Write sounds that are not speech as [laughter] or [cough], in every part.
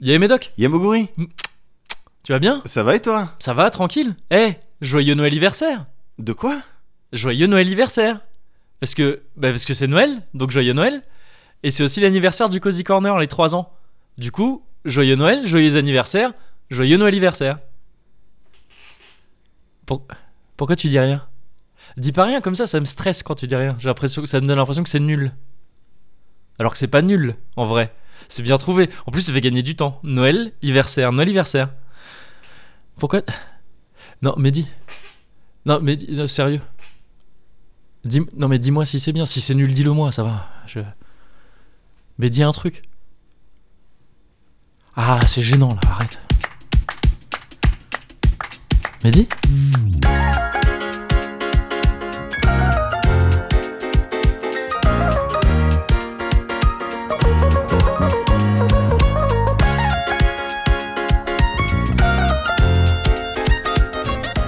Yé Médoc, Yamoguri, tu vas bien ça va et toi Ça va, tranquille Eh, joyeux Noël anniversaire De quoi Joyeux Noël anniversaire Parce que bah parce que c'est Noël, donc joyeux Noël. Et c'est aussi l'anniversaire du Cozy Corner, les 3 ans. Du coup, joyeux Noël, joyeux anniversaire, joyeux Noël anniversaire. Pour- Pourquoi tu dis rien Dis pas rien comme ça, ça me stresse quand tu dis rien. J'ai l'impression que ça me donne l'impression que c'est nul. Alors que c'est pas nul, en vrai. C'est bien trouvé. En plus, ça fait gagner du temps. Noël, anniversaire, Noël anniversaire. Pourquoi Non, mais dis. Non, mais dis- non, sérieux. Dis- non, mais dis-moi si c'est bien. Si c'est nul, dis-le moi, ça va. Je... Mais dis un truc. Ah, c'est gênant là, arrête. Mais dis.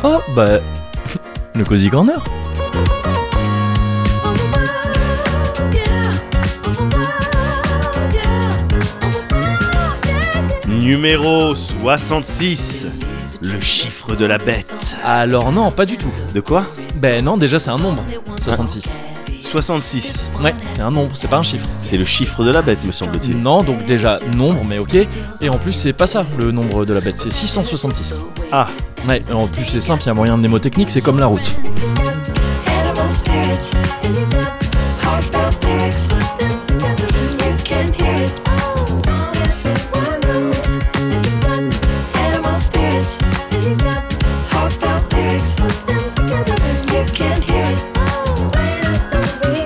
Oh, bah. [laughs] Le Cozy Corner. Numéro 66, le chiffre de la bête. Alors, non, pas du tout. De quoi Ben non, déjà, c'est un nombre. 66. 66, Ouais, c'est un nombre, c'est pas un chiffre. c'est le chiffre de la bête me semble-t-il. Non, donc déjà, nombre, mais ok. Et en plus, c'est pas ça le nombre de la bête, c'est 666. Ah, Ouais, et en plus, c'est simple, il y a moyen de mnémotechnique, c'est comme la route.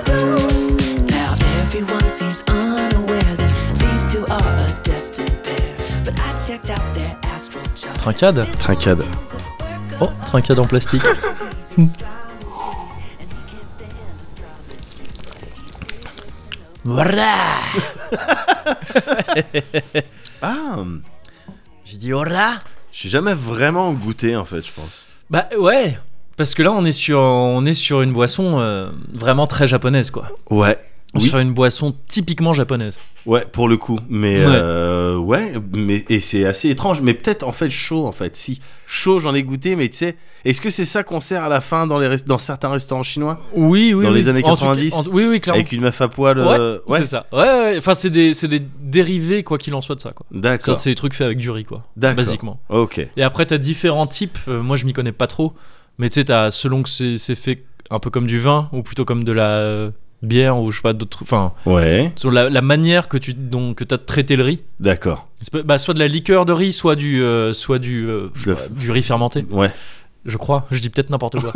Now everyone seems unaware that these two are a destined pair. But I checked out their astral chart. Trincade Trincade. Oh, trincade en plastique. [laughs] Voilà ah, J'ai dit voilà j'ai jamais vraiment goûté en fait, je pense. Bah ouais, parce que là, on est sur, on est sur une boisson euh, vraiment très japonaise, quoi. Ouais. Oui. Sur une boisson typiquement japonaise. Ouais, pour le coup, mais Ouais. euh, ouais, mais et c'est assez étrange, mais peut-être en fait chaud en fait. Si chaud, j'en ai goûté, mais tu sais, est-ce que c'est ça qu'on sert à la fin dans les rest- dans certains restaurants chinois Oui, oui. Dans oui. les années En tout cas- 90, en- Oui, oui, clairement. avec une meuf à poil euh, Ouais, c'est ça. Ouais, ouais, enfin, c'est des, c'est des dérivés, quoi qu'il en soit, de ça, quoi. Ça, D'accord. c'est des trucs faits avec du riz, quoi. D'accord. Basiquement. OK. Et après, t'as différents types. Euh, moi, je m'y connais pas trop. Mais tu sais, t'as- selon que c'est c'est fait un peu comme du vin, ou plutôt comme de la euh, bière, ou je sais pas, d'autres trucs. Enfin, Ouais, sur la, la manière que tu dont, que as traité le riz. d'accord. C'est pas- bah, soit de la liqueur de riz, soit du, euh, soit du, euh, je Le- sais pas, du riz fermenté. Ouais. Je crois, je dis peut-être n'importe [laughs] quoi.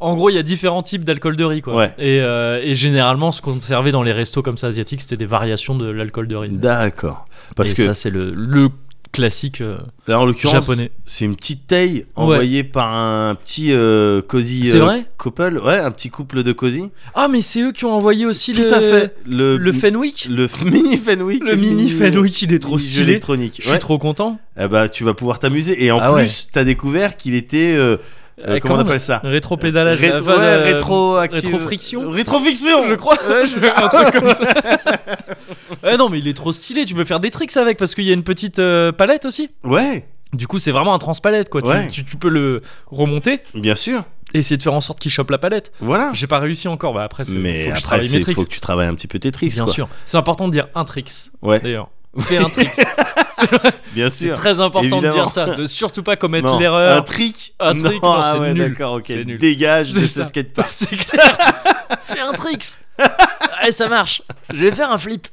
en gros, il y a différents types d'alcool de riz, quoi. Ouais. Et, euh, et généralement, ce qu'on servait dans les restos comme ça asiatiques, c'était des variations de l'alcool de riz. D'accord. Parce Et que ça, c'est le, le classique. euh, là, en l'occurrence, Japonais. c'est une petite taille envoyée par un petit euh, cozy C'est euh, vrai couple. Ouais, un petit couple de cozy. Ah, mais c'est eux qui ont envoyé aussi Tout le, à fait. Le, le Fenwick. le [laughs] f- mini Fenwick. Le mini Fenwick, il est trop mini jeu stylé. électronique. Je suis Ouais. trop content. Eh bah, tu vas pouvoir t'amuser. Et en Ah ouais. plus, t'as découvert qu'il était. euh, euh, Euh, comment on appelle ça Rétro-pédalage. Rétro- enfin, ouais, euh, rétroactive- rétrofriction Rétrofriction Je crois. [laughs] Ouais, je- un truc comme ça. [laughs] Ouais, non, mais il est trop stylé. Tu peux faire des tricks avec parce qu'il y a une petite euh, palette aussi. ouais, Du coup, c'est vraiment un transpalette quoi. Tu- Ouais. Tu, tu peux le remonter bien sûr. et essayer de faire en sorte qu'il chope la palette. Voilà. J'ai pas réussi encore. Bah après, c'est- faut que Mais je après, travaille mes il tricks. faut que tu travailles un petit peu tes tricks. Bien quoi. sûr. C'est important de dire un tricks. Ouais, D'ailleurs, fais un [laughs] tricks. bien c'est sûr. très important de Évidemment. dire ça. De surtout pas commettre Non, Un l'erreur. trick Un trick, non, ah c'est ouais, nul. d'accord, ok. C'est nul. Dégage de C'est ce ça. skatepark. [laughs] C'est clair. fais un tricks. Ouais, ça marche. Je vais faire un flip.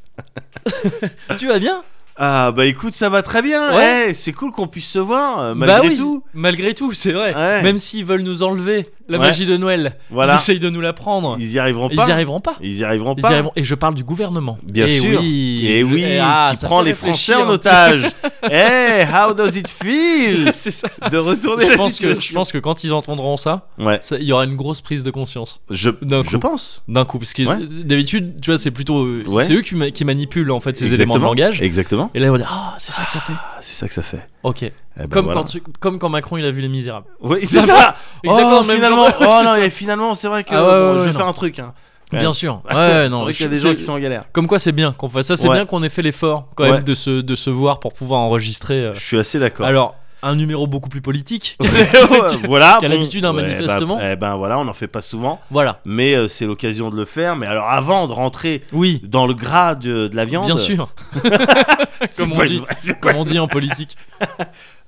[laughs] tu vas bien Ah, bah écoute, ça va très bien. Ouais. Eh, c'est cool qu'on puisse se voir, euh, malgré bah oui, tout. Malgré tout, c'est vrai. Ouais. Même s'ils veulent nous enlever la Ouais. magie de Noël, ils Voilà. essayent de nous la prendre. Ils y arriveront Ils pas. y arriveront pas. Ils y arriveront Ils y pas. arriveront- Et je parle du gouvernement. Bien Eh sûr. Oui. Et oui, Eh, ah, qui ça prend fait les Français réfléchir en un petit otage. [laughs] hey, how does it feel peu. C'est ça. de [laughs] retourner Je la pense, que, je situation pense que quand ils entendront ça, Ouais, ça- il y aura une grosse prise de conscience je, D'un je coup. pense. d'un coup. Parce que Ouais. d'habitude, tu vois, c'est plutôt. euh, Ouais. C'est eux qui, ma- qui manipulent en fait ces éléments de Exactement. langage. Exactement. Et là, ils vont dire Ah, c'est ça que ça fait. Ah, c'est ça que ça fait. Ok. Eh ben, comme, voilà. quand tu- comme quand Macron il a vu Les Misérables. Oui, c'est ça. Exactement oh, le même finalement. genre. [laughs] Oh C'est non, ça. mais finalement, c'est vrai que Ah ouais, bon, ouais, je vais ouais, faire non. un truc. hein. Ouais. Bien sûr. Ouais, Ouais, c'est non. vrai qu'il y a je- des c'est- gens qui sont en galère. Comme quoi, c'est bien qu'on fasse ça. C'est Ouais. bien qu'on ait fait l'effort quand Ouais. même de se, de se voir pour pouvoir enregistrer. euh. Je suis assez d'accord. [laughs] Alors, [laughs] un numéro beaucoup plus politique. Ouais, voilà. qu'à l'habitude, hein, Ouais, bah, manifestement. eh ben voilà, on n'en fait pas souvent, [laughs] voilà. mais euh, c'est l'occasion de le faire. Mais alors, avant de rentrer Oui. dans le gras de, de la viande, Bien sûr, [laughs] c'est comme on pas une dit, vraie- c'est pas- comme on dit en [laughs] politique.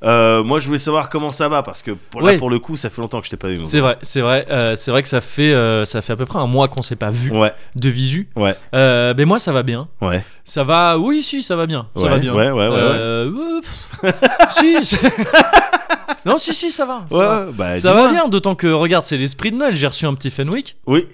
Euh, moi, je voulais savoir comment ça va parce que pour, là, Ouais. pour le coup, ça fait longtemps que je t'ai pas vu. mon C'est vrai, c'est vrai, euh, c'est vrai que ça fait euh, ça fait à peu près un mois qu'on s'est pas vu gars. Ouais, de visu. Ouais. Euh, ben moi ça va bien. ouais. Ça va, oui, si, ça va bien. Ça Ouais, va bien. ouais, ouais, ouais, Euh, euh, [laughs] pff, si, c'est- [laughs] non, si, si, ça va. Ça va. Ouais, bah, Ça dis-moi. va bien, d'autant que regarde, c'est l'esprit de Noël. J'ai reçu un petit Fenwick. Oui,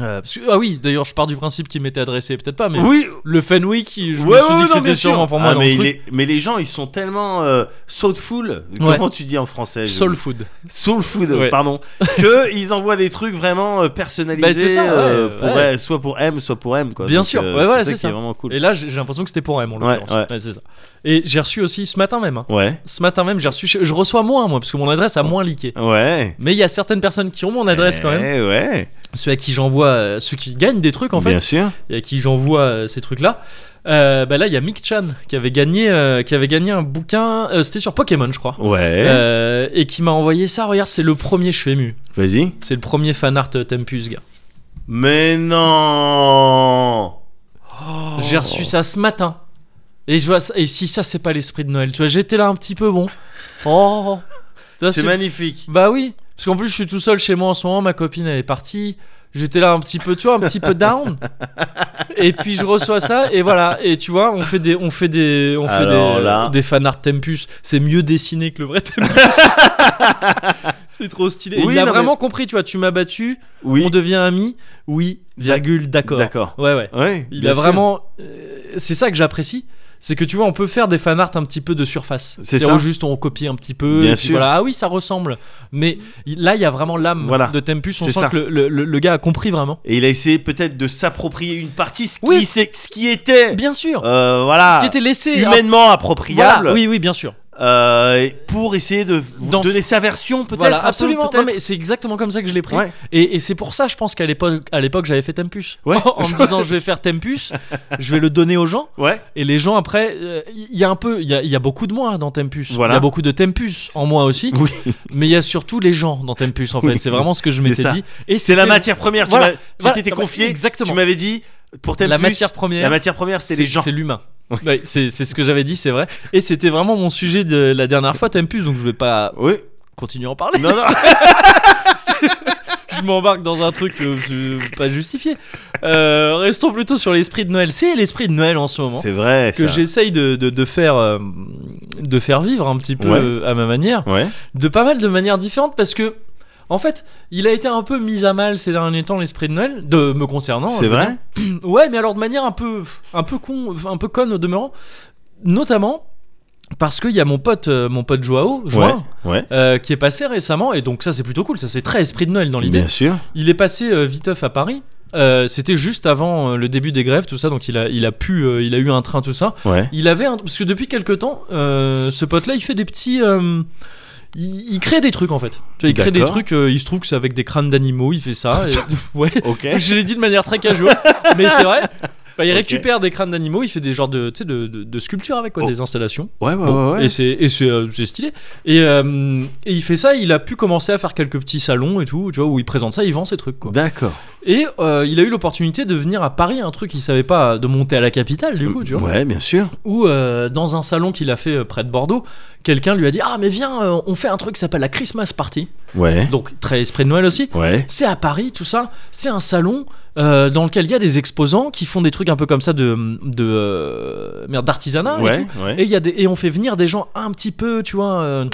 Euh, parce que- ah oui, d'ailleurs, je pars du principe qu'il m'était adressé, peut-être pas, mais oui. le Fenwick, il- je Ouais, me suis dit ouais, non, que bien c'était sûr. sûrement pour Ah, moi dans mais, le truc. les, mais les gens, ils sont tellement euh, soulful. Comment tu dis en français je- Soul food. soul food, Ouais. [laughs] pardon, que ils envoient des trucs vraiment euh, personnalisés, Bah, c'est ça, ouais, euh, pour- ouais. ouais, soit pour M, soit pour M, quoi. Bien Donc, sûr, euh, ouais, ouais, c'est ça c'est qui ça. est vraiment cool. Et là, j'ai j'ai l'impression que c'était pour M, en Ouais, l'occurrence. ouais. c'est ça. Et j'ai reçu aussi ce matin même. hein. Ouais, Ce matin même, j'ai reçu. chez- Je reçois moins, moi, parce que mon adresse a moins leaké. ouais. Mais il y a certaines personnes qui ont mon adresse quand même. Eh Ouais, Ceux à qui j'envoie, euh, ceux qui gagnent des trucs en fait. bien sûr. et à qui j'envoie euh, ces trucs-là. Euh, bah là, il y a Mick Chan qui avait gagné, euh, qui avait gagné un bouquin. euh, C'était sur Pokémon, je crois. Ouais, Euh, et qui m'a envoyé ça. Regarde, c'est le premier. Je suis ému. vas-y. C'est le premier fan art euh, Tempus, gars. Mais non. J'ai reçu ça ce matin. Et je vois. ça- Et si ça, c'est pas l'esprit de Noël, tu vois, j'étais là un petit peu bon. Oh. Tu vois, C'est magnifique. Bah oui, parce qu'en plus je suis tout seul chez moi en ce moment, ma copine elle est partie. J'étais là un petit peu, tu vois, un petit peu [laughs] down. Et puis je reçois ça et voilà. Et tu vois, on fait des, on fait des, on fait Alors des, là. des fan art Tempus. C'est mieux dessiné que le vrai [laughs] Tempus. C'est trop stylé. Et Oui, il a non, vraiment compris, tu vois. Tu m'as battu, Oui. on devient amis. Oui, virgule, d'accord. D'accord. Ouais, ouais. Ouais. Il bien a sûr. vraiment. euh, c'est ça que j'apprécie. C'est que tu vois, on peut faire des fan art un petit peu de surface. C'est C'est-à-dire ça. où juste on copie un petit peu. Bien et puis sûr. voilà, ah oui, ça ressemble. Mais il- là, il y a vraiment l'âme Voilà. de Tempus. On C'est sent ça. que le, le- le- le gars a compris vraiment. Et il a essayé peut-être de s'approprier une partie ce qui, Oui. c'est- ce qui était, Bien sûr. euh, voilà, ce qui était laissé. humainement ah, voilà. appropriable. Oui, oui, bien sûr. Euh, pour essayer de vous D'en- donner sa version peut-être un Voilà, peu, absolument. peut-être. Non, mais c'est exactement comme ça que je l'ai pris. Ouais. Et, et c'est pour ça, je pense qu'à l'époque, à l'époque, j'avais fait Tempus. Ouais. [laughs] en me disant, je vais faire Tempus, je vais le donner aux gens. ouais [laughs] Et les gens après, euh, il y a un peu, il y, a- y a beaucoup de moi hein, dans Tempus. Il Voilà. y a beaucoup de Tempus en moi aussi. Oui. Mais il y a surtout les gens dans Tempus en fait. Oui. C'est vraiment ce que je C'est m'étais ça. dit. Et c'est la c'était- matière première Voilà, tu m'as- tu voilà, t'étais non, mais confié exactement. tu m'avais dit pour Tempus La matière première. la matière première c'est les gens C'est l'humain. Ouais, c'est c'est ce que j'avais dit, c'est vrai. Et c'était vraiment mon sujet de la dernière fois, Tempus, donc je vais pas oui continuer à en parler. non non [laughs] je m'embarque dans un truc euh, euh, pas justifié. Euh, restons plutôt sur l'esprit de Noël. C'est l'esprit de Noël en ce moment. c'est vrai que ça. j'essaye de, de- de faire euh, de faire vivre un petit peu Ouais. euh, à ma manière ouais de pas mal de manières différentes parce que en fait il a été un peu mis à mal ces derniers temps l'esprit de Noël de me concernant je c'est veux vrai dire. [clears throat] ouais mais alors de manière un peu un peu con un peu conne au demeurant notamment parce qu'il y a mon pote euh, mon pote Joao Joao, ouais euh, qui est passé récemment et donc ça c'est plutôt cool ça c'est très esprit de Noël dans l'idée bien sûr il est passé euh, viteuf à Paris. Euh, c'était juste avant euh, le début des grèves, tout ça, donc il a, il a pu, euh, il a eu un train, tout ça. ouais Il avait un- parce que depuis quelques temps, euh, ce pote-là, il fait des petits, euh, il, il crée des trucs en fait. Tu vois, il crée des D'accord. trucs. euh, il se trouve que c'est avec des crânes d'animaux, il fait ça. [laughs] et- [laughs] ouais. ok Je l'ai dit de manière très casual, mais c'est vrai. Enfin, il Ok. récupère des crânes d'animaux, il fait des genres de, tu sais, de, de- de sculptures avec quoi, Oh. des installations. ouais ouais Bon, ouais, ouais. Et c'est et c'est, euh, c'est stylé. Et, euh, et il fait ça, il a pu commencer à faire quelques petits salons et tout, tu vois, où il présente ça, il vend ses trucs quoi. d'accord Et euh, il a eu l'opportunité de venir à Paris, un truc qu'il savait pas, de monter à la capitale du coup, tu vois. Euh, ouais bien sûr Ou euh, dans un salon qu'il a fait euh, près de Bordeaux, quelqu'un lui a dit ah mais viens, euh, on fait un truc qui s'appelle la Christmas party. ouais Donc très esprit de Noël aussi. ouais C'est à Paris, tout ça. C'est un salon euh, dans lequel il y a des exposants qui font des trucs un peu comme ça de, de euh, merde d'artisanat et tout. ouais ouais Et, il y a des, et on fait venir des gens un petit peu, tu vois, euh,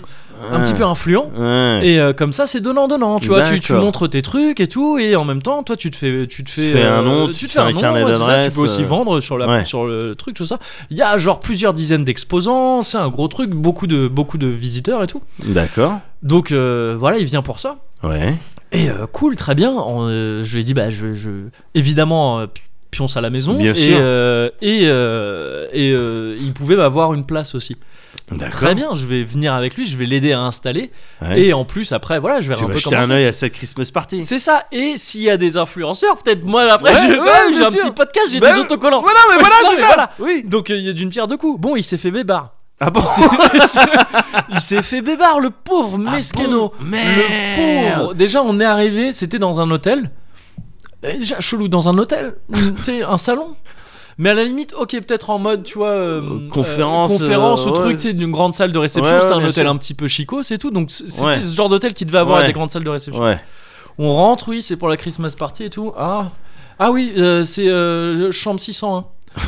un Ah. petit peu influents. ouais Et euh, comme ça, c'est donnant-donnant, tu vois. Tu, tu D'accord. montres tes trucs et tout, et en même temps, toi, tu te fais, tu te fais, fais un nom, tu te fais un carnet ouais, c'est ça, d'adresses, tu peux aussi euh, vendre sur, la, ouais. sur le truc, tout ça. Il y a genre plusieurs dizaines d'exposants, c'est un gros truc, beaucoup de, beaucoup de visiteurs et tout. d'accord Donc euh, voilà, il vient pour ça. ouais Et euh, cool, très bien. On, euh, je lui ai dit, bah, je, je- évidemment, euh, pionce à la maison Bien et, sûr. euh, et, euh, et euh, il pouvait m'avoir une place aussi. D'accord. Très bien, je vais venir avec lui, je vais l'aider à installer Ouais. et en plus après voilà, je vais tu un vas peu jeter comment un ça- œil à cette Christmas party. C'est ça. Et s'il y a des influenceurs, peut-être moi après Ouais, j'ai ouais, quand même, j'ai bien un sûr. petit podcast, j'ai Ben, des autocollants. Voilà, mais Ouais, voilà, [laughs] non, c'est mais ça. voilà. Oui. Donc euh, il y a d'une pierre deux coups. Bon, il s'est fait bébar. Ah bon [laughs] Il s'est fait bébar le pauvre Ah mesqueno. Le pauvre. Déjà, on est arrivé, c'était dans un hôtel. Eh, Déjà, chelou, dans un hôtel. Mm, tu sais, un salon. Mais à la limite, ok, peut-être en mode, tu vois, euh, Euh, conférence, conférence euh, ou ouais. truc, c'est d'une grande salle de réception. Ouais, c'était ouais, un bien hôtel sûr. un petit peu chico, c'est tout. Donc c- c'était Ouais. ce genre d'hôtel qui devait avoir Ouais. des grandes salles de réception. Ouais. On rentre, oui, c'est pour la Christmas party et tout. Ah, ah oui, euh, c'est euh, chambre 601. [laughs]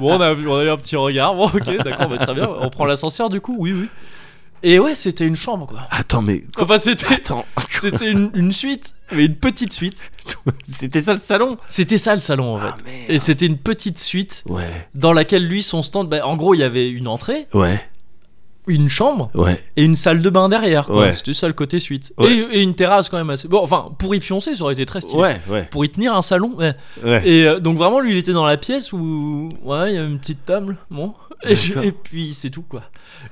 bon, on a, vu- on a eu un petit regard. Bon, ok, d'accord, bah, très bien. On prend l'ascenseur du coup, oui, oui. Et ouais, c'était une chambre quoi. Attends, mais Enfin, c'était, attends, [laughs] c'était une, une suite, mais une petite suite. c'était ça le salon C'était ça le salon en fait. Ah, merde. Et c'était une petite suite Ouais, dans laquelle lui, son stand, bah, en gros, il y avait une entrée, ouais, une chambre, ouais. et une salle de bain derrière. quoi. Ouais. C'était ça le côté suite. Ouais. Et, et une terrasse quand même assez. Bon, enfin, pour y pioncer, ça aurait été très stylé. Ouais, ouais, Pour y tenir un salon. ouais. ouais. Et euh, donc vraiment, lui, il était dans la pièce où ouais, il y avait une petite table, bon. Et, je- D'accord. et puis c'est tout quoi.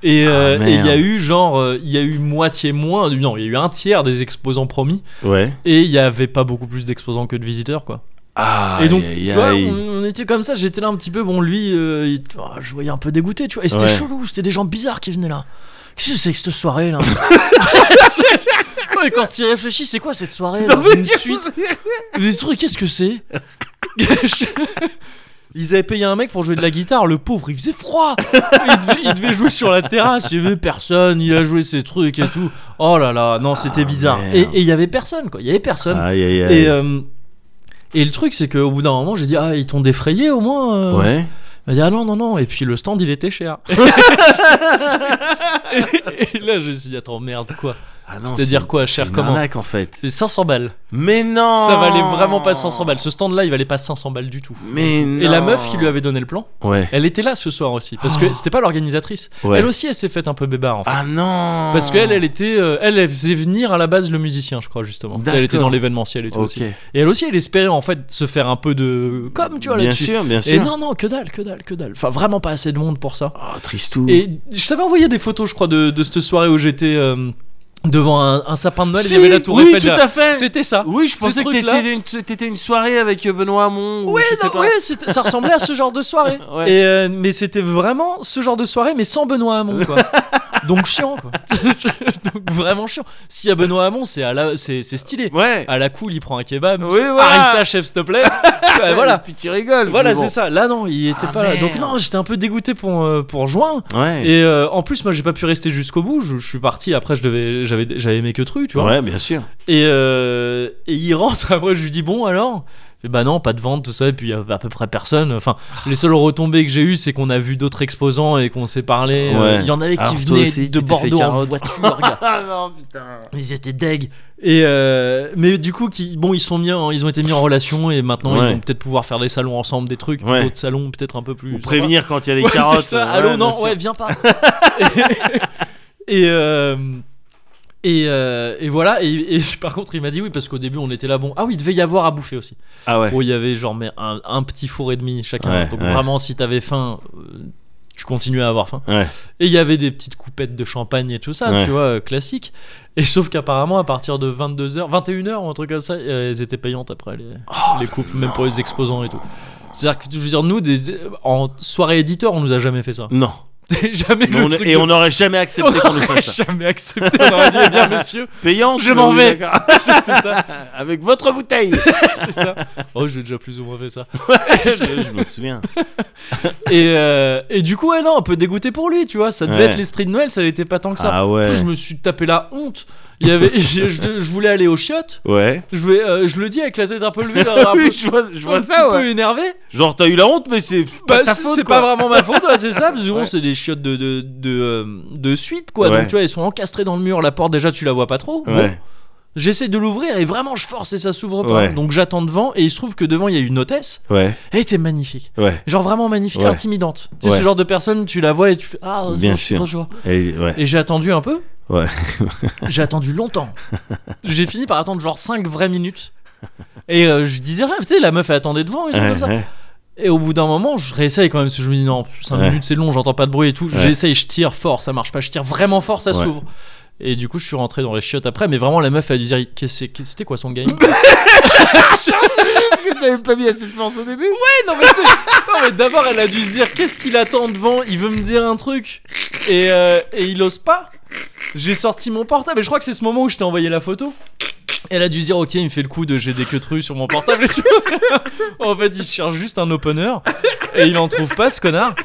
Et Ah, euh, et il y a merde. eu genre, euh, il y a eu moitié moins, non, il y a eu un tiers des exposants promis, ouais. et il y avait pas beaucoup plus d'exposants que de visiteurs quoi. Ah, Et donc, aïe, tu vois, aïe. on, on était comme ça, j'étais là un petit peu, bon, lui, euh, il- oh, je voyais un peu dégoûté, tu vois. Et c'était Ouais. chelou, c'était des gens bizarres qui venaient là. Qu'est-ce que c'est que cette [laughs] soirée là Ouais, Quand il réfléchit, c'est quoi cette soirée là Non, mais Une suite Des trucs, qu'est-ce que c'est Ils avaient payé un mec pour jouer de la guitare, le pauvre, il faisait froid il devait, il devait jouer sur la terrasse, il y avait personne, il a joué ses trucs et tout. Oh là là, non, c'était Ah, bizarre. merde. Et et il y avait personne, quoi, il y avait personne. Aïe, aïe, aïe. Et, euh, et le truc, c'est qu'au bout d'un moment, j'ai dit Ah, ils t'ont défrayé au moins euh. ouais. Il m'a dit Ah non, non, non. Et puis le stand, il était [laughs] cher. et, et là, je me suis dit Attends, merde, quoi Ah non, C'est-à-dire c'est- quoi c'est Cher une Oh. comment arnaque, en fait. C'est 500 balles. Mais non Ça valait vraiment pas 500 balles. Ce stand-là, il valait pas 500 balles du tout. Mais non Et la meuf qui lui avait donné le plan, Ouais, elle était là ce soir aussi. Parce que c'était pas l'organisatrice. ouais. Elle aussi, elle s'est faite un peu bébard en fait. Ah non Parce qu'elle, elle était, euh, elle, elle faisait venir à la base le musicien, je crois justement. Tu sais, Elle était D'accord. dans l'événementiel et tout Ok. aussi. Et elle aussi, elle espérait en fait se faire un peu de comme tu vois Bien là-dessus. sûr, bien Et sûr. non, non, que dalle, que dalle, que dalle. Enfin, vraiment pas assez de monde pour ça. Oh, Tristou. Et je t'avais envoyé des photos, je crois, de, de cette soirée où j'étais euh, devant un, un sapin de Noël. Si, il y avait la tour oui, Eiffel tout derrière. à fait. C'était ça. Oui, je Ces pensais que trucs-là. t'étais une, t'étais une soirée avec euh, Benoît Hamon. ou Ouais, je sais non, pas. ouais, c'était- ça ressemblait à ce genre de soirée. [laughs] Ouais. Et, euh, mais c'était vraiment ce genre de soirée, mais sans Benoît Hamon, [laughs] quoi. Donc chiant, quoi. [laughs] Donc vraiment chiant. S'il y a Benoît Hamon, c'est à la- c'est c'est stylé. Ouais. À la cool, il prend un kebab. Oui, voilà. Harissa, chef, s'il te [laughs] plaît. Ouais, voilà. Puis tu rigoles. Voilà, mais bon. c'est ça. Là, non, il était Ah, pas là. Donc, merde. Eh. non, j'étais un peu dégoûté pour, euh, pour juin. Ouais. Et euh, en plus, moi, j'ai pas pu rester jusqu'au bout. Je, je suis parti. Après, je devais, j'avais, j'avais mes que trucs, tu vois. Ouais, bien sûr. Et, euh, et il rentre. [laughs] Après, je lui dis bon alors. Il fait, Bah non, pas de vente, tout ça, et puis il y avait à peu près personne. Enfin, les seules retombées que j'ai eues, c'est qu'on a vu d'autres exposants et qu'on s'est parlé. Euh, Ouais. Il y en avait qui Alors, toi venaient aussi, de tu t'es fait Bordeaux en carotte. voiture, gars. [laughs] Ah non, putain. Ils étaient deg. Et euh, mais du coup, qui, bon, ils sont mis, en- ils ont été mis en relation et maintenant Ouais. ils vont peut-être pouvoir faire des salons ensemble, des trucs, Ouais. d'autres salons peut-être un peu plus. Ou prévenir quand il y a des Ouais, c'est carottes. euh, ça. ouais, Allô, bien non, sûr. ouais, viens pas. et et, euh, et, euh, et voilà. Et, et [laughs] par contre, il m'a dit oui parce qu'au début on était là. Bon, ah oui, il devait y avoir à bouffer aussi. [laughs] Ah ouais. Bon, il y avait genre mais un, un petit four et demi chacun. Ouais, Donc ouais. vraiment, si t'avais faim. euh, tu continuais à avoir faim. Ouais. Et il y avait des petites coupettes de champagne et tout ça, Ouais. tu vois, euh, classique. Et sauf qu'apparemment, à partir de 22h, 21h ou un truc comme ça, euh, elles étaient payantes après les, Oh, les coupes, même pour les exposants et tout. C'est-à-dire que, je veux dire, nous, des- des- en soirée éditeur, on nous a jamais fait ça. [laughs] Non. C'est jamais Mais le on- truc et de- on n'aurait jamais accepté qu'on nous aurait [laughs] fasse ça. jamais accepté. On aurait dit, eh bien, monsieur, [laughs] Payant, Je m'en vais. d'accord. c'est ça, Avec votre bouteille. c'est ça. Oh, j'ai déjà plus ou moins fait ça. [laughs] je, je me souviens. Et, euh, et du coup, ouais, non, un peu dégoûté pour lui, tu vois. Ça devait Ouais. être l'esprit de Noël, ça n'était pas tant que ça. Ah En plus, ouais. je me suis tapé la honte. Il y avait, [laughs] je, je- je voulais aller aux chiottes. Ouais. Je, vais, euh, je le dis avec la tête un peu levée, là, un, peu, [laughs] Oui, je vois, je vois un ça, petit ouais. peu énervé. Genre, t'as eu la honte, mais c'est Bah, pas ta c'est faute. c'est quoi. pas vraiment ma faute, ouais, c'est ça, parce que bon, Ouais. c'est des chiottes de, de, de, euh, de suite, quoi. Ouais. Donc, tu vois, elles sont encastrées dans le mur. La porte, déjà, tu la vois pas trop. Bon, Ouais. J'essaie de l'ouvrir et vraiment, je force et ça s'ouvre pas. Ouais. Donc, j'attends devant et il se trouve que devant, il y a une hôtesse. Ouais. Elle était magnifique. Ouais. Genre vraiment magnifique, Ouais. intimidante. Tu sais, Ouais. ce genre de personne, tu la vois et tu fais Ah, Bien bonjour, sûr. bonjour. Et, ouais. Et j'ai attendu un peu. Ouais. j'ai attendu longtemps. J'ai fini par attendre genre 5 vraies minutes. Et euh, je disais rien, tu sais, la meuf elle attendait devant et tout comme ça. Ouais, ouais. Et au bout d'un moment, je réessaye quand même, parce que je me dis non, 5 Ouais. minutes c'est long, j'entends pas de bruit et tout. Ouais. J'essaye, je tire fort, ça marche pas, je tire vraiment fort, ça Ouais. s'ouvre. Et du coup, je suis rentré dans les chiottes après, mais vraiment, la meuf elle a dû dire Qu'est-ce que c'est- qu'est-ce que c'était quoi son game Est-ce que t'avais pas mis assez de force au début non mais, c'est- non, mais d'abord elle a dû se dire qu'est-ce qu'il attend devant, il veut me dire un truc et, euh, et il ose pas. J'ai sorti mon portable et je crois que c'est ce moment où je t'ai envoyé la photo. Elle a dû se dire ok il me fait le coup de j'ai des queues sur mon portable et tout. [laughs] en fait il cherche juste un opener et il en trouve pas ce connard.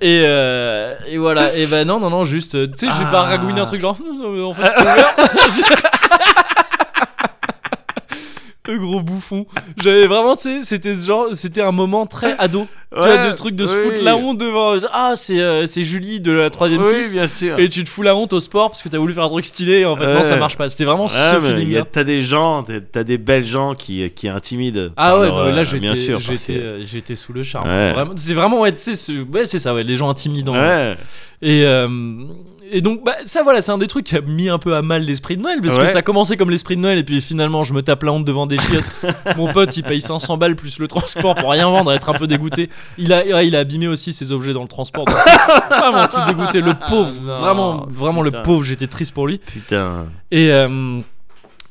Et, euh, et voilà, et bah non, non, non, juste, euh, tu sais, j'ai pas Ah. ragouiné un truc genre, Hum, non, mais en fait, c'est ouvert. [laughs] Le gros bouffon. J'avais vraiment, tu sais, c'était ce genre, c'était un moment très ado. Tu vois, Ouais, de truc de se oui. foutre la honte devant. Ah, c'est euh, c'est Julie de la 3ème Oui, 6. bien sûr. Et tu te fous la honte au sport parce que t'as voulu faire un truc stylé et en fait, non, Ouais. ça marche pas. C'était vraiment Ouais, ce mais feeling y a- t'as des gens, t'as- t'as des belles gens qui, qui intimident. Ah par ouais, leur, non, mais là euh, j'étais bien sûr, par j'étais ces- euh, j'étais sous le charme. Ouais. Vraiment- c'est vraiment ouais, tu sais, ce- ouais, c'est ça ouais, les gens intimidants. Ouais. Et euh, et donc bah, ça voilà, c'est un des trucs qui a mis un peu à mal l'esprit de Noël parce Ouais. que ça commençait comme l'esprit de Noël et puis finalement je me tape la honte devant des [laughs] chiottes. Mon pote, il paye 500 balles plus le transport pour rien vendre, être un peu dégoûté. Il a ouais, il a abîmé aussi ses objets dans le transport. donc vraiment tout dégoûté le pauvre, Ah, non, vraiment vraiment le putain. pauvre, j'étais triste pour lui. Putain. Et euh,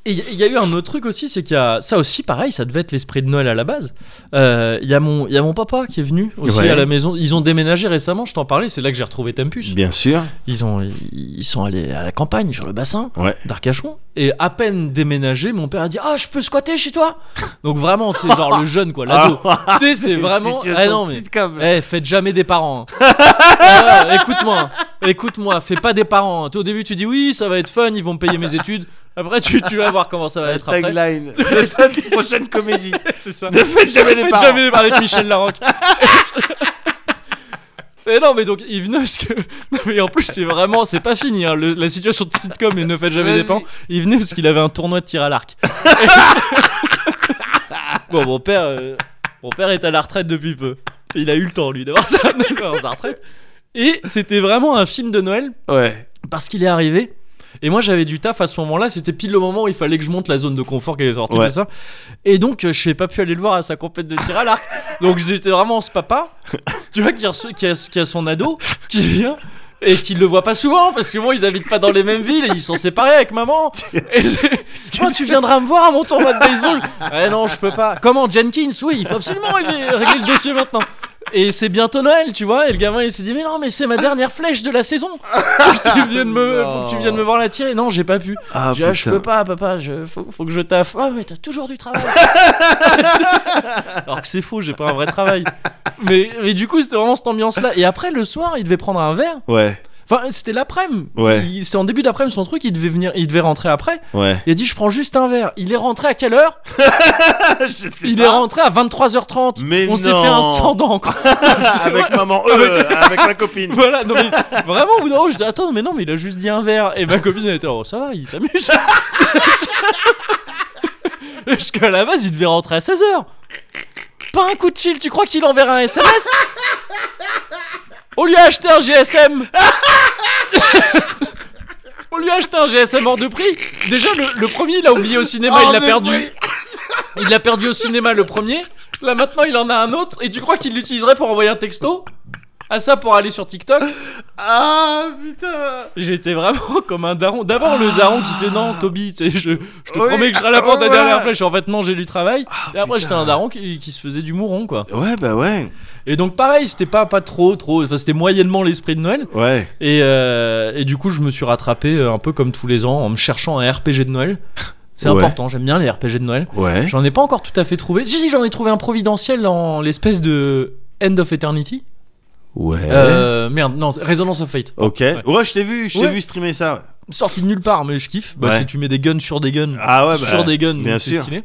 et il y- y a eu un autre truc aussi, c'est qu'il y a ça aussi pareil, ça devait être l'esprit de Noël à la base. Euh, Il y a mon il y a mon papa qui est venu aussi Ouais. à la maison. Ils ont déménagé récemment, je t'en parlais, c'est là que j'ai retrouvé Tempus. Bien sûr. Ils ont ils sont allés à la campagne sur le bassin Ouais. d'Arcachon et à peine déménagé, mon père a dit "Ah, je peux squatter chez toi." Donc vraiment, c'est genre le jeune quoi, Ah. l'ado. tu sais, c'est vraiment ah non mais Sitcom. eh, faites jamais des parents. hein. Ah ouais, écoute-moi, écoute-moi, fais pas des parents. hein. Toi, au début, tu dis oui, ça va être fun, ils vont me payer mes études. Après, tu, tu vas voir comment ça va être après. Tagline. La prochaine comédie. [laughs] C'est ça. [laughs] Ne faites [laughs] jamais Ne les faites parents. jamais parler de Michel Larocque. [laughs] Et non, mais donc il venait parce que. [laughs] Non, mais en plus, c'est vraiment. C'est pas fini. hein. Le- la situation de sitcom et ne faites jamais Vas-y. des parents. Il venait parce qu'il avait un tournoi de tir à [laughs] l'arc. bon, mon père. euh, mon père est à la retraite depuis peu. Il a eu le temps, lui, d'avoir sa, d'avoir sa retraite. Et c'était vraiment un film de Noël Ouais. parce qu'il est arrivé. Et moi j'avais du taf à ce moment-là, c'était pile le moment où il fallait que je monte la zone de confort qui est sortie, Ouais. tout ça. Et donc euh, je n'ai pas pu aller le voir à sa compète de tir à l'arc. donc j'étais vraiment ce papa, tu vois, qui, reçoit- qui a, qui a son ado, qui vient et qui le voit pas souvent parce que bon, ils habitent pas dans les mêmes villes et ils sont séparés avec maman. Et j'ai- Moi, tu viendras me voir à mon tournoi de baseball. Ouais, non, je peux pas. Comment Jenkins Oui, il faut absolument régler, régler le dossier maintenant. Et c'est bientôt Noël, tu vois. Et le gamin, il s'est dit, mais non, mais c'est ma dernière flèche de la saison. Faut que tu viennes me, faut que tu viennes me voir la tirer. Non, j'ai pas pu. Ah, J'ai dit, ah, je putain. peux pas, papa. Je, faut, faut que je taffe. Ah, mais t'as toujours du [laughs] travail. Alors que c'est faux, j'ai pas un vrai travail. Mais, mais du coup, c'était vraiment cette ambiance-là. Et après, le soir, il devait prendre un verre. Ouais. Enfin, c'était l'après-midi. Ouais. Il- C'était en début d'après-midi son truc. Il devait venir, il devait rentrer après. Ouais. [laughs] Il a dit, je prends juste un verre. Il est rentré à quelle heure Il est rentré à 23h30. Mais On s'est fait non. un sang [laughs] d'encre. Ah, avec maman, euh, avec ma [laughs] copine. Voilà, non mais vraiment, au bout d'un moment, je dis attends, mais non, mais il a juste dit un verre. Et ma copine elle était oh, ça va, il s'amuse. [laughs] Parce qu'à la base, il devait rentrer à 16h. Pas un coup de fil, tu crois qu'il enverra un SMS On lui a acheté un [laughs] GSM On lui a acheté un GSM hors de prix Déjà, le, le premier, il l'a oublié au cinéma, il l'a perdu. Il l'a perdu au cinéma le premier. Là maintenant, il en a un autre. Et tu crois qu'il l'utiliserait pour envoyer un texto À ça pour aller sur TikTok Ah putain. J'étais vraiment [laughs] comme un daron. D'abord le daron qui fait non, Toby, tu sais, je, je te Oui, promets que je serai à la ah, porte la voilà. dernière flèche. En fait, non, j'ai du travail. et après, putain. j'étais un daron qui, qui se faisait du mouron, quoi. Ouais, bah ouais. Et donc, pareil, c'était pas, pas trop, trop. Enfin, c'était moyennement l'esprit de Noël. Ouais. Et, euh, et du coup, je me suis rattrapé euh, un peu comme tous les ans en me cherchant un RPG de Noël. C'est Ouais. important, j'aime bien les RPG de Noël. Ouais. J'en ai pas encore tout à fait trouvé. Si, si, j'en ai trouvé un providentiel en l'espèce de End of Eternity. Ouais. Euh, merde, non, c'est Resonance of Fate. Ok. Ouais, je t'ai vu, je t'ai Ouais. vu streamer ça. Sorti de nulle part, mais je kiffe. Bah, Ouais. si tu mets des guns sur des guns, Ah ouais, bah, sur des guns, bien donc c'est sûr. stylé.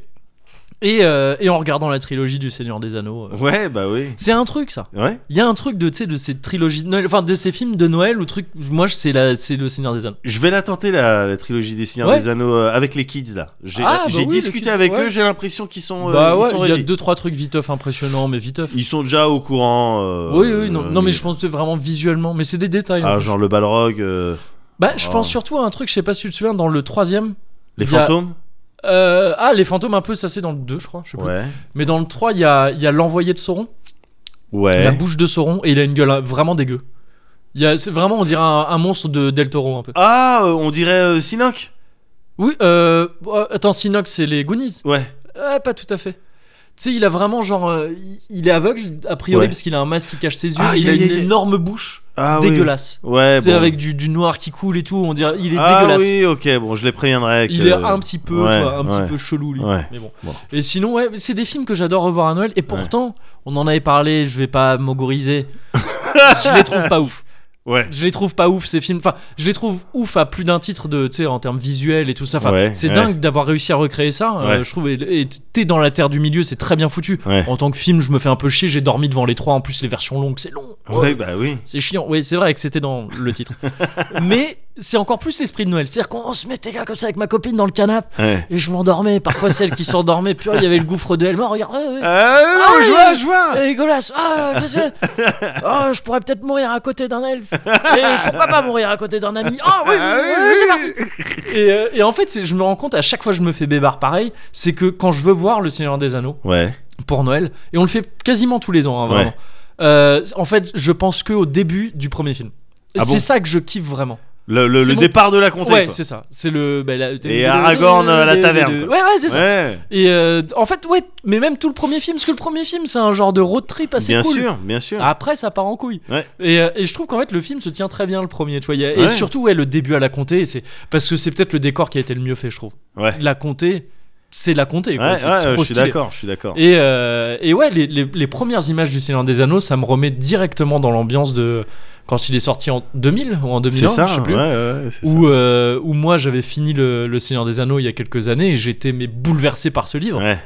Et, euh, et en regardant la trilogie du Seigneur des Anneaux. euh, Ouais, bah oui. C'est un truc, ça. Ouais. Il y a un truc de, tu sais, de ces trilogies de Noël, enfin, de ces films de Noël ou truc. Moi, je- c'est la- c'est le Seigneur des Anneaux. Je vais la tenter la, la trilogie des Seigneurs Ouais. des Anneaux euh, avec les kids là. J'ai Ah, bah j'ai oui, les discuté kids, avec ouais. eux, j'ai l'impression qu'ils sont euh, bah ils ouais, sont il y a ready. deux, trois trucs viteuf impressionnants, mais viteuf. Ils sont déjà au courant. euh, Oui, oui, non, euh, non, mais ils- je pense que c'est vraiment visuellement, mais c'est des détails. en Ah, plus. genre le Balrog, euh, Bah, je Oh. pense surtout à un truc, je sais pas si tu te souviens, dans le troisième, les Il y a- fantômes. Euh, ah, les fantômes, un peu, ça c'est dans le 2, je crois. Je sais plus. Ouais. Mais dans le 3, il y a, il y a l'envoyé de Sauron, la Ouais. bouche de Sauron, et il a une gueule euh, vraiment dégueu. Il y a, c'est vraiment, on dirait un, un monstre de Del Toro un peu. Ah, euh, on dirait euh, Sinoc Oui, euh, euh, attends, Sinox, c'est les Goonies Ouais. Ah, Pas tout à fait. Tu sais, il a vraiment genre. euh, il- il est aveugle, a priori, Ouais. parce qu'il a un masque qui cache ses yeux. Ah, il y a a- y a- une y a- énorme bouche Ah, oui. dégueulasse. Ouais, C'est bon. avec du, du noir qui coule et tout. On dirait, il est ah, dégueulasse. oui, ok, bon, je les préviendrai. que- Il est un petit peu, Ouais, tu vois, un ouais. petit peu chelou lui. Ouais. Mais bon. Bon. Et sinon, ouais, mais c'est des films que j'adore revoir à Noël. Et pourtant, on en avait parlé. Je vais pas [laughs] m'ogoriser. je les trouve pas ouf. Ouais. Je les trouve pas ouf ces films. Enfin, je les trouve ouf à plus d'un titre de, tu sais, en termes visuels et tout ça. Enfin, Ouais, c'est ouais. dingue d'avoir réussi à recréer ça. euh, Ouais. je trouve. Et et t'es dans la terre du milieu, c'est très bien foutu. Ouais. En tant que film, je me fais un peu chier. J'ai dormi devant les trois. En plus, les versions longues, c'est long. Ouais, bah oui. C'est chiant, oui, c'est vrai que c'était dans le [laughs] titre. Mais c'est encore plus l'esprit de Noël. C'est-à-dire qu'on se mettait là comme ça avec ma copine dans le canapé Ouais. et je m'endormais. Parfois, celle qui s'endormait, puis il y avait le gouffre de elle. Moi, regarde, ouais, ouais. Euh, non, Ah, oui. je vois, je vois. Elle est dégueulasse. Ah, qu'est-ce que c'est Ah, je pourrais peut-être mourir à côté d'un elfe. Et pourquoi pas mourir à côté d'un ami Ah oui, Ah oui, oui, c'est parti. Et, euh, et en fait, c'est- je me rends compte à chaque fois que je me fais bébar pareil, c'est que quand je veux voir Le Seigneur des Anneaux, Ouais, pour Noël et on le fait quasiment tous les ans hein, vraiment. Ouais. Euh, en fait, je pense que au début du premier film. Ah c'est bon ça que je kiffe vraiment. le, le, C'est le mon- départ de la comté. ouais, quoi. c'est ça. C'est le. bah, la- Et Aragorn à la taverne, Ouais, quoi. ouais, c'est ça. Ouais, Et euh, en fait, ouais, mais même tout le premier film, parce que le premier film, c'est un genre de road trip assez bien cool. sûr, bien sûr. Après, ça part en couille. Ah. Ouais. Et, euh, et je trouve qu'en fait, le film se tient très bien le premier. Tu vois, il y a- Et Ouais. surtout, ouais, le début à la comté, et c'est parce que c'est peut-être le décor qui a été le mieux fait, je trouve. Ouais. La comté, c'est la comté. Ouais, quoi. ouais, C'est trop je suis stylé. d'accord, je suis d'accord. Et, euh, et ouais, les, les- les premières images du Seigneur des Anneaux, ça me remet directement dans l'ambiance de quand il est sorti en 2000 ou en 2001, C'est ça, je sais plus. ouais, ouais, ouais, c'est ça. Où, euh, où moi j'avais fini le, le Seigneur des Anneaux il y a quelques années et j'étais mais bouleversé par ce livre Ouais,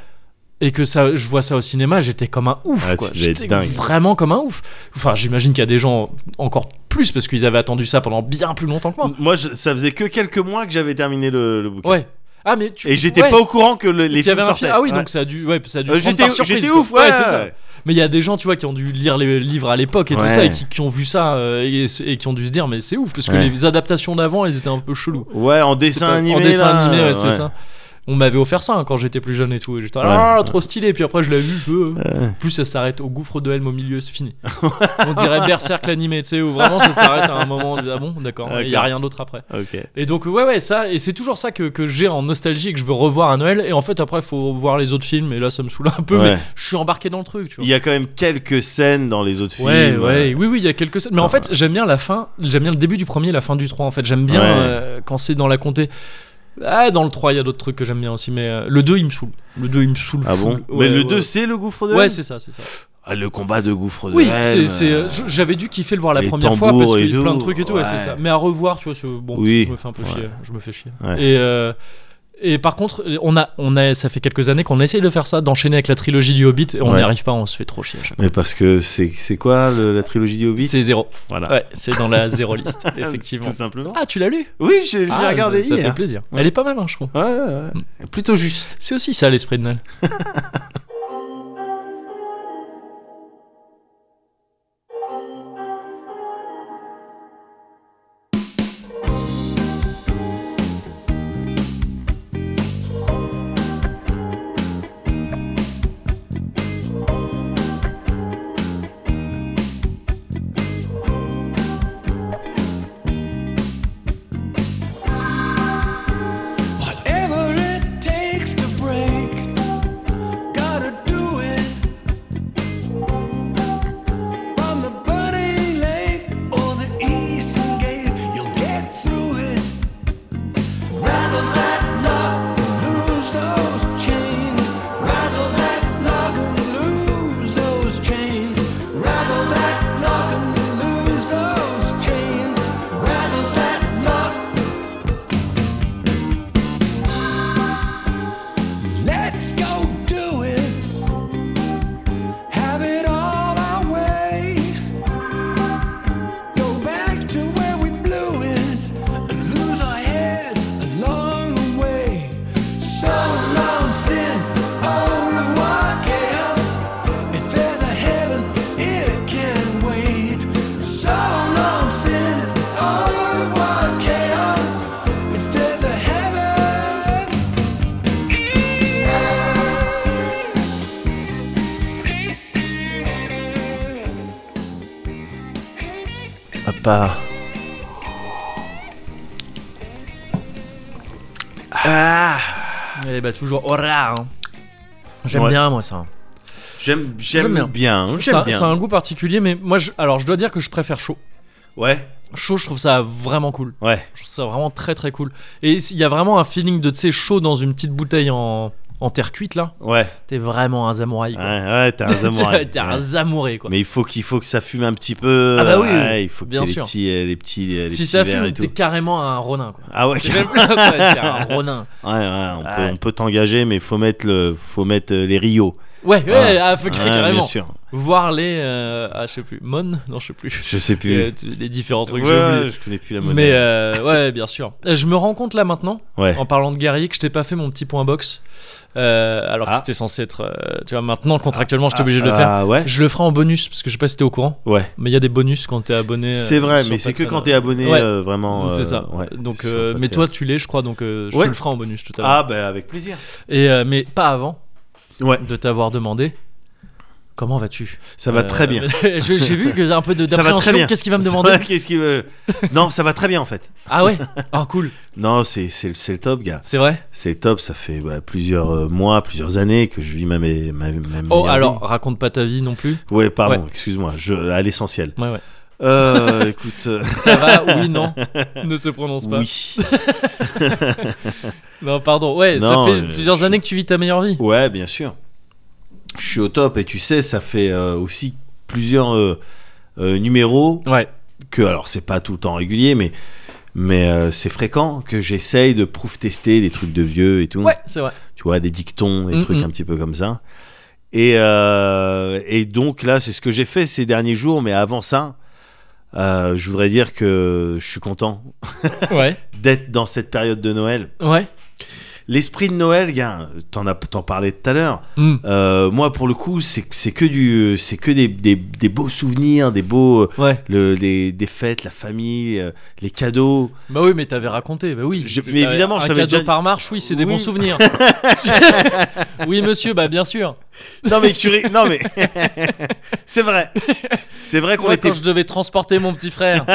et que ça je vois ça au cinéma j'étais comme un ouf Ah, tu quoi. devais être j'étais dingue. vraiment comme un ouf enfin j'imagine qu'il y a des gens encore plus parce qu'ils avaient attendu ça pendant bien plus longtemps que moi Moi, je- ça faisait que quelques mois que j'avais terminé le, le bouquin. ouais ah mais tu Et j'étais ouais. pas au courant que le- Et les qu'il y films avait un sortaient. film. Ah oui, Ouais. donc ça a dû, ouais, ça a dû Euh, prendre j'étais par surprise, j'étais quoi. ouf, ouais, c'est ça. Mais il y a des gens, tu vois, qui ont dû lire les livres à l'époque et tout Ouais. ça, et qui, qui ont vu ça, euh, et, et qui ont dû se dire, mais c'est ouf, parce que Ouais. les adaptations d'avant, elles étaient un peu cheloues. Ouais, en C'est dessin pas- animé. En dessin là, animé, ouais, c'est ouais. ça. On m'avait offert ça hein, quand j'étais plus jeune et tout, et j'étais ah, Ouais. trop stylé, puis après je l'ai vu, euh, Ouais. plus ça s'arrête au gouffre de Helm au milieu, c'est [laughs] fini. On dirait Berserk l'animé, tu sais, où vraiment ça s'arrête à un moment, on dit, ah bon, d'accord, il y a D'accord. rien d'autre après. Ok. Et donc ouais ouais ça et c'est toujours ça que, que j'ai en nostalgie et que je veux revoir à Noël et en fait après faut voir les autres films et là ça me saoule un peu Ouais. mais je suis embarqué dans le truc tu vois. Il y a quand même quelques scènes dans les autres films. Ouais, ouais, euh, oui, oui, il y a quelques scènes. Mais en fait, j'aime bien la fin, j'aime bien le début du premier, la fin du 3. En fait, j'aime bien Ouais. euh, quand c'est dans la comté. Ah, dans le 3, il y a d'autres trucs que j'aime bien aussi, mais euh, le 2, il me saoule. Le 2, il me saoule. Ah bon full. Mais Ouais, le ouais. 2, c'est le gouffre de Ouais, Helm c'est ça, c'est ça. Ah, Le combat de gouffre de Oui, Helm, c'est, c'est, euh, euh, je- j'avais dû kiffer le voir la les première fois tambours parce et qu'il y a plein de tout, trucs et tout, ouais, c'est ouais. ça. Mais à revoir, tu vois, ce, bon, Oui, je me fais un peu ouais. chier, je me fais chier. Ouais. Et, euh, et par contre, on a, on a, ça fait quelques années qu'on essaye de faire ça, d'enchaîner avec la trilogie du Hobbit, et on n'y Ouais. arrive pas, on se fait trop chier à chaque fois. Mais parce que c'est c'est quoi le- la trilogie du Hobbit C'est zéro. Voilà. [laughs] Ouais, c'est dans la zéro [laughs] liste, effectivement. Tout simplement. Ah, tu l'as lu Oui, je- je l'ai Ah, regardé Ça fait hier. plaisir. Ouais. Elle est pas mal, hein, je trouve. Ouais, ouais, ouais. Plutôt juste. C'est aussi ça l'esprit de Noël. Whatever it takes to break, God à part. Ah Eh bah, toujours Ora. hein. J'aime Ouais. bien, moi, ça. J'aime, J'aime j'aime bien. bien. hein, Ça, J'aime ça a bien. un goût particulier, mais moi, je- alors, je dois dire que je préfère chaud. Ouais, Chaud, je trouve ça vraiment cool. ouais. Je trouve ça vraiment très très cool. Et il y a vraiment un feeling de, tu sais, chaud dans une petite bouteille en, en terre cuite là. Ouais, T'es vraiment un samouraï. ouais, quoi. ouais, t'es un [laughs] samouraï. T'es un Ouais. zamouré quoi. Mais il faut qu'il faut que ça fume un petit peu. Ah bah oui, ouais, il faut que bien t'aies les sûr. petits, euh, les petits, euh, les si petits ça verres fume, et t'es tout. carrément un ronin quoi. Ah ouais, T'es [laughs] même plus un samouraï, t'es un ronin. Ouais, ouais, on peut, Ouais. on peut t'engager, mais faut mettre le, faut mettre euh, les Rio. Ouais, [laughs] ouais, Ouais. ah, faut que- Ouais, bien carrément. sûr. Voir les. euh, ah, je sais plus. Mon Non, je sais [laughs] plus. Je sais plus. Euh, tu- les différents trucs, Ouais, j'ai oublié. je connais plus la monnaie. Mais euh, ouais, bien sûr. Euh, Je me rends compte là maintenant, ouais. en parlant de guerrier, que je t'ai pas fait mon petit point box. Euh, alors Ah. que c'était censé être. euh, tu vois, maintenant, contractuellement, je suis obligé de le Ah, faire. ouais. Je le ferai en bonus parce que je sais pas si t'es au courant, Ouais. mais il y a des bonus quand t'es abonné. euh, C'est vrai, sur mais c'est que Patreon. quand t'es abonné, Ouais. euh, vraiment. euh, c'est ça. ouais, Donc, sur euh, mais Patreon. toi, tu l'es, je crois, donc euh, je Ouais. te le ferai en bonus tout à l'heure. Ah bah avec plaisir. Et euh, mais pas avant Ouais. de t'avoir demandé. Comment vas-tu Ça va Euh, très bien. [laughs] je- J'ai vu que j'ai un peu de- Ça va très bien. d'appréhension. Qu'est-ce qu'il va me Ça demander va, Qu'est-ce qu'il veut Non, ça va très bien en fait. Ah ouais Ah cool. Non, c'est c'est le- c'est le top, gars. C'est vrai C'est le top. Ça fait bah, plusieurs euh, mois, plusieurs années que je vis ma ma, ma, ma Oh meilleure alors raconte pas ta vie non plus. vie. Ouais, pardon. Excuse-moi. Je [laughs] à l'essentiel. Ouais ouais. Euh, écoute. euh, Ça va Oui non. Ne se prononce pas. oui. Non pardon. Ouais Non, ça fait euh, plusieurs je- années que tu vis ta meilleure vie. Ouais, bien sûr. Je suis au top et tu sais, ça fait euh, aussi plusieurs euh, euh, numéros Ouais. que, alors c'est pas tout le temps régulier, mais, mais euh, c'est fréquent que j'essaye de proof-tester des trucs de vieux et tout. Ouais c'est vrai. Tu vois, des dictons, des Mm, trucs mm. un petit peu comme ça. Et, euh, et donc là, c'est ce que j'ai fait ces derniers jours, mais avant ça, euh, je voudrais dire que je suis content Ouais d'être dans cette période de Noël. ouais. L'esprit de Noël, gars, t'en as- t'en parlais tout à l'heure. Hmm. Euh, moi, pour le coup, c'est c'est que du, c'est que des, des- des beaux souvenirs, des beaux, Ouais. le, les- des fêtes, la famille, euh, les cadeaux. Bah oui, mais t'avais raconté, bah oui. Je- Tu- mais bah, évidemment, je un t'avais cadeau déjà- par marche, oui, c'est des Oui. bons [laughs] souvenirs. oui, monsieur, bah bien sûr. Non mais tu ri- non mais [laughs] c'est vrai, c'est vrai qu'on Moi, était quand je devais transporter mon petit [laughs] frère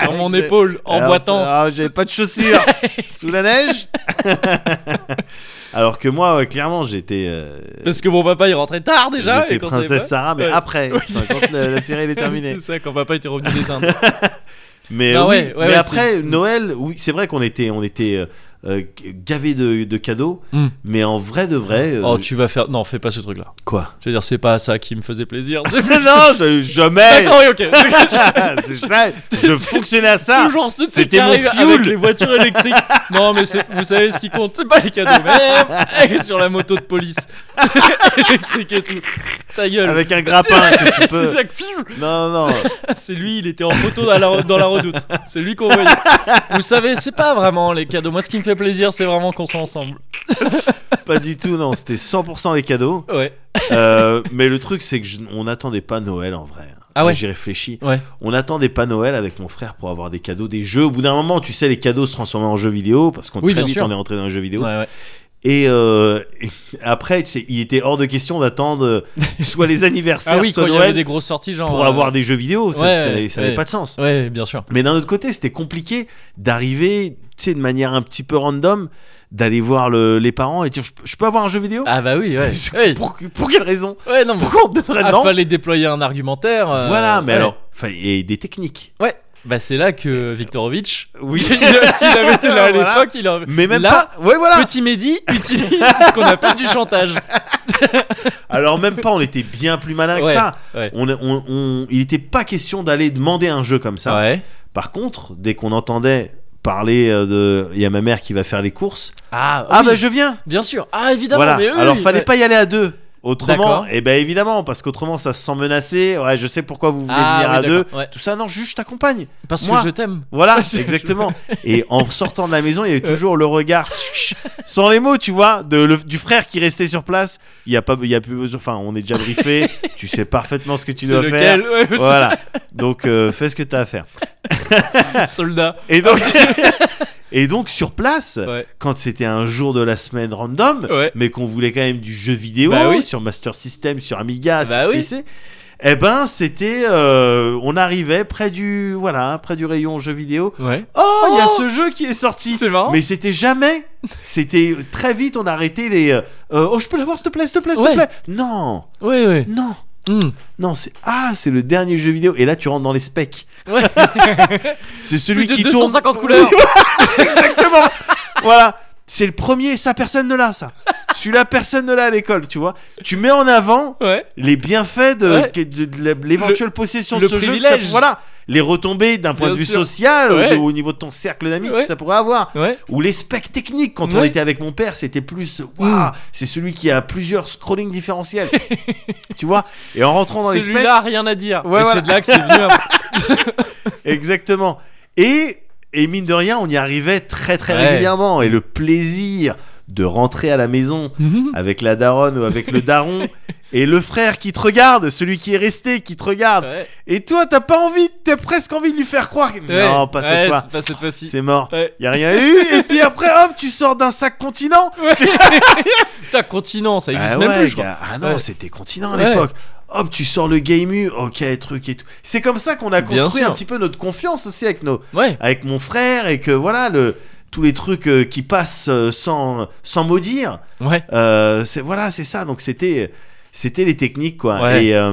sur mon Je- épaule en Alors, boitant. ça- ah, J'avais pas [laughs] de chaussures sous la neige. Alors que moi, ouais, clairement, j'étais euh, Parce que mon papa, il rentrait tard déjà. j'étais et qu'on savait princesse pas. Sarah, mais Ouais. après, Oui, enfin, c'est- quand la, la série [laughs] elle est terminée. C'est ça, quand papa était revenu des [laughs] Indes. Mais, Non, oui, ouais, ouais, mais ouais, après, c'est- Noël, oui, c'est vrai qu'on était, on était euh, euh, gavé de, de cadeaux, Mm. mais en vrai de vrai. euh, Oh, tu vas faire. Non, fais pas ce truc-là. [laughs] Quoi Je veux dire, c'est pas ça qui me faisait plaisir. [laughs] C'est Non, plus ça. je- jamais D'accord, oui, [laughs] ok. C'est ça, je fonctionnais à ça Toujours ce truc c'était qui mon arrive avec fioul. les voitures électriques. non, mais c'est- vous savez ce qui compte, c'est pas les cadeaux. Même sur la moto de police [laughs] électrique et tout. Ta gueule. avec un grappin que tu [laughs] c'est peux. ça que fiou. Non, non, non. C'est lui, il était en photo dans la, dans la redoute. C'est lui qu'on voyait. Vous savez, c'est pas vraiment les cadeaux. Moi, ce qui me fait plaisir, c'est vraiment qu'on soit ensemble. pas du tout, non, c'était 100% les cadeaux. Ouais. Euh, mais le truc, c'est que je- on n'attendait pas Noël en vrai. Ah ouais J'y réfléchis. Ouais. On n'attendait pas Noël avec mon frère pour avoir des cadeaux, des jeux. Au bout d'un moment, tu sais, les cadeaux se transformaient en jeux vidéo parce qu'on Oui, très bien vite sûr. on est entré dans les jeux vidéo. Ouais, ouais. Ah Et, euh, et après, tu sais, il était hors de question d'attendre euh, [laughs] soit les anniversaires, Ah oui, quand soit il y avait Noël des grosses sorties, genre. pour euh, avoir des jeux vidéo. Ça- ouais, ça n'avait- ça n'avait ouais. pas de sens. Ouais, bien sûr. Mais d'un autre côté, c'était compliqué d'arriver, tu sais, de manière un petit peu random, d'aller voir le- les parents et dire je, je peux avoir un jeu vidéo Ah bah oui, ouais. [laughs] Ouais, pour, pour quelle raison Ouais, non, mais. Pourquoi on te donnerait Ah, non fallait déployer un argumentaire. euh, Voilà, mais ouais. alors, enfin, et des techniques. Ouais. Bah, c'est là que Viktorovitch. [laughs] Oui. S'il avait été là à [laughs] Voilà. l'époque, il aurait. Mais même Là, pas. Ouais, voilà. Petit Mehdi utilise ce qu'on appelle du [laughs] chantage. Alors même pas. On était bien plus malin que Ouais, ça. ouais. On, on- on- il n'était pas question d'aller demander un jeu comme ça. Ouais. Par contre, dès qu'on entendait parler euh, de, il y a ma mère qui va faire les courses. Ah, Ah oui, bah je viens. bien sûr. Ah, évidemment. Voilà. mais oui, Alors oui, fallait ouais. pas y aller à deux. Autrement, D'accord. et eh ben évidemment, parce qu'autrement ça se sent menacé. Ouais, je sais pourquoi vous voulez Ah, venir oui, à deux. d'accord, ouais. Tout ça, non, juste je t'accompagne. Parce Moi- que je t'aime. Voilà, [laughs] Je- exactement. Et en sortant de la maison, il y avait toujours le regard, sans les mots, tu vois, de, le- du frère qui restait sur place. Il y a pas, il y a plus besoin. Enfin, on est [laughs] déjà briefé. tu sais parfaitement ce que tu C'est dois lequel [laughs] faire. Ouais, Voilà. Donc, euh, fais ce que t'as à faire. [laughs] Soldat. [laughs] Et donc, et donc sur place, Ouais. quand c'était un jour de la semaine random, [laughs] Ouais. mais qu'on voulait quand même du jeu vidéo Bah oui. sur Master System, sur Amiga, Bah sur oui. PC. Eh ben, c'était, euh, on arrivait près du, voilà, près du rayon jeux vidéo. Ouais. Oh, il y a Oh ce jeu qui est sorti. C'est marrant. Mais c'était jamais. C'était euh, très vite, on a arrêté les. euh, euh, oh, je peux l'avoir, s'il te plaît, s'il te plaît, s'il Ouais. te plaît. Non, Ouais, ouais. non, Hmm. [laughs] non. C'est ah, c'est le dernier jeu vidéo. Et là, tu rentres dans les specs. Ouais. C'est celui Plus de qui 250 tourne. couleurs. [laughs] Exactement. voilà. C'est le premier. Ça, personne ne l'a. Ça. Celui-là, personne ne l'a à l'école. Tu vois. Tu mets en avant Ouais. les bienfaits de, Ouais. que- de- de la- l'éventuelle possession de le ce jeu. que ça- privilège. voilà, les retombées d'un point Bien de vue sûr. social Ouais. ou de- au niveau de ton cercle d'amis Ouais. que ça pourrait avoir. Ouais. Ou les specs techniques, quand on Ouais. Hmm. était avec mon père, c'était plus waouh, c'est celui qui a plusieurs scrolling différentiels. [laughs] tu vois Et en rentrant dans les specs. Celui-là, rien à dire. Ouais, Et voilà. C'est de là que c'est venu. après. Exactement. Et, et mine de rien, on y arrivait très très Ouais. régulièrement. Et le plaisir de rentrer à la maison [laughs] Mhm. avec la daronne ou avec le daron et le frère qui te regarde, celui qui est resté, qui te [laughs] regarde. Ouais. Et toi, t'as pas envie, t'as presque envie de lui faire croire. que- Ouais. Non, pas cette Ouais, fois. c'est Pas cette fois-ci. C'est mort. Ouais. Y a rien eu. Et puis après, hop, tu sors d'un sac continent. Ouais. [laughs] Putain, continent, ça existe ah même ouais, plus, je crois. gars. Ah non, Ouais. c'était continent à Ouais. l'époque. Hop, tu sors le game U, ok, truc et tout. C'est comme ça qu'on a Bien construit sûr. un petit peu notre confiance aussi avec nos, Ouais. avec mon frère et que voilà le tous les trucs euh, qui passent euh, sans sans maudire. Ouais. Euh, c'est voilà, c'est ça. Donc c'était c'était les techniques quoi. Ouais. Et euh,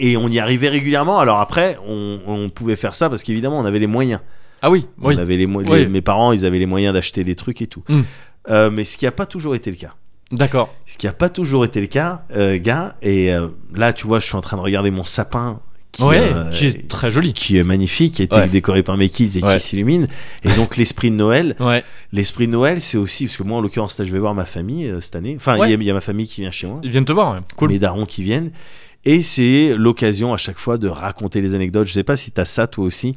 et on y arrivait régulièrement. Alors après, on, on pouvait faire ça parce qu'évidemment, on avait les moyens. Ah oui. Oui. On avait les, mo- les- Oui. mes parents, ils avaient les moyens d'acheter des trucs et tout. Mm. Euh, mais ce qui n'a pas toujours été le cas. D'accord. Ce qui n'a pas toujours été le cas, euh, gars. Et euh, là, tu vois, je suis en train de regarder mon sapin. Qui, Ouais. euh, Qui est très joli. qui est magnifique, qui a été Ouais. décoré par mes kids et Ouais. qui s'illumine. Et donc l'esprit de Noël, Ouais. l'esprit de Noël, c'est aussi parce que moi en l'occurrence là, je vais voir ma famille euh, cette année. Enfin, il Ouais. y a- il y, a ma famille qui vient chez moi, Ils viennent te voir. ouais. Cool. mes darons qui viennent, et c'est l'occasion à chaque fois de raconter les anecdotes. Je sais pas si t'as ça toi aussi.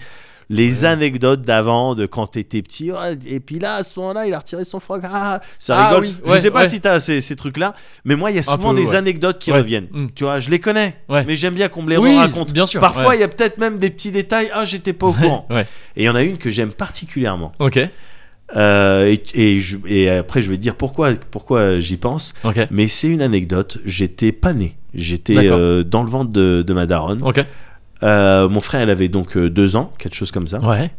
Les anecdotes d'avant, de quand t'étais petit, Ah, et puis là, à ce moment-là, il a retiré son froc, ah, ça Ah rigole. oui, je ouais, sais pas ouais. si t'as ces, ces trucs-là, mais moi, il y a Un souvent peu, des ouais. anecdotes qui Ouais. reviennent. Mm. Tu vois, je les connais, Ouais. mais j'aime bien qu'on me les oui, raconte. bien sûr. Parfois, il ouais. y a peut-être même des petits détails, ah, j'étais pas au courant. [laughs] Ouais. Et il y en a une que j'aime particulièrement. Ok. Euh, et, et, je- et après, je vais te dire pourquoi, pourquoi j'y pense. Ok. Mais c'est une anecdote. J'étais pas né. J'étais D'accord. euh, dans le ventre de, de ma daronne. Ok. Euh, mon frère, elle avait donc euh, deux ans, quelque chose comme ça. Ouais.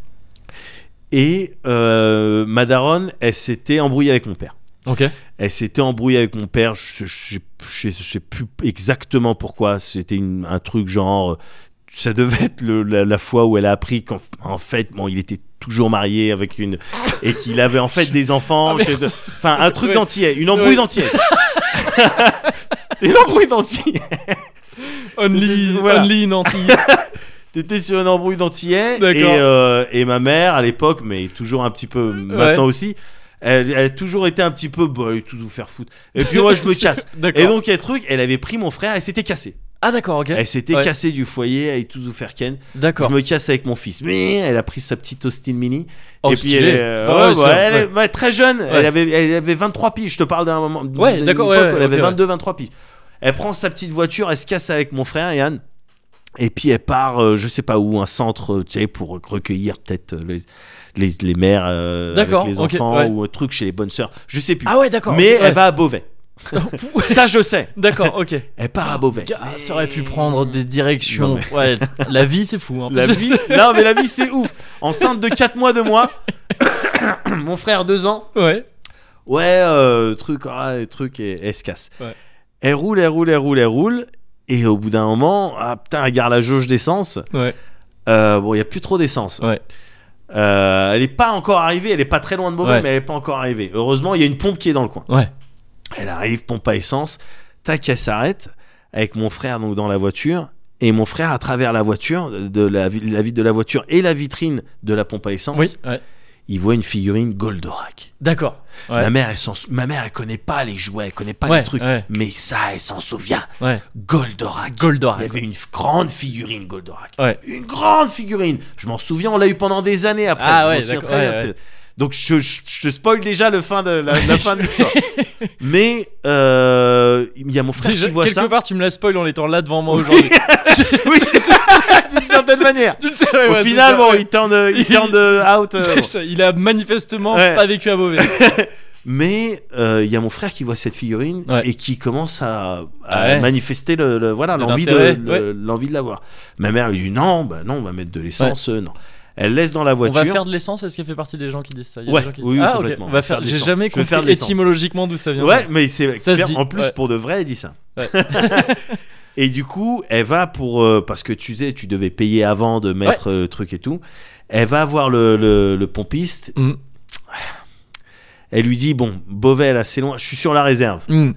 Et euh, ma daronne, elle s'était embrouillée avec mon père. Ok. Elle s'était embrouillée avec mon père. Je, je, je- je sais plus exactement pourquoi. C'était une- un truc genre. euh, Ça devait être le- la, la fois où elle a appris qu'en en fait, bon, il était toujours marié avec une. et qu'il avait [laughs] en fait des enfants. Ah, mais- que de- Enfin, un truc Ouais. d'entier. Une embrouille Ouais. d'entier. [laughs] une embrouille d'entier. Only, Voilà. only in Antilles. T'étais sur une embrouille d'entier. D'accord. Et, euh, et ma mère, à l'époque, mais toujours un petit peu maintenant aussi, elle, elle a toujours été un petit peu. Bah, tout vous faire foutre. Et puis moi, je me casse. [laughs] [laughs] D'accord. Et donc, il y a un truc, elle avait pris mon frère, elle s'était cassée. ah d'accord. Ok. Elle s'était Ouais. cassée du foyer, elle est tout vous faire ken. Je D'accord. me casse avec mon fils. Mais elle a pris sa petite Austin Mini. Oh, et puis elle stylé. est, euh, Ah ouais, ouais, bah, ça, elle est- ouais. bah, très jeune. Elle, avait, elle avait 23 piges. Je te parle d'un moment. d'une Ouais, d'accord, époque ouais, où ouais, Elle avait ok, ouais. 22, 23 piges. Elle prend sa petite voiture, elle se casse avec mon frère Yann. Et puis elle part, euh, je sais pas où, un centre, euh, tu sais, pour recueillir peut-être euh, les, les, les mères euh, avec D'accord, les ok, enfants ouais. ou un truc chez les bonnes sœurs. Je sais plus. Ah ouais. D'accord. Mais ok, elle ouais. va à Beauvais. Ça, je sais. [laughs] D'accord. Ok. Elle part à Beauvais. Oh, Gars, Ça aurait pu prendre des directions. Non, mais- Ouais, la vie c'est fou. hein. La vie, non mais la vie c'est ouf. Enceinte de 4 mois de moi, [coughs] mon frère 2 ans. [laughs] Ouais. Ouais, euh, truc, ah, et truc et elle se casse. Ouais. Elle roule, elle roule, elle roule, elle roule. Et au bout d'un moment, ah putain, elle garde la jauge d'essence. Ouais. Euh, bon, il y a plus trop d'essence. Ouais. Euh, elle est pas encore arrivée, elle est pas très loin de Beauvais, Ouais. mais elle est pas encore arrivée. Heureusement, il y a une pompe qui est dans le coin. Ouais. Elle arrive, pompe à essence, tac, elle s'arrête avec mon frère donc dans la voiture. Et mon frère, à travers la voiture, de la, vi- la vitre de la voiture et la vitrine de la pompe à essence, Oui. Ouais. il voit une figurine Goldorak. D'accord. Ouais. Ma mère, elle s'en sou- ma mère, elle connaît pas les jouets, elle connaît pas ouais. les trucs. Ouais. Mais ça, elle s'en souvient. Ouais. Goldorak. Il y Goldorak. avait une f- grande figurine Goldorak. Ouais. Une grande figurine. Je m'en souviens, on l'a eu pendant des années après. Ah Je ouais, m'en souviens d'accord, très bien. ouais, ouais. Donc je, je- je te spoil déjà le fin de la, la fin [laughs] de l'histoire. Mais euh, il y a mon frère Déjà, qui voit quelque ça. part, tu me la spoil en étant là devant moi [laughs] aujourd'hui. [laughs] Oui, [laughs] d'une [laughs] certaine manière. Je ne sais pas, Au ouais, final, c'est ça, bon, ouais. [laughs] il turn, il turn out. euh, C'est bon. ça, il a manifestement Ouais. [laughs] pas vécu à Beauvais. Mais euh, il y a mon frère qui voit cette figurine Ouais. et qui commence à, à Ah ouais. manifester le, le- voilà De l'envie de l'intérêt, le- l'envie de l'avoir. Ma mère lui dit non, bah non, on va mettre de l'essence, euh, non. Elle laisse dans la On voiture. va faire de l'essence, est-ce qu'il fait partie des gens qui disent ça Il y a Ouais, des gens qui oui, disent... Ah, ok, complètement. on va faire. de J'ai l'essence. jamais Je vais compris faire de l'essence. étymologiquement d'où ça vient. Ouais, mais c'est Ça se clair. dit, En plus, ouais. pour de vrai, elle dit ça. Ouais. [laughs] et du coup, elle va pour. euh, parce que tu sais, tu devais payer avant de mettre euh, le truc et tout. Elle va voir le, le, le pompiste. Mm. Elle lui dit Bon, Beauvais, là, c'est loin. Je suis sur la réserve. Mm.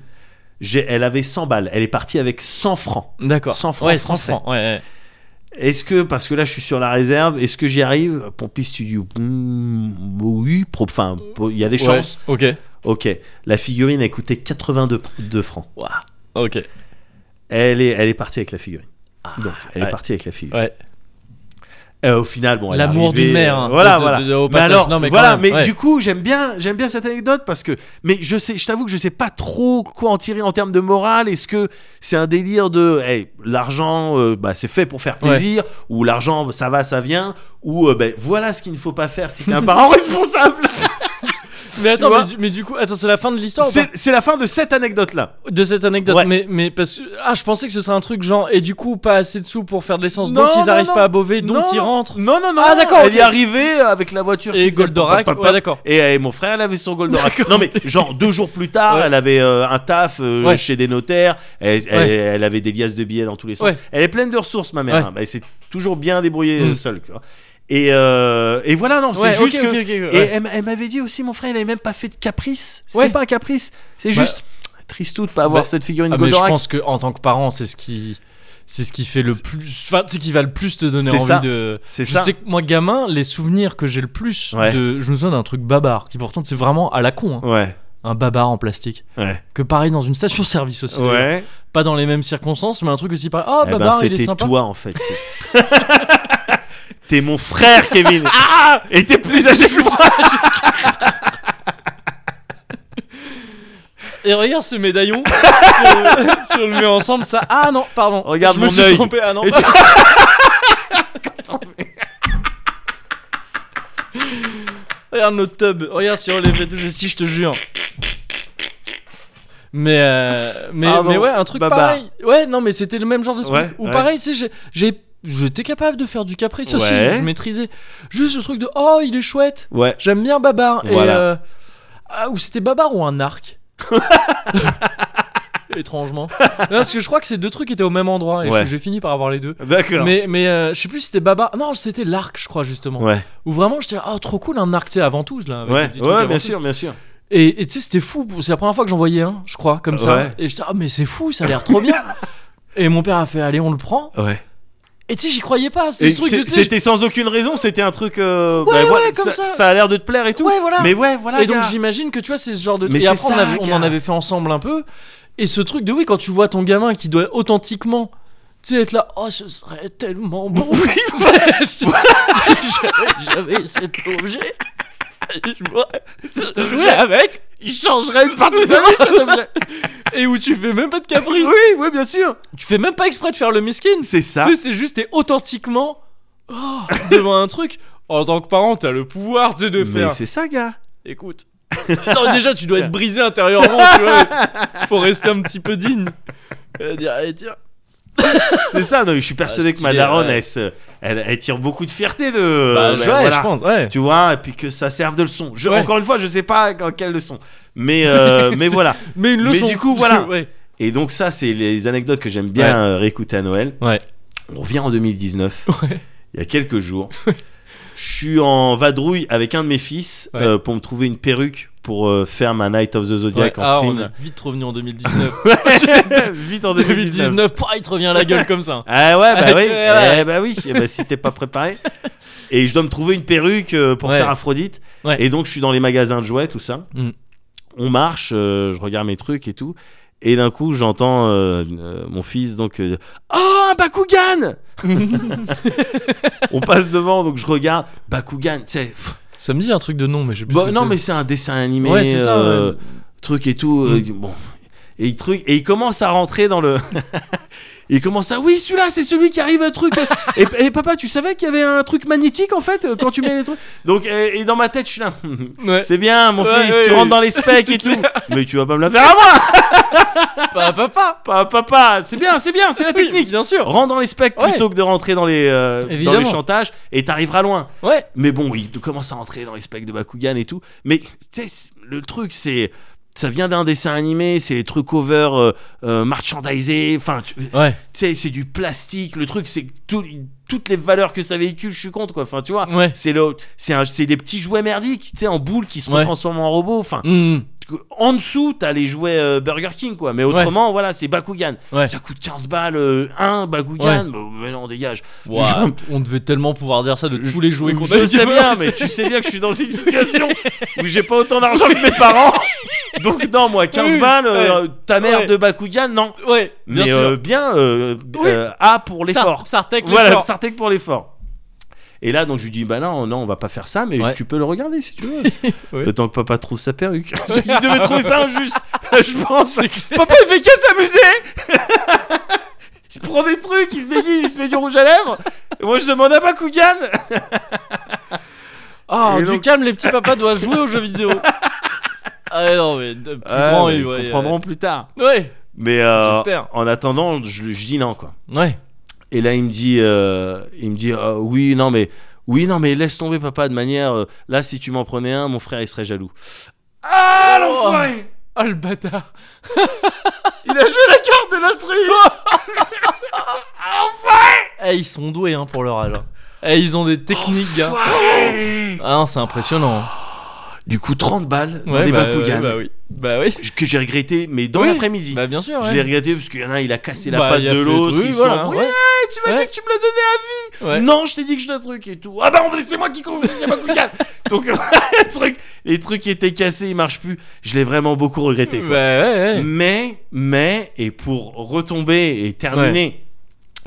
J'ai- Elle avait 100 balles. Elle est partie avec 100 francs. D'accord. 100 francs Ouais, 100 français. francs. Ouais, ouais. Est-ce que, parce que là, je suis sur la réserve, est-ce que j'y arrive Pompiste, tu dis Hmm, Oui, pro- enfin, po- il y a des Ouais, chances. Ok. Ok. La figurine, elle coûtait 82 pr- deux francs. Ok. Elle est, elle est partie avec la figurine. Ah, Donc, elle ouais. est partie avec la figurine. Ouais. Euh, au final, bon, elle est L'amour arrivée, d'une mère. euh, hein, voilà, de- de- voilà. de- au mais passage. alors, Non, mais quand voilà, même, mais ouais. du coup, j'aime bien, j'aime bien cette anecdote parce que, mais je sais, je t'avoue que je sais pas trop quoi en tirer en termes de morale. Est-ce que c'est un délire de, hey, l'argent, euh, bah, c'est fait pour faire plaisir, ou l'argent, ça va, ça vient, ou euh, ben, voilà ce qu'il ne faut pas faire si t'es un parent [laughs] responsable. Mais attends, vois mais du, mais du coup, attends, bah. c'est la fin de l'histoire ou C'est c'est la fin de cette anecdote là. pas de cette anecdote. Ouais. Mais, mais parce que ah, je pensais que ce serait un truc genre et du coup pas assez de sous pour faire de l'essence, Non, donc ils non, arrivent non. pas à Beauvais, donc non, ils rentrent. Non, non, non. Ah, non, d'accord, Elle ok. y est arrivée avec la voiture. Et qui- Goldorak, pop, pop, ouais, pop. d'accord. Et, euh, mon frère, elle avait son Goldorak. non, mais genre deux jours plus tard, Ouais. elle avait euh, un taf euh, Ouais. chez des notaires. Elle, elle- Ouais. elle avait des liasses de billets dans tous les sens. Ouais. Elle est pleine de ressources, ma mère. Ouais. hein. Elle s'est toujours bien débrouillée euh, Mm. seule. tu vois. Et, euh, et voilà, non, c'est Ouais, ok, juste que. ok, ok, Et ouais. elle, m- elle m'avait dit aussi, mon frère, il avait même pas fait de caprice. C'était Ouais. pas un caprice. C'est Bah- juste tristou de pas avoir Bah- cette figurine Ah, mais je Goldorak. pense que en tant que parent, c'est ce qui c'est ce qui fait le plus enfin c'est qui va le plus te donner C'est envie ça. de C'est je ça. sais que moi gamin les souvenirs que j'ai le plus Ouais. de je me souviens d'un truc babar qui pourtant c'est vraiment à la con hein. Ouais, un babar en plastique ouais, que pareil dans une station [laughs] service aussi d'ailleurs. ouais. pas dans les mêmes circonstances mais un truc aussi pareil ah Eh ben, babar il est c'était sympa toi en fait. c'est- [laughs] T'es mon frère, Kevin. Ah Et t'es plus âgé que moi. et regarde ce [laughs] médaillon si, on- si on le met ensemble ça ah non pardon Regarde je mon me suis œil. trompé ah non Et tu- [laughs] Regarde notre tub, regarde si on les fait tous si je te jure. Mais, euh, mais, Pardon, mais ouais, un truc Babar. pareil. Ouais, non, mais c'était le même genre de truc. Ouais, Ou ouais. pareil, tu sais, j'ai- j'ai. J'étais capable de faire du caprice aussi, Ouais. je maîtrisais. Juste le truc de oh, il est chouette, Ouais. j'aime bien Babar. Voilà. Et, euh, ah, ou c'était Babar ou un [laughs] arc Étrangement. Non, parce que je crois que ces deux trucs étaient au même endroit et Ouais. j'ai fini par avoir les deux. D'accord. Mais, mais euh, je sais plus si c'était Babar. Non, c'était l'arc, je crois, justement. Ouais. Où vraiment j'étais là, oh trop cool un arc, tu sais, à Ventouse là. avec Ouais. le petit truc à Ouais, bien Ventouse. sûr, bien sûr. Et et tu sais, c'était fou, c'est la première fois que j'en voyais un, je crois, comme ça. Ouais. Et j'étais, ah mais c'est fou, ça a l'air trop [laughs] bien. Et mon père a fait, allez, on le prend. Ouais. Et tu sais, j'y croyais pas, c'est Et ce truc de. c'est- tu sais, C'était sans aucune raison. C'était un truc. euh, Ouais, bah, voilà, ouais, comme ça. a l'air de te plaire et tout. Ouais, voilà. Mais ouais, voilà. Et donc Ah, gars. j'imagine que tu vois, c'est ce genre de. Mais et c'est après, on, ça, avait- on en gars. avait fait ensemble un peu. Et ce truc de oui, quand tu vois ton gamin qui doit authentiquement. Tu sais, être là, oh, ce serait tellement bon. [laughs] si si j'avais j'avais cet objet, je pourrais jouer avec. il changerait une partie de ma vie, cet objet. [laughs] Et où tu fais même pas de caprice. Oui, oui, bien sûr. Tu fais même pas exprès de faire le miskin. C'est ça. Tu sais, c'est juste, t'es authentiquement oh, devant un truc. En tant que parent, t'as le pouvoir tu sais, de Mais faire. c'est ça, gars. Écoute. [laughs] non, déjà, tu dois être brisé intérieurement, tu vois. Faut rester un petit peu digne. Euh, dire, allez, tiens. C'est ça. Non, mais je suis persuadé que ma Ah, stylé, daronne, ouais. elle, se- elle, elle tire beaucoup de fierté de. Bah, ben, ouais, voilà. je pense, ouais. tu vois, et puis que ça serve de leçon. Je, Ouais. Encore une fois, je sais pas dans quelle leçon, mais [laughs] euh, mais C'est- voilà. Mais une Mais leçon. du coup, parce voilà. que, ouais. Et donc ça, c'est les anecdotes que j'aime bien Ouais. euh, réécouter à Noël. Ouais. On revient en 2019, [laughs] Ouais. il y a quelques jours. Je suis en vadrouille avec un de mes fils Ouais. euh, pour me trouver une perruque pour euh, faire ma Night of the Zodiac en ah, stream. on [laughs] est vite revenu en 2019. [laughs] Vite en 2019. 2019, pouah, il te revient à la gueule comme ça. Ah ouais, bah Ah, [laughs] oui, ouais. eh bah oui, Eh bah, si t'es pas préparé. Et je dois me trouver une perruque euh, pour Ouais. faire Aphrodite. Ouais. Et donc je suis dans les magasins de jouets, tout ça. Mm. On marche, euh, je regarde mes trucs et tout. Et d'un coup, j'entends euh, euh, mon fils donc euh, Oh, un Bakugan [laughs] On passe devant, donc je regarde Bakugan, tu sais. pff, Ça me dit un truc de nom, mais je sais plus. ce bon, que Bah, non, c'est. mais c'est un dessin animé, Ouais, Mm. c'est ça. euh, ouais. truc et tout. euh, bon. Et il, truc, et il commence à rentrer dans le. [laughs] et il commence à. Oui, celui-là, c'est celui qui arrive, un truc. et, et papa, tu savais qu'il y avait un truc magnétique en fait euh, quand tu mets les trucs. Donc, et, et dans ma tête, je suis là. [laughs] Ouais. C'est bien, mon Ouais, fils, ouais, tu ouais. rentres dans les [laughs] specs C'est et tout. Mais tu vas pas me la faire à moi Pas papa. Pa- Papa, c'est bien, c'est bien, c'est la [laughs] Oui, technique. bien sûr. Rentre dans les specs Ouais. plutôt que de rentrer dans les, euh, dans les Évidemment. chantages et t'arriveras loin. Ouais. Mais bon, il commence à rentrer dans les specs de Bakugan et tout. Mais tu sais, c'est- le truc, c'est. Ça vient d'un dessin animé, c'est les trucs over euh, euh, merchandisés. Enfin, tu tu Ouais. sais, c'est du plastique. Le truc, c'est que tout- toutes les valeurs que ça véhicule, je suis contre, quoi. Enfin, tu vois. Ouais. C'est le, c'est un- c'est des petits jouets merdiques, tu sais, en boule qui se Ouais. transforment en robots. Enfin, Hmm. en dessous, t'as les jouets euh, Burger King, quoi. Mais autrement, voilà, c'est Bakugan. Ouais. Ça coûte 15 balles, euh, un Bakugan. Bah, mais non, dégage. Ouah, Je- on devait tellement pouvoir dire ça de tous les jouets qu'on a. Je sais bien, mais tu sais bien que je suis [laughs] dans une situation où j'ai pas autant d'argent que mes parents. Donc, non, moi, 15 Oui, balles, euh, ta mère Ouais. de Bakugan, non. Ouais, bien mais sûr. euh, bien, euh, Oui. euh, A pour l'effort. Sartek, Voilà, Sartek pour l'effort. Et là, donc, je lui dis, bah non, non, on va pas faire ça, mais Ouais. tu peux le regarder si tu veux. [laughs] Ouais. Le temps que papa trouve sa perruque. [laughs] Il devait trouver ça injuste, je pense. Papa, il fait qu'à s'amuser [laughs] Il prend des trucs, il se déguise, il se met du rouge à lèvres. Et moi, je demande à Bakugan. Ah, Et du donc- calme, les petits papas doivent jouer aux jeux [laughs] vidéo. ah ouais, non, Ah, mais de- plus Ouais, grand, mais oui, ils ouais, comprendront plus tard. Ouais, ouais. Mais euh, J'espère. en attendant, je, je dis non, quoi. Ouais. Et là, il me dit, euh, il me dit, euh, oui, non, mais, oui, non, mais laisse tomber, papa, de manière, euh, là, si tu m'en prenais un, mon frère, il serait jaloux. Ah, l'enfoiré Oh le bâtard. Il a joué la carte de Oh, l'intrigue Eh, ils sont doués hein, pour leur âge. hein. Eh, ils ont des techniques, gars. Enfoiré Ah non, c'est impressionnant. hein. Du coup, 30 balles dans des bah, Bakugan, ouais, bah oui. Bah oui. que j'ai regretté, mais dans Oui. l'après-midi. Bah bien sûr. Je ouais. l'ai regretté parce qu'il y en a un, il a cassé la Bah, patte il a de fait le l'autre. truc, Ils voilà, sont, ouais. Ouais, tu m'as Ouais. dit que tu me le donnais à Ouais. Non, je t'ai dit que je le truc et tout. Ah bah non, mais c'est moi qui conduis, c'est [laughs] pas Kukan. Donc [laughs] les trucs, les trucs qui étaient cassés, ils marchent plus. Je l'ai vraiment beaucoup regretté. Bah quoi. ouais, ouais. Mais, mais, et pour retomber et terminer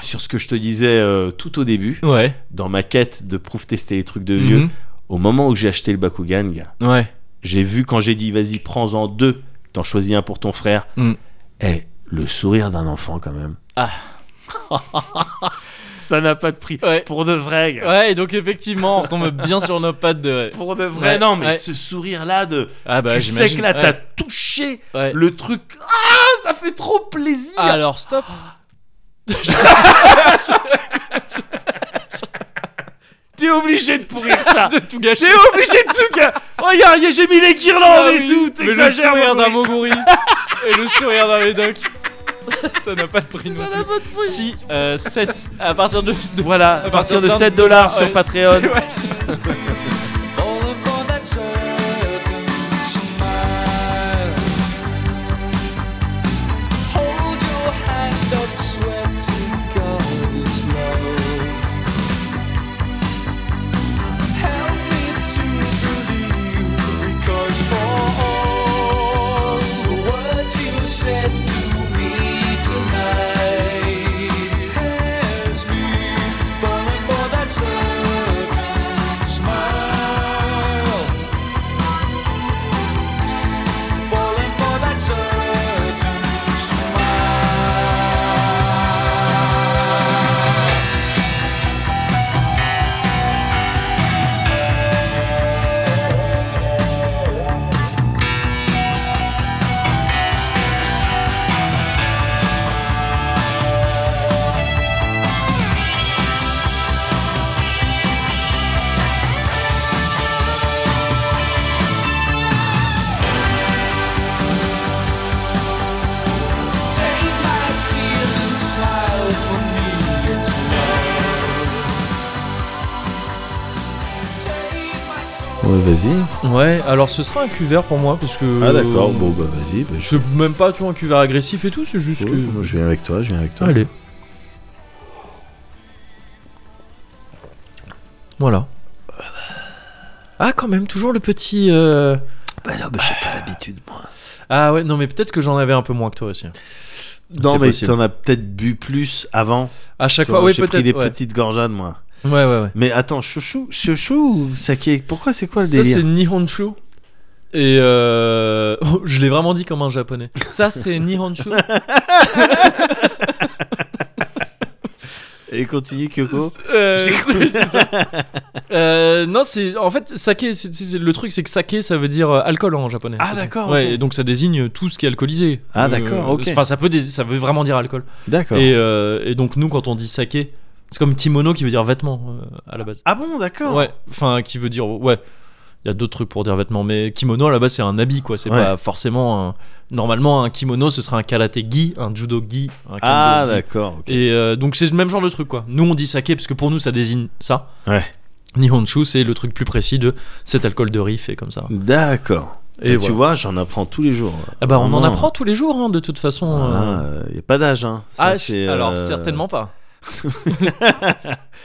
sur ce que je te disais euh, tout au début, Ouais. dans ma quête de prouve tester les trucs de vieux, au moment où j'ai acheté le Bakugan, gars, Mhm. Ouais. j'ai vu quand j'ai dit vas-y, prends-en deux, t'en choisis un pour ton frère. Mm. Eh, le sourire d'un enfant quand même. Ah. Ça n'a pas de prix. Ouais. Pour de vrai, gars. Ouais, et donc effectivement, on retombe bien sur nos pattes de. Pour de vrai, Ouais, non, mais ouais. ce sourire-là de. Ah bah tu sais j'imagine. que là, ouais, t'as touché ouais. le truc. Ah, ça fait trop plaisir! Ah, alors stop. T'es obligé de [laughs] pourrir ça! de tout gâcher. T'es obligé de tout gars. Regarde, y a- j'ai mis les guirlandes Ah et oui, Oh, tout! mais le T'exagères, sourire mon d'un mec. [laughs] moguri et le sourire d'un médoc. Ça n'a pas de prix. non Ça plus. n'a pas de prix. Si 7 à partir de. de- Voilà, à partir de 7 dollars sur Ouais. Patreon. Ouais, c'est- Only for that certain smile. Hold your hand up, swear to God it's love. Help me to believe, because for all the words you said to me tonight has me falling for that certain smile. Falling for that certain smile. Take my tears and smile for me, it's love. Take my soul. Ouais, vas-y. Euh, Ouais, alors ce sera un cuvert pour moi parce que. Ah, d'accord, bon, bah vas-y. bah, je... C'est même pas tu vois, un cuvert agressif et tout, c'est juste Ouais, moi, que. Ah, je viens avec toi, je viens avec toi. Allez. Voilà. Ah, quand même, toujours le petit. euh, Bah non, bah, j'ai pas l'habitude, moi. Ah ouais, non, mais peut-être que j'en avais un peu moins que toi aussi. Non, C'est mais possible. t'en as peut-être bu plus avant. À chaque Tu vois, fois, oui, J'ai pris peut-être. des ouais. petites gorgeades, moi. ouais, ouais, ouais. Mais attends, chouchou, chouchou ou saké Pourquoi c'est quoi le Ça, délire c'est Nihonshu. Et euh, [laughs] je l'ai vraiment dit comme un japonais. Ça, c'est [laughs] Nihonshu. Et continue Kyoko. [laughs] Euh, J'ai c'est- c'est ça. Euh, non, c'est en fait saké. c'est- c'est- c'est- le truc, c'est que saké, ça veut dire euh, alcool en japonais. Ah, C'est tout. d'accord, Ouais, ok. et donc ça désigne tout ce qui est alcoolisé. Euh, Ah, d'accord, ok. Enfin, ça peut, dés- ça veut vraiment dire alcool. D'accord. Et, euh, et donc nous, quand on dit saké, c'est comme kimono qui veut dire vêtement euh, à la base. Ah bon, d'accord. Ouais. Enfin, qui veut dire ouais. Il y a d'autres trucs pour dire vêtements, mais kimono à la base c'est un habit quoi. C'est Ouais. pas forcément un... normalement un kimono, ce serait un karaté gi, un judo gi, un Ah, kendo gi. d'accord. ok. Et euh, donc c'est le même genre de truc quoi. Nous on dit saké parce que pour nous ça désigne ça. Ouais. Nihonshu c'est le truc plus précis de cet alcool de riz fait comme ça. D'accord. Et, Et Ah, tu voilà. vois, j'en apprends tous les jours. Ah bah on en Vraiment. apprend tous les jours hein, de toute façon. euh. Il n'y a pas d'âge. Hein. Ça, Ah, c'est, alors euh, certainement [laughs] pas.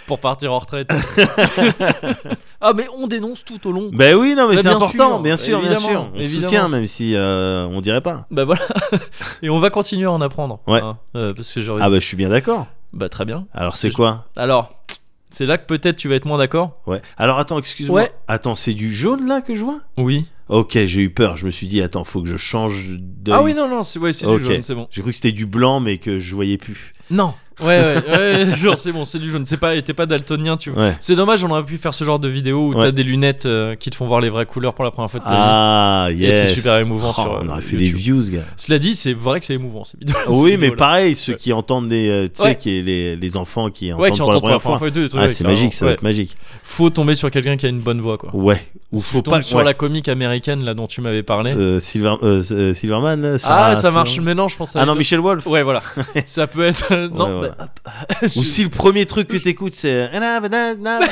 pour partir en retraite. ah mais on dénonce tout au long. Ben oui, non, mais Bah, c'est bien important, sûr, bien sûr, bien évidemment, sûr. On évidemment. soutient, même si euh, on dirait pas. Bah voilà. [laughs] Et on va continuer à en apprendre. Ouais. hein, euh, parce que j'aurais. Ah, bah je suis bien d'accord. Bah très bien. Alors, c'est Je- quoi Alors, c'est là que peut-être tu vas être moins d'accord. Ouais. Alors, attends, excuse-moi. Ouais. Attends, c'est du jaune là que je vois Oui. Ok, j'ai eu peur. Je me suis dit, attends, faut que je change de. Ah oui non non c'est ouais c'est Ok. du jaune c'est bon. J'ai cru que c'était du blanc, mais que je voyais plus. Non. Ouais ouais, ouais, [laughs] ouais, genre c'est bon c'est du jaune. C'est pas t'es pas daltonien tu vois. Ouais. C'est dommage on aurait pu faire ce genre de vidéo où Ouais. t'as des lunettes euh, qui te font voir les vraies couleurs pour la première fois de ta vie. Ah, yes. c'est super émouvant Oh, sur, on euh, aurait fait YouTube. des views, gars. Cela dit c'est vrai que c'est émouvant ces vidéos. ces Oui, mais vidéos-là. pareil, ceux Ouais. qui entendent des. euh, tu sais, Ouais. qui- les, les enfants qui entendent Ouais, qui pour la entendent première fois. fois. et tout, des trucs, Ah, ouais, c'est carrément. magique, ça va Ouais. être magique. Faut tomber sur quelqu'un qui a une bonne voix quoi. Ouais. Ou Si faut tu tombes pas. sur ouais. la comique américaine là dont tu m'avais parlé. Euh, Silver- euh, euh, Silverman. euh, ah ça Sarah- marche mais non je pense. à Ah non, une- Michel Wolf. Ouais, [laughs] voilà. ça peut être. euh, non, Ouais, ouais. bah, Ou si le premier truc que t'écoutes, c'est. euh,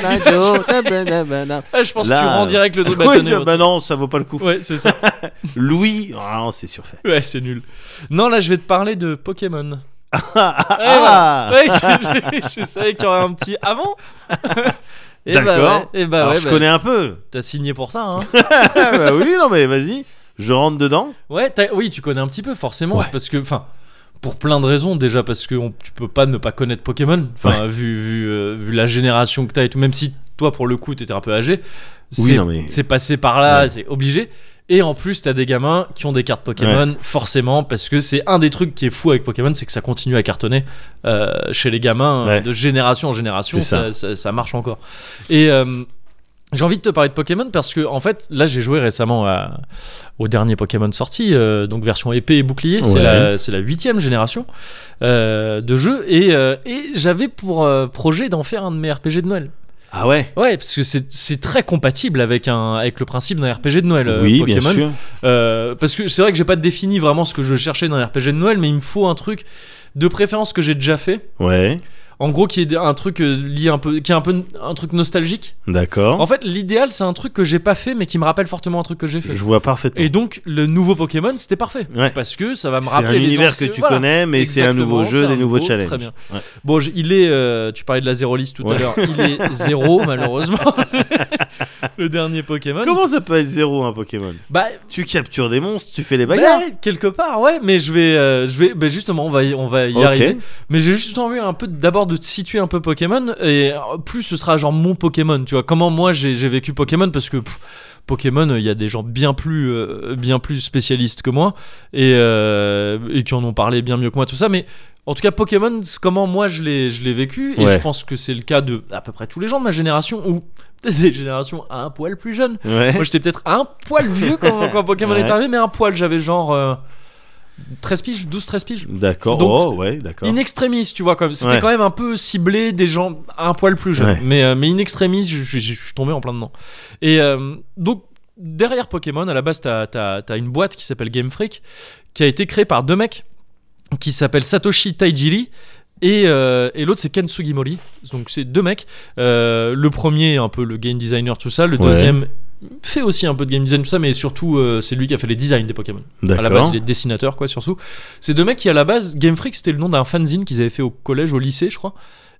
[laughs] Oui, ah, je pense que tu Là, rends euh, direct le dos de [laughs] la tonne et ça- autres. bah non, ça vaut pas le coup. Ouais, c'est [laughs] ça. Louis, ah non, c'est surfait. Ouais, c'est nul. Non, là, je vais te parler de Pokémon. [laughs] Ah, Ouais, je, je- je savais qu'il y aurait un petit [laughs] avant. [laughs] Et D'accord. Bah ouais, et bah Alors, ouais, je bah, connais un peu. T'as signé pour ça, hein. Ah, bah oui, non, mais vas-y, je rentre dedans. Ouais, t'as- oui, tu connais un petit peu, forcément. Ouais. Parce que, enfin. Pour plein de raisons, déjà parce que on- tu peux pas ne pas connaître Pokémon, enfin, vu, vu, euh, vu la génération que t'as et tout, même si toi pour le coup t'étais un peu âgé, c'est non, mais- c'est passé par là, Ouais. c'est obligé. Et en plus, t'as des gamins qui ont des cartes Pokémon, forcément, parce que c'est un des trucs qui est fou avec Pokémon, c'est que ça continue à cartonner euh, chez les gamins euh, Ouais. de génération en génération, C'est ça. ça. ça- ça marche encore. Et euh, j'ai envie de te parler de Pokémon parce que, en fait, là, j'ai joué récemment à- au dernier Pokémon sorti, euh, donc version épée et bouclier, c'est Ouais. la- c'est la huitième génération euh, de jeu, et, euh, et j'avais pour euh, projet d'en faire un de mes RPG de Noël. Ah ouais Ouais, parce que c'est c'est très compatible avec, un, avec le principe d'un RPG de Noël, euh, Oui, Pokémon. bien sûr. Euh, parce que c'est vrai que j'ai pas défini vraiment ce que je cherchais dans un RPG de Noël, mais il me faut un truc de préférence que j'ai déjà fait. Ouais, En gros, qui est un truc euh, lié un peu, qui est un peu un truc nostalgique. d'accord. En fait, l'idéal, c'est un truc que j'ai pas fait, mais qui me rappelle fortement un truc que j'ai fait. Je vois parfaitement. Et donc, le nouveau Pokémon, c'était parfait. Ouais. Parce que ça va me C'est un rappeler les univers que anciens- tu voilà. connais, mais c'est un nouveau Exactement, jeu, c'est des un nouveaux nouveau, challenges. très bien. Ouais. Bon, je- il est. euh, tu parlais de la zéro liste tout à Ouais. l'heure. Il [laughs] est zéro, malheureusement. [laughs] le dernier Pokémon. Comment ça peut être zéro un Pokémon bah, Tu captures des monstres, tu fais les bah, bagarres. quelque part, ouais, mais je vais, euh, je vais, bah, justement, on va, y, on va y Ok. arriver. Mais j'ai juste envie un peu d'abord de te situer un peu Pokémon et euh, plus ce sera genre mon Pokémon, tu vois. Comment moi j'ai j'ai vécu Pokémon parce que pff, Pokémon, il y a des gens bien plus, euh, bien plus spécialistes que moi et, euh, et qui en ont parlé bien mieux que moi tout ça. Mais en tout cas, Pokémon, c'est comment moi je l'ai je l'ai vécu et Ouais. je pense que c'est le cas de à peu près tous les gens de ma génération ou peut-être des générations un poil plus [laughs] jeunes. Ouais. Moi, j'étais peut-être un poil vieux quand, quand Pokémon Ouais. est arrivé, mais un poil, j'avais genre euh, 13 piges, 12-13 piges. D'accord. Donc, Oh, ouais, d'accord. In extremis, tu vois, comme c'était Ouais. quand même un peu ciblé des gens un poil plus jeunes. Ouais. Mais, euh, mais in extremis, je, je- je suis tombé en plein dedans. Et euh, donc, derrière Pokémon, à la base, t'as as, une boîte qui s'appelle Game Freak, qui a été créée par deux mecs qui s'appellent Satoshi Taijiri. Et, euh, et l'autre c'est Ken Sugimori, donc c'est deux mecs. Euh, le premier un peu le game designer tout ça, le Ouais. deuxième fait aussi un peu de game design tout ça, mais surtout euh, c'est lui qui a fait les designs des Pokémon. À la base, D'accord. il est dessinateur, quoi, surtout. C'est deux mecs qui, à la base, Game Freak, c'était le nom d'un fanzine qu'ils avaient fait au collège, au lycée, je crois.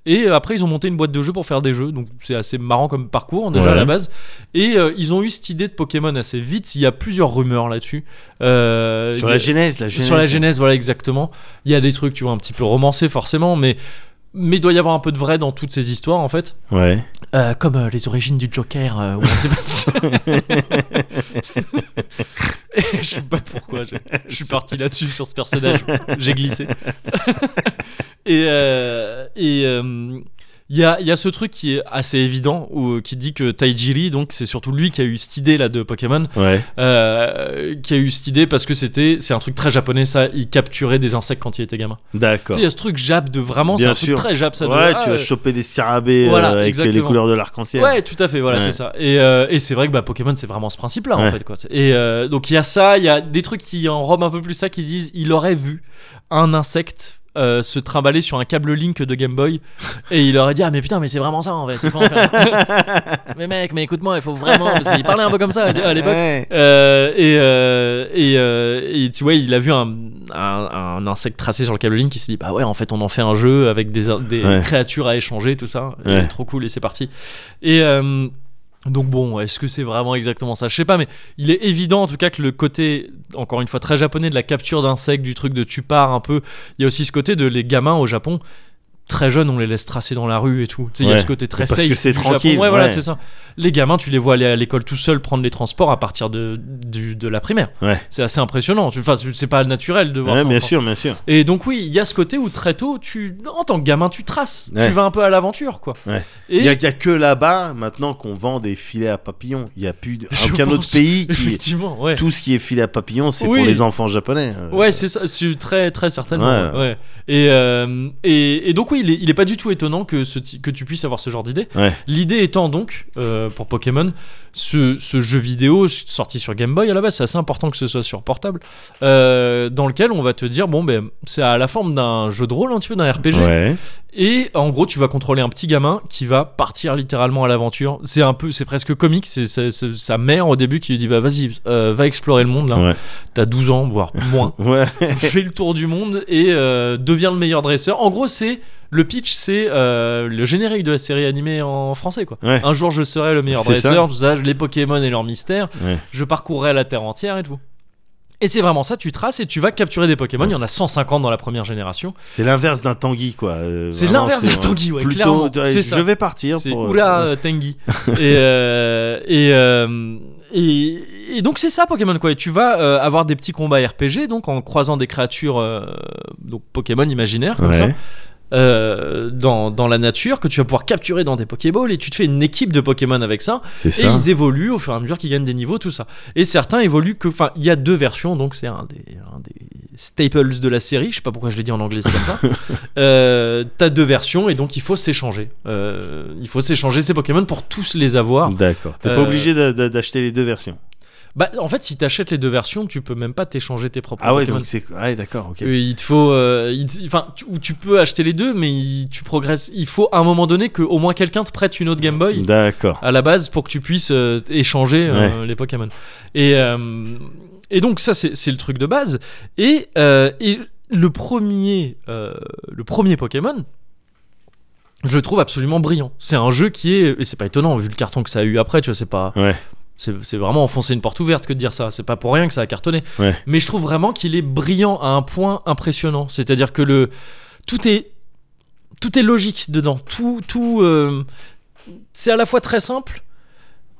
Et euh, après, ils ont monté une boîte de jeux pour faire des jeux. Donc, c'est assez marrant comme parcours, déjà, Ouais. à la base. Et euh, ils ont eu cette idée de Pokémon assez vite. Il y a plusieurs rumeurs là-dessus. Euh, Sur il y la a- genèse, la genèse. sur la genèse, voilà exactement. Il y a des trucs, tu vois, un petit peu romancés forcément, mais mais il doit y avoir un peu de vrai dans toutes ces histoires en fait. Ouais. Euh, comme euh, les origines du Joker, euh, où on sait pas. Et [laughs] je sais pas pourquoi, je, je suis parti là-dessus sur ce personnage, j'ai glissé. [laughs] et euh, et euh, il y, a, il y a ce truc qui est assez évident, où, qui dit que Taijiri, donc c'est surtout lui qui a eu cette idée là de Pokémon, Ouais. euh, qui a eu cette idée parce que c'était c'est un truc très japonais ça, il capturait des insectes quand il était gamin. Tu D'accord. sais, il y a ce truc jap de vraiment, c'est Bien un truc sûr. très jap ça. de, Ouais, ah, tu vas choper des scarabées euh, Voilà, avec les- les exactement. couleurs de l'arc-en-ciel. Ouais, tout à fait, voilà, Ouais. c'est ça. Et, euh, et c'est vrai que bah, Pokémon, c'est vraiment ce principe-là, Ouais. en fait. Quoi. C'est- Et euh, donc, il y a ça, il y a des trucs qui enrobent un peu plus ça, qui disent il aurait vu un insecte euh, se trimballer sur un câble Link de Game [laughs] Boy, et il aurait dit Ah, mais putain, mais c'est vraiment ça, en fait. il faut en [laughs] faire. mais mec, mais écoute-moi, il faut vraiment. Parce qu'il parlait un peu comme ça ah, à l'époque. Ouais. Euh, et, euh, et, euh, et tu vois, il a vu un, un, un insecte tracé sur le câble ligne qui s'est dit Bah ouais, en fait, on en fait un jeu avec des, des Ouais. créatures à échanger, tout ça. Et Ouais. trop cool, et c'est parti. Et. euh, donc bon, est-ce que c'est vraiment exactement ça Je sais pas, mais il est évident en tout cas que le côté, encore une fois très japonais, de la capture d'insectes, du truc de tu pars un peu, il y a aussi ce côté de les gamins au Japon, très jeunes, on les laisse tracer dans la rue et tout. Tu sais, il y Ouais. a ce côté très Parce safe que c'est du tranquille, Japon. Ouais, voilà, ouais. c'est ça. Les gamins, tu les vois aller à l'école tout seuls prendre les transports à partir de, du- de la primaire. Ouais. C'est assez impressionnant. Tu- Enfin, c'est c'est pas naturel de voir Ouais, ça. en bien France. sûr, bien sûr. Et donc oui, il y a ce côté où très tôt, tu, en tant que gamin, tu traces. Ouais. Tu vas un peu à l'aventure, quoi. Ouais. Et Il n'y a, il y a que là-bas, maintenant, qu'on vend des filets à papillons. Il n'y a plus d- [laughs] Je aucun autre pense, pays [laughs] qui. effectivement, ouais. [laughs] Tout ce qui est filet à papillons, c'est Oui. pour les enfants japonais. Euh, Ouais, c'est ça, c'est très très certainement. Ouais. Ouais. ouais. Et, euh, et, et donc oui, il est, il est pas du tout étonnant que, ce, ti- que tu puisses avoir ce genre d'idée. Ouais. L'idée étant donc, euh, pour Pokémon, ce, ce jeu vidéo sorti sur Game Boy à la base, c'est assez important que ce soit sur portable, euh, dans lequel on va te dire, bon ben, c'est à la forme d'un jeu de rôle un petit peu, d'un RPG, Ouais. et en gros, tu vas contrôler un petit gamin qui va partir littéralement à l'aventure. C'est un peu, c'est presque comique. C'est c'est- c'est sa mère au début qui lui dit bah vas-y, euh, va explorer le monde là. Ouais. T'as 12 ans, voire moins. Ouais. [laughs] Fais le tour du monde et euh, deviens le meilleur dresseur. En gros, c'est le pitch, c'est euh, le générique de la série animée en français quoi. Ouais. Un jour, je serai le meilleur C'est ça. dresseur. Tout ça, les Pokémon et leurs mystères. Ouais. Je parcourrai la terre entière et tout. Et c'est vraiment ça, tu traces et tu vas capturer des Pokémon. Il y en a 150 dans la première génération. C'est l'inverse d'un Tanguy, quoi. Euh, C'est vraiment, l'inverse d'un Tanguy, ouais, Plutôt, clairement. ouais, C'est je ça. vais partir C'est pour. Oula euh, [laughs] Tengi. et, euh, et, euh, et, et donc c'est ça Pokémon quoi. Et tu vas euh, avoir des petits combats RPG donc en croisant des créatures euh, donc Pokémon imaginaires comme Ouais. ça euh, dans, dans la nature que tu vas pouvoir capturer dans des Pokéballs et tu te fais une équipe de Pokémon avec ça. C'est Et ça. ils évoluent au fur et à mesure qu'ils gagnent des niveaux, tout ça. Et certains évoluent que. Enfin, il y a deux versions, donc c'est un des, un des staples de la série. Je sais pas pourquoi je l'ai dit en anglais, c'est comme ça. [laughs] Euh, T'as deux versions, et donc il faut s'échanger. Euh, il faut s'échanger ces Pokémon pour tous les avoir. D'accord. T'es pas Euh, obligé d'a- d'a- d'acheter les deux versions. Bah, en fait, si t'achètes les deux versions, tu peux même pas t'échanger tes propres Ah ouais, Pokémon. donc c'est. Ouais, d'accord, ok. Euh, Il te faut, euh, il te- enfin, tu, ou tu peux acheter les deux, mais il- tu progresses. Il faut à un moment donné que au moins quelqu'un te prête une autre Game Boy. D'accord. à la base pour que tu puisses euh, échanger euh, les Pokémon. Et, euh, et donc ça c'est c'est le truc de base. Et, euh, et le premier euh, le premier Pokémon, je le trouve absolument brillant. C'est un jeu qui est et c'est pas étonnant vu le carton que ça a eu après. Tu vois c'est pas Ouais. c'est c'est vraiment enfoncer une porte ouverte que de dire ça. C'est pas pour rien que ça a cartonné. Ouais. Mais je trouve vraiment qu'il est brillant à un point impressionnant. C'est-à-dire que le tout est tout est logique dedans. Tout tout euh, c'est à la fois très simple,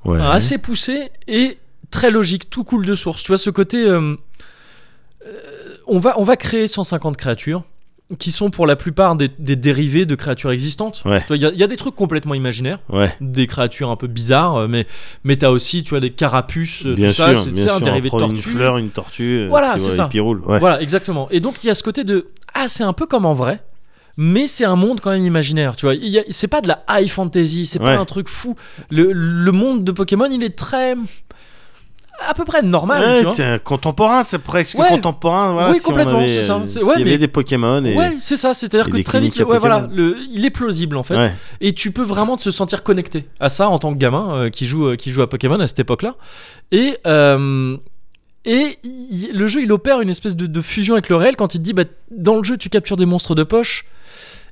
Ouais. assez poussé et très logique. Tout coule de source. Tu vois ce côté euh, euh, on va on va créer 150 créatures qui sont pour la plupart des, des dérivés de créatures existantes. Ouais. Tu vois, Il y a- il y a des trucs complètement imaginaires Ouais. des créatures un peu bizarres, euh, mais, mais t'as aussi, tu vois, des carapuces, euh, Bien tout sûr. ça, c'est- bien c'est un sûr, dérivé de on prend tortue. Une fleur, une tortue. euh, Voilà, tu c'est vois, ça. Et puis roule. Ouais. Voilà, exactement. Et donc, il y a ce côté de Ah, c'est un peu comme en vrai, mais c'est un monde quand même imaginaire, tu vois. Il y a- C'est pas de la high fantasy, c'est Ouais. pas un truc fou. Le, le monde de Pokémon, il est très. à peu près normal, Ouais, tu vois. c'est un contemporain, c'est presque Ouais. contemporain. Voilà, Oui, si on complètement, avait, c'est ça. euh, C'est- S'il ouais, y avait mais- des Pokémon et. Ouais, c'est ça, c'est-à-dire et que des très vite, cliniques à ouais, voilà, Pokémon. le, il est plausible en fait. Ouais. Et tu peux vraiment te se sentir connecté à ça en tant que gamin euh, qui, joue, euh, qui joue à Pokémon à cette époque-là. Et, euh, et il- le jeu, il opère une espèce de, de fusion avec le réel quand il te dit, bah, dans le jeu, tu captures des monstres de poche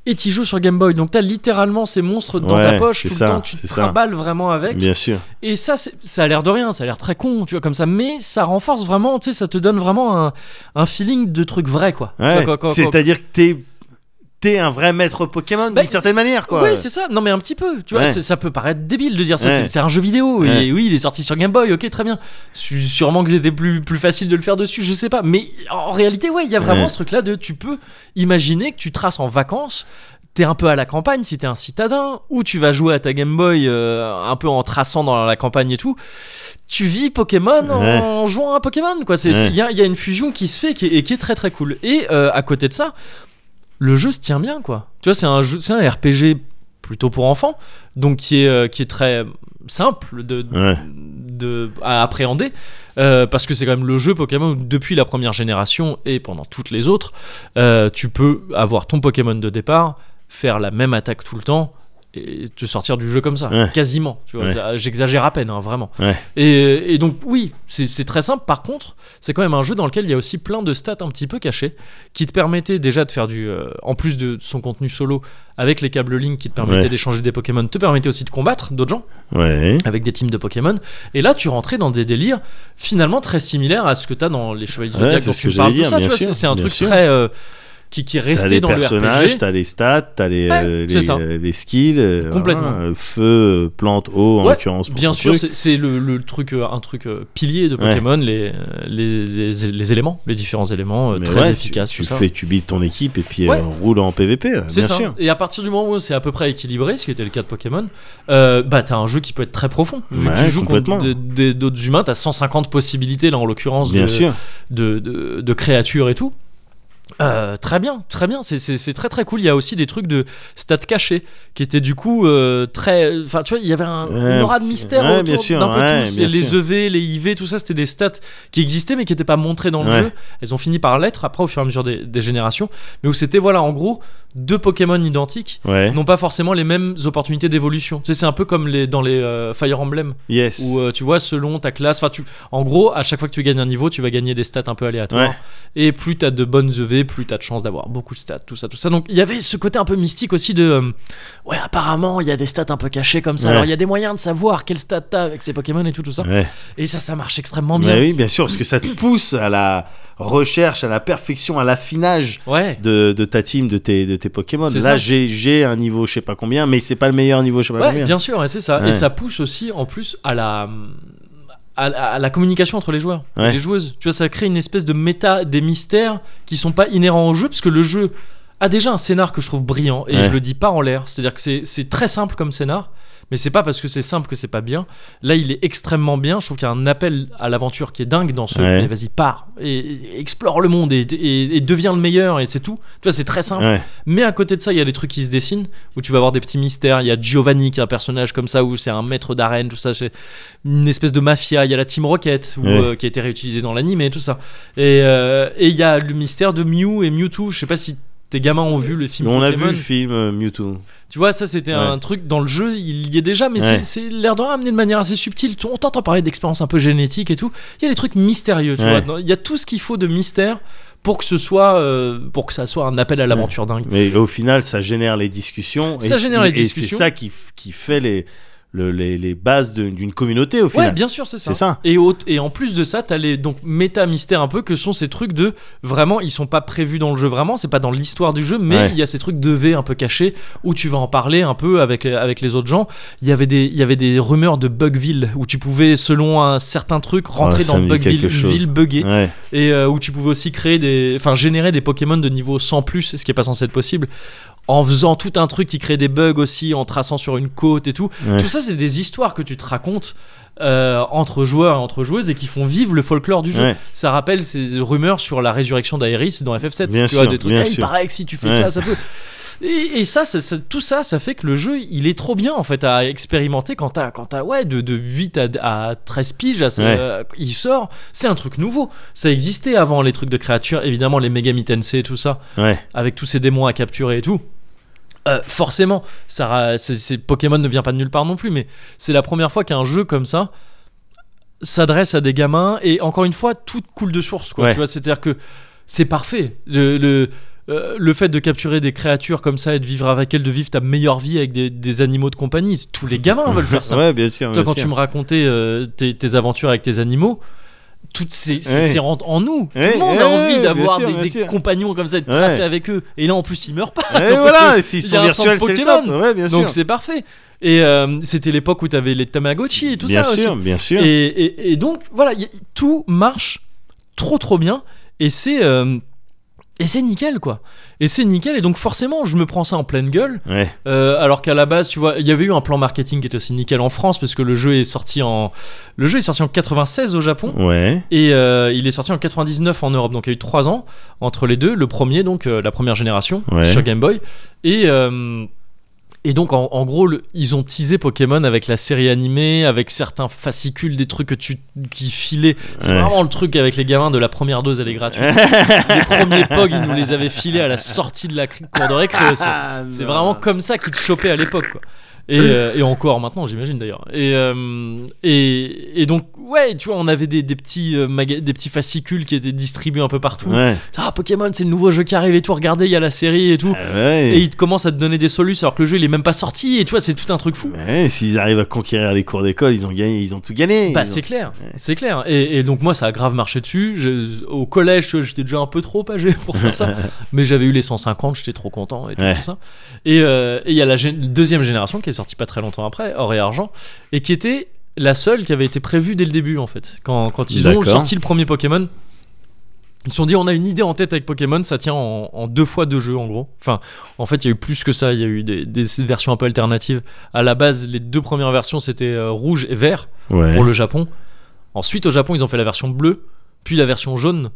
et tu joues sur Game Boy. Donc tu as littéralement ces monstres dans ta Ouais, poche c'est tout ça, le temps, tu te c'est ça. trimbales vraiment avec. Bien sûr. Et ça, c'est- ça a l'air de rien, ça a l'air très con, tu vois, comme ça, mais ça renforce vraiment, tu sais, ça te donne vraiment un, un feeling de truc vrai, quoi. Tu vois, Ouais. quand- quand- quand- C'est-à-dire que t'es t'es un vrai maître Pokémon Bah, d'une certaine manière, quoi. Oui, c'est ça. Non, mais un petit peu. Tu vois, Ouais. c'est- ça peut paraître débile de dire ça. Ouais. c'est- C'est un jeu vidéo. Ouais. Et oui, il est sorti sur Game Boy. Ok, très bien. Su- Sûrement que c'était plus, plus facile de le faire dessus. Je sais pas. Mais en réalité, ouais, il y a vraiment Ouais. ce truc-là de tu peux imaginer que tu traces en vacances. T'es un peu à la campagne si t'es un citadin, ou tu vas jouer à ta Game Boy euh, un peu en traçant dans la campagne et tout. Tu vis Pokémon en jouant à Pokémon, quoi. C'est- Ouais. c'est- Il y, a, il y a une fusion qui se fait qui est, et qui est très très cool. Et euh, à côté de ça, le jeu se tient bien quoi. Tu vois, c'est un jeu, c'est un RPG plutôt pour enfants, donc qui est euh, qui est très simple de Ouais. de à appréhender euh, parce que c'est quand même le jeu Pokémon où depuis la première génération et pendant toutes les autres, euh, tu peux avoir ton Pokémon de départ, faire la même attaque tout le temps et te sortir du jeu comme ça, Ouais. quasiment. Tu vois, j'exagère à peine, hein, vraiment. Ouais. Et, et donc oui, c'est c'est très simple. Par contre, c'est quand même un jeu dans lequel il y a aussi plein de stats un petit peu cachés qui te permettait déjà de faire du, euh, en plus de son contenu solo avec les câbles Link qui te permettaient Ouais. d'échanger des Pokémon, te permettait aussi de combattre d'autres gens Ouais. avec des teams de Pokémon. Et là, tu rentrais dans des délires finalement très similaires à ce que t'as dans les Chevaliers du Ouais, Zodiac c'est dont ce tu que me parles j'allais tout ça. dire, tu bien vois, sûr, c'est c'est un bien truc sûr. très euh, qui, qui est T'as resté les dans le personnages, RPG. t'as les stats, t'as les, Ouais, euh, c'est les, ça. euh, les skills. euh, Complètement. voilà, euh, feu, euh, plante, eau, en Ouais, l'occurrence. pour Bien ton sûr, truc. c'est c'est le, le truc, euh, un truc euh, pilier de Ouais. Pokémon, les, les, les- les éléments, les différents éléments, euh, Mais très ouais, tu- efficaces. Tu, tout ça. fais, tu builds ton équipe et puis euh, Ouais. roule en PVP, euh, C'est bien ça. sûr. Et à partir du moment où c'est à peu près équilibré, ce qui était le cas de Pokémon, euh, bah t'as un jeu qui peut être très profond. Vu que Ouais, tu joues contre complètement. de- des- d'autres humains, t'as 150 possibilités là en l'occurrence de, Bien sûr. de, de- de créatures et tout. Euh, très bien, très bien, c'est- c'est c'est très très cool. Il y a aussi des trucs de stats cachés qui étaient du coup euh, très. Enfin, tu vois, il y avait un, Ouais, une aura de petit- mystère ouais, bien autour sûr, d'un peu ouais, tout. C'est bien les sûr. EV, les IV, tout ça, c'était des stats qui existaient mais qui n'étaient pas montrées dans le Ouais. jeu. Elles ont fini par l'être après au fur et à mesure des, des générations, mais où c'était voilà en gros deux Pokémon identiques Ouais. n'ont pas forcément les mêmes opportunités d'évolution. Tu sais, c'est un peu comme les, dans les euh, Fire Emblem Yes. où euh, tu vois selon ta classe enfin tu en gros à chaque fois que tu gagnes un niveau tu vas gagner des stats un peu aléatoires Ouais. et plus t'as de bonnes EV plus t'as de chances d'avoir beaucoup de stats tout ça tout ça donc il y avait ce côté un peu mystique aussi de euh, ouais apparemment il y a des stats un peu cachés comme ça Ouais. alors il y a des moyens de savoir quel stat t'as avec ces Pokémon et tout tout ça Ouais. et ça ça marche extrêmement Bah bien oui, bien sûr, parce que ça te pousse à la recherche, à la perfection, à l'affinage ouais de, de ta team, de tes, de tes Pokémon. C'est ça. Là, j'ai j'ai un niveau, je sais pas combien, mais c'est pas le meilleur niveau, je sais pas ouais combien. bien sûr et c'est ça et Ouais. ça pousse aussi en plus à la à la, à la communication entre les joueurs et Ouais. les joueuses. Tu vois, ça crée une espèce de méta des mystères qui sont pas inhérents au jeu, parce que le jeu a déjà un scénar que je trouve brillant, et Ouais. je le dis pas en l'air. C'est-à-dire que c'est- c'est très simple comme scénar, mais c'est pas parce que c'est simple que c'est pas bien. Là, il est extrêmement bien. Je trouve qu'il y a un appel à l'aventure qui est dingue dans ce. Ouais. mais Vas-y, pars, et, et explore le monde, et, et- et deviens le meilleur, et c'est tout. Tu vois, c'est très simple. Ouais. Mais à côté de ça, il y a des trucs qui se dessinent où tu vas avoir des petits mystères. Il y a Giovanni qui est un personnage comme ça où c'est un maître d'arène, tout ça. C'est une espèce de mafia. Il y a la Team Rocket où, Ouais. euh, qui a été réutilisée dans l'anime et tout ça. Et euh, et il y a le mystère de Mew et Mewtwo. Je sais pas si tes gamins ont vu le film On a Pokémon. vu le film euh, Mewtwo. Tu vois, ça c'était Ouais. un truc dans le jeu, il y est déjà, mais Ouais. c'est- c'est l'air de rien amené de manière assez subtile. On t'entend parler d'expérience un peu génétique et tout. Il y a des trucs mystérieux, tu Ouais. vois. Dans- Il y a tout ce qu'il faut de mystère pour que ce soit, euh, pour que ça soit un appel à l'aventure dingue. Mais au final, ça génère les discussions. Ça et, génère les et discussions. c'est ça qui, f- qui fait les, le- les, les bases de- d'une communauté au final. Ouais, bien sûr, c'est ça. C'est ça. Et, au- et en plus de ça, t'as les donc méta mystères un peu que sont ces trucs de vraiment ils sont pas prévus dans le jeu vraiment, c'est pas dans l'histoire du jeu, mais Ouais. il y a ces trucs de V un peu cachés où tu vas en parler un peu avec avec les autres gens. Il y avait des il y avait des rumeurs de Bugville où tu pouvais selon un certain truc rentrer Ouais, Ah, ça dans me dit Bugville, quelque une chose. ville buggée Ouais. et euh, où tu pouvais aussi créer des enfin générer des Pokémon de niveau 100 plus ce qui est pas censé être possible en faisant tout un truc qui crée des bugs aussi en traçant sur une côte et tout Ouais. tout ça c'est des histoires que tu te racontes euh, entre joueurs et entre joueuses et qui font vivre le folklore du jeu Ouais. ça rappelle ces rumeurs sur la résurrection d'Aeris dans FF7 Bien tu vois sûr, des trucs bien Eh, il sûr. paraît que si tu fais Ouais. ça ça peut et, et ça, ça- ça- tout ça, ça fait que le jeu, il est trop bien en fait à expérimenter quand t'as, quand t'as ouais, de, de 8 à, à 13 piges, à- Ouais. euh, il sort, c'est un truc nouveau. Ça existait avant les trucs de créatures, évidemment les Megami Tensei, tout ça, Ouais. avec tous ces démons à capturer et tout. Euh, forcément, ça, ra- c'est- c'est- Pokémon ne vient pas de nulle part non plus, mais c'est la première fois qu'un jeu comme ça s'adresse à des gamins et encore une fois, tout coule de source. quoi. Ouais. Tu vois, c'est-à-dire que c'est parfait. Le, le, euh, le fait de capturer des créatures comme ça et de vivre avec elles, de vivre ta meilleure vie avec des, des animaux de compagnie, tous les gamins veulent faire ça. Ouais, bien sûr. Toi, bien quand sûr. tu me racontais euh, tes, tes aventures avec tes animaux, toutes ces, ces, Ouais. ces rentes en nous. Ouais, Tout le monde ouais, a envie bien d'avoir sûr, des, bien des sûr. compagnons comme ça, de Ouais. tracer avec eux. Et là, en plus, ils meurent pas. Et Donc, voilà, et s'ils il y sont a un centre virtuels, c'est le top. Pokémon. Ouais, bien sûr. Donc c'est parfait. Et euh, c'était l'époque où t'avais les Tamagotchi et tout bien ça aussi. sûr, bien sûr. Et, et- et donc voilà, y a- tout marche trop trop bien et c'est euh, et c'est nickel quoi. Et c'est nickel et donc forcément je me prends ça en pleine gueule. Ouais, euh, alors qu'à la base tu vois, il y avait eu un plan marketing qui était aussi nickel en France parce que le jeu est sorti en le jeu est sorti en 96 au Mmh. Japon. ouais, Et euh, il est sorti en 99 en Europe, donc il y a eu 3 ans entre les deux. Le premier, donc euh, la première génération Ouais. sur Game Boy. Et, euh, et donc en, en gros, le- ils ont teasé Pokémon avec la série animée, avec certains fascicules, des trucs que tu, qui filaient. C'est Ouais. vraiment le truc avec les gamins de la première dose, elle est [laughs] gratuite. les premiers POG, ils nous les avaient filés à la sortie de la cr- cour de récréation. Ah, C'est vraiment comme ça qu'ils te chopaient à l'époque, quoi. Et, euh, et encore maintenant, j'imagine d'ailleurs. Et, euh, et, et donc, ouais, tu vois, on avait des, des petits, euh, maga- des petits fascicules qui étaient distribués un peu partout. Ouais, Ah, Pokémon, c'est le nouveau jeu qui arrive et tout, regardez, il y a la série et tout. ouais. Et ils te commencent à te donner des solutions alors que le jeu il est même pas sorti, et tu vois, c'est tout un truc fou. Ouais, s'ils arrivent à conquérir les cours d'école, ils ont gagné, ils ont tout gagné. Bah, Ils ont- c'est clair, c'est clair. Et, et donc, moi, ça a grave marché dessus. Je- au collège, tu vois, j'étais déjà un peu trop âgé pour faire [laughs] ça. mais j'avais eu les 150, j'étais trop content et tout, Ouais. tout ça. Et euh, et il y a la gé- deuxième génération qui est sortie pas très longtemps après, Or et Argent, et qui était la seule qui avait été prévue dès le début, en fait. Quand, quand ils ont D'accord. sorti le premier Pokémon, ils se sont dit on a une idée en tête avec Pokémon, ça tient en, en deux fois deux jeux, en gros. Enfin, en fait, il y a eu plus que ça, il y a eu des, des versions un peu alternatives. À la base, les deux premières versions, c'était euh, rouge et vert Ouais. pour le Japon. Ensuite, au Japon, ils ont fait la version bleue, puis la version jaune.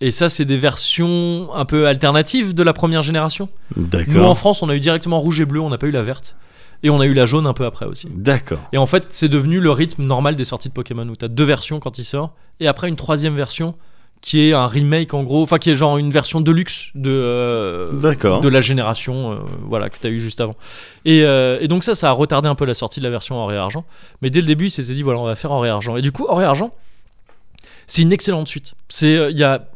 Et ça, c'est des versions un peu alternatives de la première génération. Nous, en D'accord. France, on a eu directement rouge et bleu, on n'a pas eu la verte. Et on a eu la jaune un peu après aussi. D'accord. Et en fait, c'est devenu le rythme normal des sorties de Pokémon, où t'as deux versions quand il sort, et après une troisième version, qui est un remake en gros, enfin qui est genre une version de luxe de, euh, D'accord. de la génération euh, voilà, que t'as eu juste avant. Et, euh, et donc ça, ça a retardé un peu la sortie de la version or et argent, mais dès le début, ils s'étaient dit, voilà, on va faire or et argent. Et du coup, or et argent, c'est une excellente suite. C'est, euh, il y a...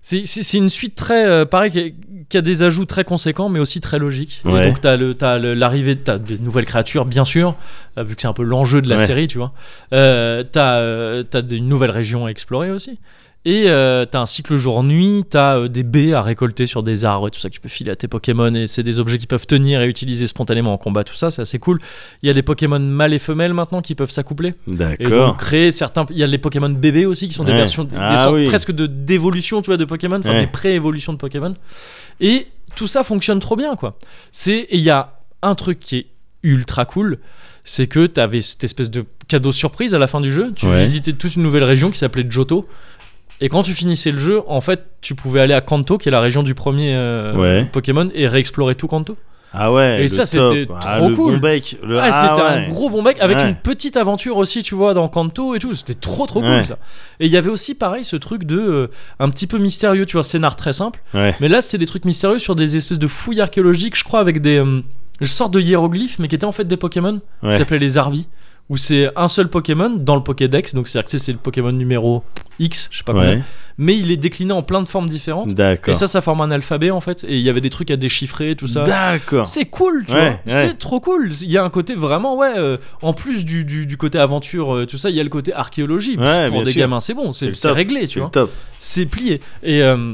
C'est c'est- c'est une suite très. euh, pareil, qui a, qui a des ajouts très conséquents, mais aussi très logiques. Et Ouais. donc, t'as le- t'as le- l'arrivée de t'as des nouvelles créatures, bien sûr, euh, vu que c'est un peu l'enjeu de la Ouais. série, tu vois. Euh, t'as euh, t'as des nouvelles régions à explorer aussi. Et euh, t'as un cycle jour-nuit, t'as euh, des baies à récolter sur des arbres et tout ça que tu peux filer à tes Pokémon. Et c'est des objets qui peuvent tenir et utiliser spontanément en combat, tout ça, c'est assez cool. Il y a des Pokémon mâles et femelles maintenant qui peuvent s'accoupler. Et donc D'accord. créer certains. Il y a les Pokémon bébés aussi qui sont des Ouais. versions, des Ah sortes oui. presque de d'évolution, tu vois, de Pokémon, enfin Ouais. des pré-évolutions de Pokémon. Et tout ça fonctionne trop bien, quoi. C'est et il y a un truc qui est ultra cool, c'est que t'avais cette espèce de cadeau surprise à la fin du jeu. Tu Ouais. visitais toute une nouvelle région qui s'appelait Johto. Et quand tu finissais le jeu, en fait, tu pouvais aller à Kanto, qui est la région du premier euh, Ouais. Pokémon, et réexplorer tout Kanto. Ah ouais. Et le ça, top. c'était Ah, trop le cool. Bon bec. Le... Ouais, ah, c'était ouais. un gros bon mec avec Ouais. une petite aventure aussi, tu vois, dans Kanto et tout. C'était trop trop cool Ouais. ça. Et il y avait aussi pareil ce truc de euh, un petit peu mystérieux, tu vois, scénar très simple. Ouais. Mais là, c'était des trucs mystérieux sur des espèces de fouilles archéologiques, je crois, avec des euh, une sorte de hiéroglyphes, mais qui étaient en fait des Pokémon. Ouais. Qui s'appelaient les Arby. Où c'est un seul Pokémon dans le Pokédex, donc c'est-à-dire que c'est le Pokémon numéro X, je sais pas combien. Ouais. Mais il est décliné en plein de formes différentes. Et D'accord. ça, ça forme un alphabet en fait. Et il y avait des trucs à déchiffrer, tout ça. D'accord. C'est cool, tu Ah. Ouais, vois. ouais. C'est trop cool. Il y a un côté vraiment, ouais. euh, en plus du, du, du côté aventure, euh, tout ça, il y a le côté archéologie. Ouais, pour bien des sûr. gamins, c'est bon, C'est c'est le c'est top. réglé, tu C'est vois. top. C'est plié. Et. euh,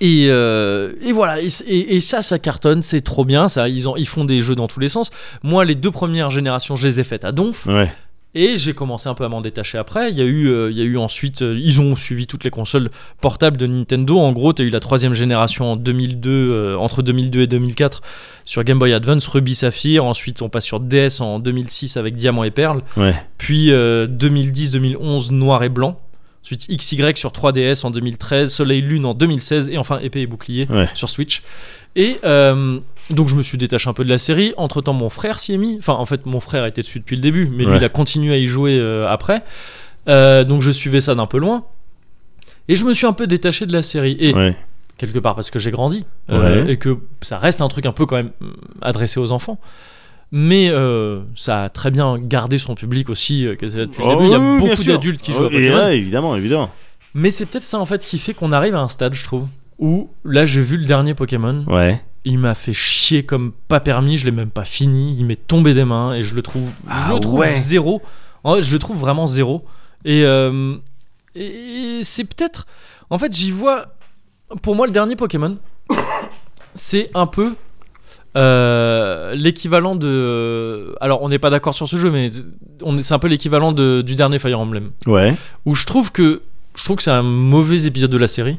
et, euh, et voilà, et, c- et- et ça, ça cartonne, c'est trop bien, ça, ils, en, ils font des jeux dans tous les sens. Moi, les deux premières générations, je les ai faites à Donf, Ouais. et j'ai commencé un peu à m'en détacher après. Il y a eu, euh, il y a eu ensuite, euh, ils ont suivi toutes les consoles portables de Nintendo. En gros, tu as eu la troisième génération en 2002, euh, entre 2002 et 2004 sur Game Boy Advance, Ruby Saphir. Ensuite, on passe sur DS en 2006 avec Diamant et Perle. Ouais. Puis euh, 2010-2011, Noir et Blanc. Ensuite, XY sur 3DS en 2013, Soleil Lune en 2016, et enfin Épée et Bouclier Ouais. sur Switch. Et euh, donc, je me suis détaché un peu de la série. Entre temps, mon frère s'y est mis. Enfin, en fait, mon frère était dessus depuis le début, mais lui, Ouais. il a continué à y jouer euh, après. Euh, donc, je suivais ça d'un peu loin. Et je me suis un peu détaché de la série. Et Ouais. quelque part parce que j'ai grandi euh, Ouais. et que ça reste un truc un peu quand même euh, adressé aux enfants. Mais euh, ça a très bien gardé son public aussi euh, que c'est depuis le Oh, début. Il y a oui, oui, bien beaucoup sûr. d'adultes qui Oh, jouent à et Pokémon. ouais, évidemment, évidemment. Mais c'est peut-être ça en fait qui fait qu'on arrive à un stade, je trouve, où là j'ai vu le dernier Pokémon. Ouais. Il m'a fait chier comme pas permis. Je l'ai même pas fini. Il m'est tombé des mains et je le trouve, Ah je le trouve ouais. zéro. En vrai, Je le trouve vraiment zéro. Et euh, Et c'est peut-être. En fait, j'y vois. Pour moi, le dernier Pokémon, c'est un peu euh, l'équivalent de. Alors, on n'est pas d'accord sur ce jeu, mais on est- c'est un peu l'équivalent de- du dernier Fire Emblem. Ouais. Où je trouve que. Je trouve que c'est un mauvais épisode de la série.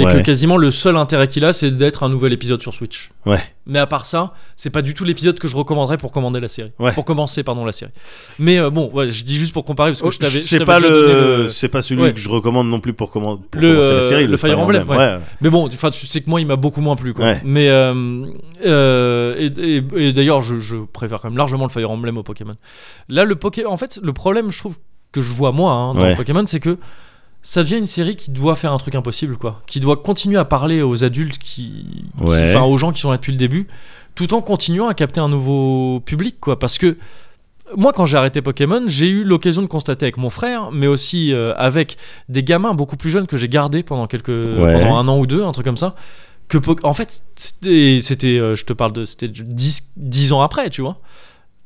Et Ouais. que quasiment le seul intérêt qu'il a, c'est d'être un nouvel épisode sur Switch. Ouais. Mais à part ça, c'est pas du tout l'épisode que je recommanderais pour commander la série. Ouais. Pour commencer, pardon, la série. Mais euh, bon, ouais, je dis juste pour comparer parce que Oh, je t'avais. je c'est t'avais pas déjà donné le, c'est pas celui Ouais. que je recommande non plus pour, commen- pour Le, commencer la euh, série. le Fire Emblem, ouais. Mais bon, enfin, tu sais que moi, il m'a beaucoup moins plu. Quoi. Ouais. Mais euh, euh, et, et- et d'ailleurs, je, je préfère quand même largement le Fire Emblem au Pokémon. Là, le Poké, en fait, le problème, je trouve que je vois moi hein, dans Ouais. le Pokémon, c'est que ça devient une série qui doit faire un truc impossible, quoi. Qui doit continuer à parler aux adultes, qui, qui- Ouais. enfin, aux gens qui sont là depuis le début, tout en continuant à capter un nouveau public, quoi. Parce que moi, quand j'ai arrêté Pokémon, j'ai eu l'occasion de constater avec mon frère, mais aussi euh, avec des gamins beaucoup plus jeunes que j'ai gardés pendant quelques Ouais. pendant un an ou deux, un truc comme ça. Que Po- en fait, c'était, c'était, euh, je te parle de, c'était 10, 10 ans après, tu vois.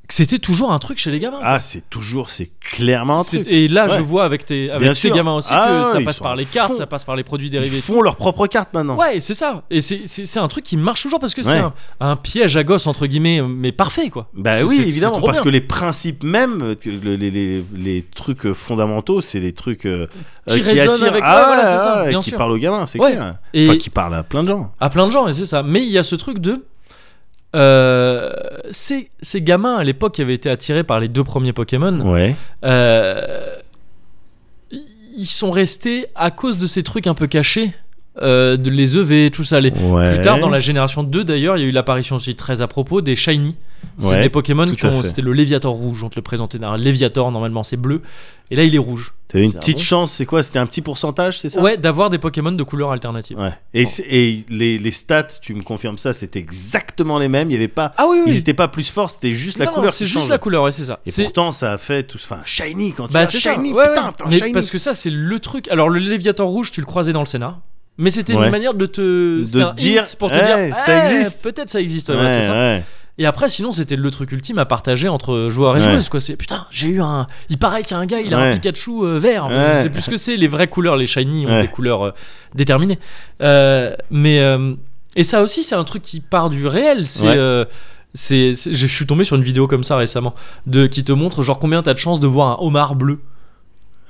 Que c'était toujours un truc chez les gamins. Ah, c'est toujours, c'est clairement un C'est- truc. et là, Ouais. je vois avec tes, avec Bien tes sûr. gamins aussi Ah que ouais, ça ils passe sont par à les cartes, fond. ça passe par les produits Ils dérivés. font leurs propres cartes maintenant. Ouais, c'est ça. Et c'est, c'est, c'est un truc qui marche toujours parce que c'est Ouais. un, un piège à gosse, entre guillemets, mais parfait, quoi. Bah C'est- oui, c'est- c'est évidemment, trop parce bien. que les principes même, que le- les, les- les trucs fondamentaux, c'est des trucs euh, Ah Qui résonnent avec- ouais, voilà, c'est ça, ouais, bien qui sûr. parlent aux gamins, c'est Ouais. clair. Et- Enfin, qui parlent à plein de gens. à plein de gens et c'est ça mais il y a ce truc de euh, ces, ces gamins à l'époque qui avaient été attirés par les deux premiers Pokémon Ouais. euh, ils sont restés à cause de ces trucs un peu cachés euh, de les EV tout ça les ouais. plus tard dans la génération 2 d'ailleurs il y a eu l'apparition aussi très à propos des Shiny c'est Ouais, des Pokémon tout qui à ont fait. c'était le Léviator rouge on te le présentait un Léviator normalement c'est bleu et là il est rouge T'avais une Ah petite bon chance, c'est quoi C'était un petit pourcentage, c'est ça ouais d'avoir des Pokémon de couleurs alternatives Ouais. Et, c'est- et les, les stats, tu me confirmes ça, c'était exactement les mêmes. Il y avait pas, ah oui ils oui n'étaient pas plus forts, c'était juste la Non, non, couleur. c'est qui juste change. la couleur ouais c'est ça Et C'est- pourtant, ça a fait tout. Enfin, shiny quand tu Bah vois, c'est ça. shiny, Ouais, putain, ouais. putain, Mais shiny. parce que ça c'est le truc. Alors le Léviathan rouge, tu le croisais dans le Sénat. Mais c'était Ouais. une manière de te De c'était un dire, hint pour te ouais, dire ça eh, existe. Peut-être ça existe. ouais, Ouais, ouais, c'est ça. ouais. Et après sinon c'était le truc ultime à partager entre joueurs et Ouais. joueuses quoi. C'est putain j'ai eu un. Il paraît qu'il y a un gars il a Ouais. un Pikachu euh, vert. mais Ouais. Je sais plus ce que c'est. Les vraies couleurs les shiny ont Ouais. des couleurs euh, déterminées. Euh, mais euh, et ça aussi c'est un truc qui part du réel. C'est Ouais. euh, c'est c'est- je suis tombé sur une vidéo comme ça récemment de qui te montre genre combien t'as de chances de voir un homard bleu.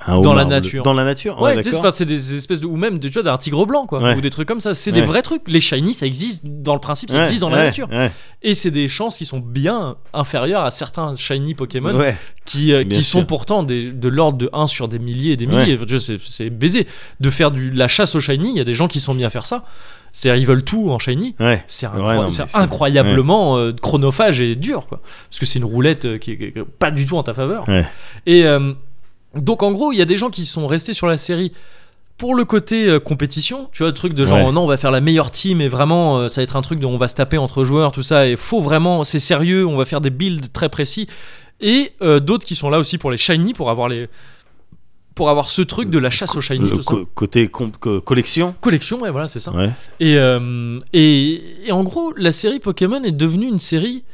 Un Dans la homard bleu. nature. Dans la nature. Ouais, ouais, tu sais, d'accord. enfin, c'est des espèces de. Ou même, de- tu vois, d'un tigre blanc, quoi. Ouais. Ou des trucs comme ça. C'est Ouais. des vrais trucs. Les shiny, ça existe dans le principe, ça Ouais, existe dans la ouais, nature. ouais, Et c'est des chances qui sont bien inférieures à certains shiny Pokémon ouais. qui, euh, Bien qui sûr. sont pourtant des- de l'ordre de 1 sur des milliers et des milliers. Tu vois, c'est- C'est baisé. De faire du, la chasse aux shiny, il y a des gens qui sont mis à faire ça. C'est-à-dire, ils veulent tout en shiny. Ouais. C'est Ouais, incro- non, mais c'est c'est- incroyablement euh, chronophage et dur, quoi. Parce que c'est une roulette euh, qui est, qui est pas du tout en ta faveur. Ouais. Et euh, donc, en gros, il y a des gens qui sont restés sur la série pour le côté euh, compétition, tu vois, le truc de genre, Ouais. oh non, on va faire la meilleure team et vraiment, euh, ça va être un truc de on va se taper entre joueurs, tout ça, et faut vraiment, c'est sérieux, on va faire des builds très précis. Et euh, d'autres qui sont là aussi pour les shiny, pour avoir les. Pour avoir ce truc de la chasse aux shiny, Le tout ça. co- côté com- co- collection. Collection, ouais, voilà, c'est ça. Ouais. Et, euh, et, et en gros, la série Pokémon est devenue une série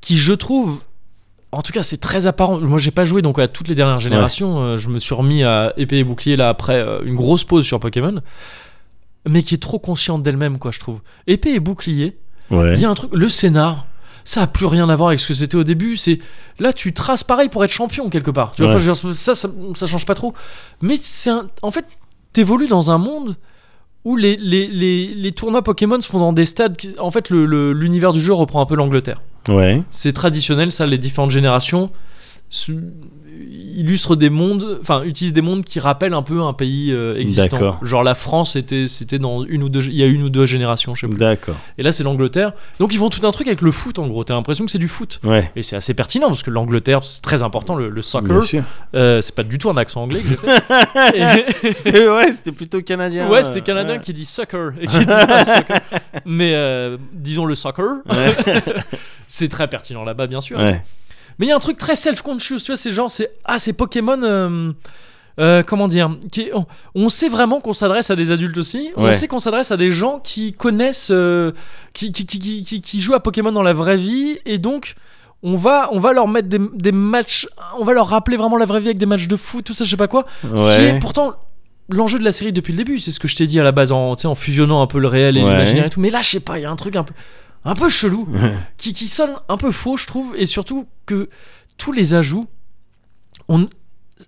qui, je trouve, en tout cas, c'est très apparent. Moi, j'ai pas joué donc à toutes les dernières générations. Euh, je me suis remis à épée et bouclier là après euh, une grosse pause sur Pokémon, mais qui est trop consciente d'elle-même, quoi, je trouve. Épée et bouclier, il Ouais. y a un truc, le scénar. Ça a plus rien à voir avec ce que c'était au début. C'est là tu traces pareil pour être champion quelque part. Tu vois, Ouais. enfin, je veux dire, ça, ça, ça change pas trop. Mais c'est un- en fait, t'évolues dans un monde où les, les, les, les tournois Pokémon se font dans des stades. Qui, en fait, le- le- l'univers du jeu reprend un peu l'Angleterre. Ouais. C'est traditionnel, ça, les différentes générations se- illustrent des mondes, enfin, utilisent des mondes qui rappellent un peu un pays euh, existant. D'accord. Genre la France, était, c'était dans une ou deux, il y a une ou deux générations, je sais plus. D'accord. Et là, c'est l'Angleterre. Donc, ils font tout un truc avec le foot, en gros. T'as l'impression que c'est du foot. Ouais. Et c'est assez pertinent parce que l'Angleterre, c'est très important, le, le Bien soccer. [laughs] sûr. Euh, c'est pas du tout un accent anglais que j'ai [laughs] fait. Et- C'était- ouais, c'était plutôt [laughs] canadien. ouais, c'est Canadien Ouais. qui dit soccer et qui dit [laughs] pas soccer. Mais euh, disons le soccer. Ouais. [laughs] c'est très pertinent là-bas, bien sûr. Ouais. Mais il y a un truc très self-conscious, tu vois, c'est genre, c'est ah, c'est Pokémon. euh, euh, comment dire qui est- on, on sait vraiment qu'on s'adresse à des adultes aussi. On Ouais. sait qu'on s'adresse à des gens qui connaissent, euh, qui, qui, qui, qui, qui- qui jouent à Pokémon dans la vraie vie, et donc on va, on va leur mettre des, des matchs, on va leur rappeler vraiment la vraie vie avec des matchs de foot, tout ça, je sais pas quoi. Ce qui Ouais. est pourtant l'enjeu de la série depuis le début, c'est ce que je t'ai dit à la base en, tu sais, en fusionnant un peu le réel et Ouais. l'imaginaire et tout. Mais là, je sais pas, il y a un truc un peu, un peu [laughs] chelou qui, qui sonne un peu faux, je trouve, et surtout que tous les ajouts, on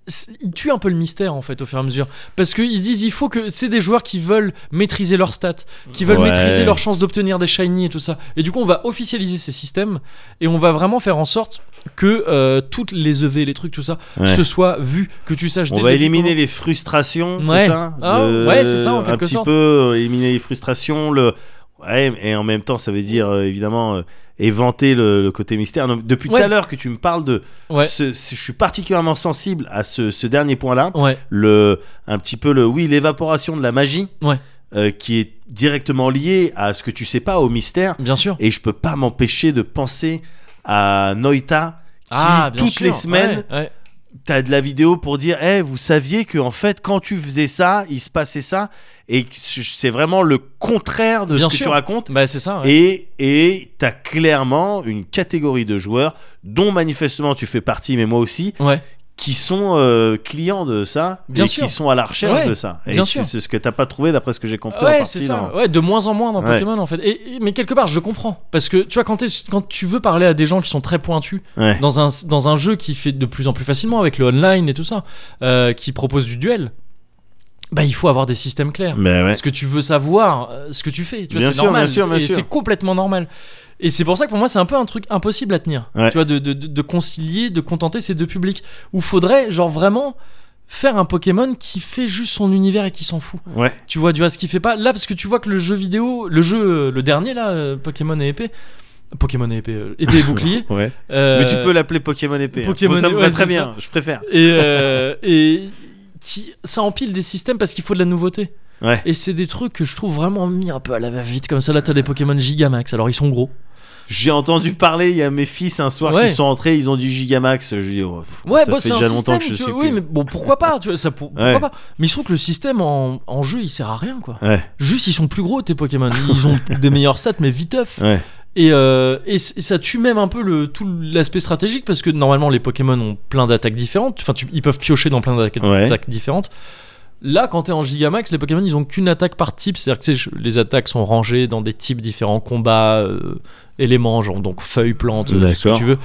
c'est- ils tuent un peu le mystère en fait au fur et à mesure parce qu'ils disent il faut que c'est des joueurs qui veulent maîtriser leurs stats qui veulent Ouais. maîtriser leurs chances d'obtenir des shiny et tout ça et du coup on va officialiser ces systèmes et on va vraiment faire en sorte que euh, toutes les EV les trucs tout ça Ouais. se soient vus que tu saches On dès va le début éliminer les frustrations, Ouais. c'est ça Ah, Le- ouais, c'est ça, en Un quelque petit sorte. peu euh, éliminer les frustrations, le. Ouais, et en même temps, ça veut dire euh, évidemment euh, éventer le, le côté mystère. Non, depuis Ouais. tout à l'heure que tu me parles de, Ouais. ce- ce- je suis particulièrement sensible à ce, ce dernier point-là, comment- ouais le, un petit peu le, oui, l'évaporation de la magie, Ouais. euh, qui est directement liée à ce que tu sais pas, au mystère. bien sûr Et je peux pas m'empêcher de penser à Noita, qui ah bien toutes sûr, les semaines ouais, ouais. t'as de la vidéo pour dire Eh, vous saviez que en fait quand tu faisais ça il se passait ça et que c'est vraiment le contraire de Bien ce que sûr. tu racontes bah c'est ça ouais. et et t'as clairement une catégorie de joueurs dont manifestement tu fais partie mais moi aussi Ouais. qui sont euh, clients de ça Bien et sûr. qui sont à la recherche Ouais, de ça et bien c'est sûr. c'est ce que t'as pas trouvé d'après ce que j'ai compris en Ah Ouais, partie c'est ça. dans- Ouais, de moins en moins dans Ouais. Pokémon en fait. Et, et- mais quelque part, je comprends parce que tu vois quand, t'es- quand tu veux parler à des gens qui sont très pointus Ouais. dans un dans un jeu qui fait de plus en plus facilement avec le online et tout ça, euh, qui propose du duel, bah il faut avoir des systèmes clairs. mais Ben ouais Parce que tu veux savoir euh, ce que tu fais, tu vois, Bien c'est sûr, normal, bien sûr, bien et sûr. c'est complètement normal. Et c'est pour ça que pour moi c'est un peu un truc impossible à tenir, Ouais. tu vois, de, de- de- de concilier, de contenter ces deux publics. Où faudrait genre vraiment faire un Pokémon qui fait juste son univers et qui s'en fout. ouais Tu vois, tu vois ce qu'il fait pas. Là, parce que tu vois que le jeu vidéo, le jeu, euh, le dernier là, euh, Pokémon et épée, Pokémon et épée, euh, [laughs] épée et bouclier. ouais euh, mais tu peux l'appeler Pokémon épée hein. Pokémon- Moi, ça me ouais, va très c'est bien je préfère Et, euh, et qui, ça empile des systèmes parce qu'il faut de la nouveauté. Ouais. Et c'est des trucs que je trouve vraiment mis un peu à la va-vite comme ça. Là, t'as des Pokémon Gigamax, alors ils sont gros. J'ai entendu parler, il y a mes fils un soir Ouais. qui sont entrés, ils ont dit Gigamax. Je dis, oh, pff, Ouais, ça bah, fait c'est un déjà système, longtemps que je tu suis vois, plus. Oui, mais bon, pourquoi pas, tu vois, ça, pour- pourquoi Ouais. pas. Mais il se trouve que le système en, en jeu, il sert à rien, quoi. Ouais. Juste, ils sont plus gros, tes Pokémon. Ils ont [laughs] des meilleurs stats, mais viteuf. Ouais. Et, euh, et c- et ça tue même un peu le, tout l'aspect stratégique parce que normalement les Pokémon ont plein d'attaques différentes. Enfin, tu- ils peuvent piocher dans plein d'attaques Ouais. d'attaques différentes. Là, quand t'es en Gigamax, les Pokémon ils ont qu'une attaque par type. C'est-à-dire que tu sais, je- les attaques sont rangées dans des types différents, combats, euh, éléments, genre donc feuilles, plantes, euh, tout ce que D'accord. tu veux.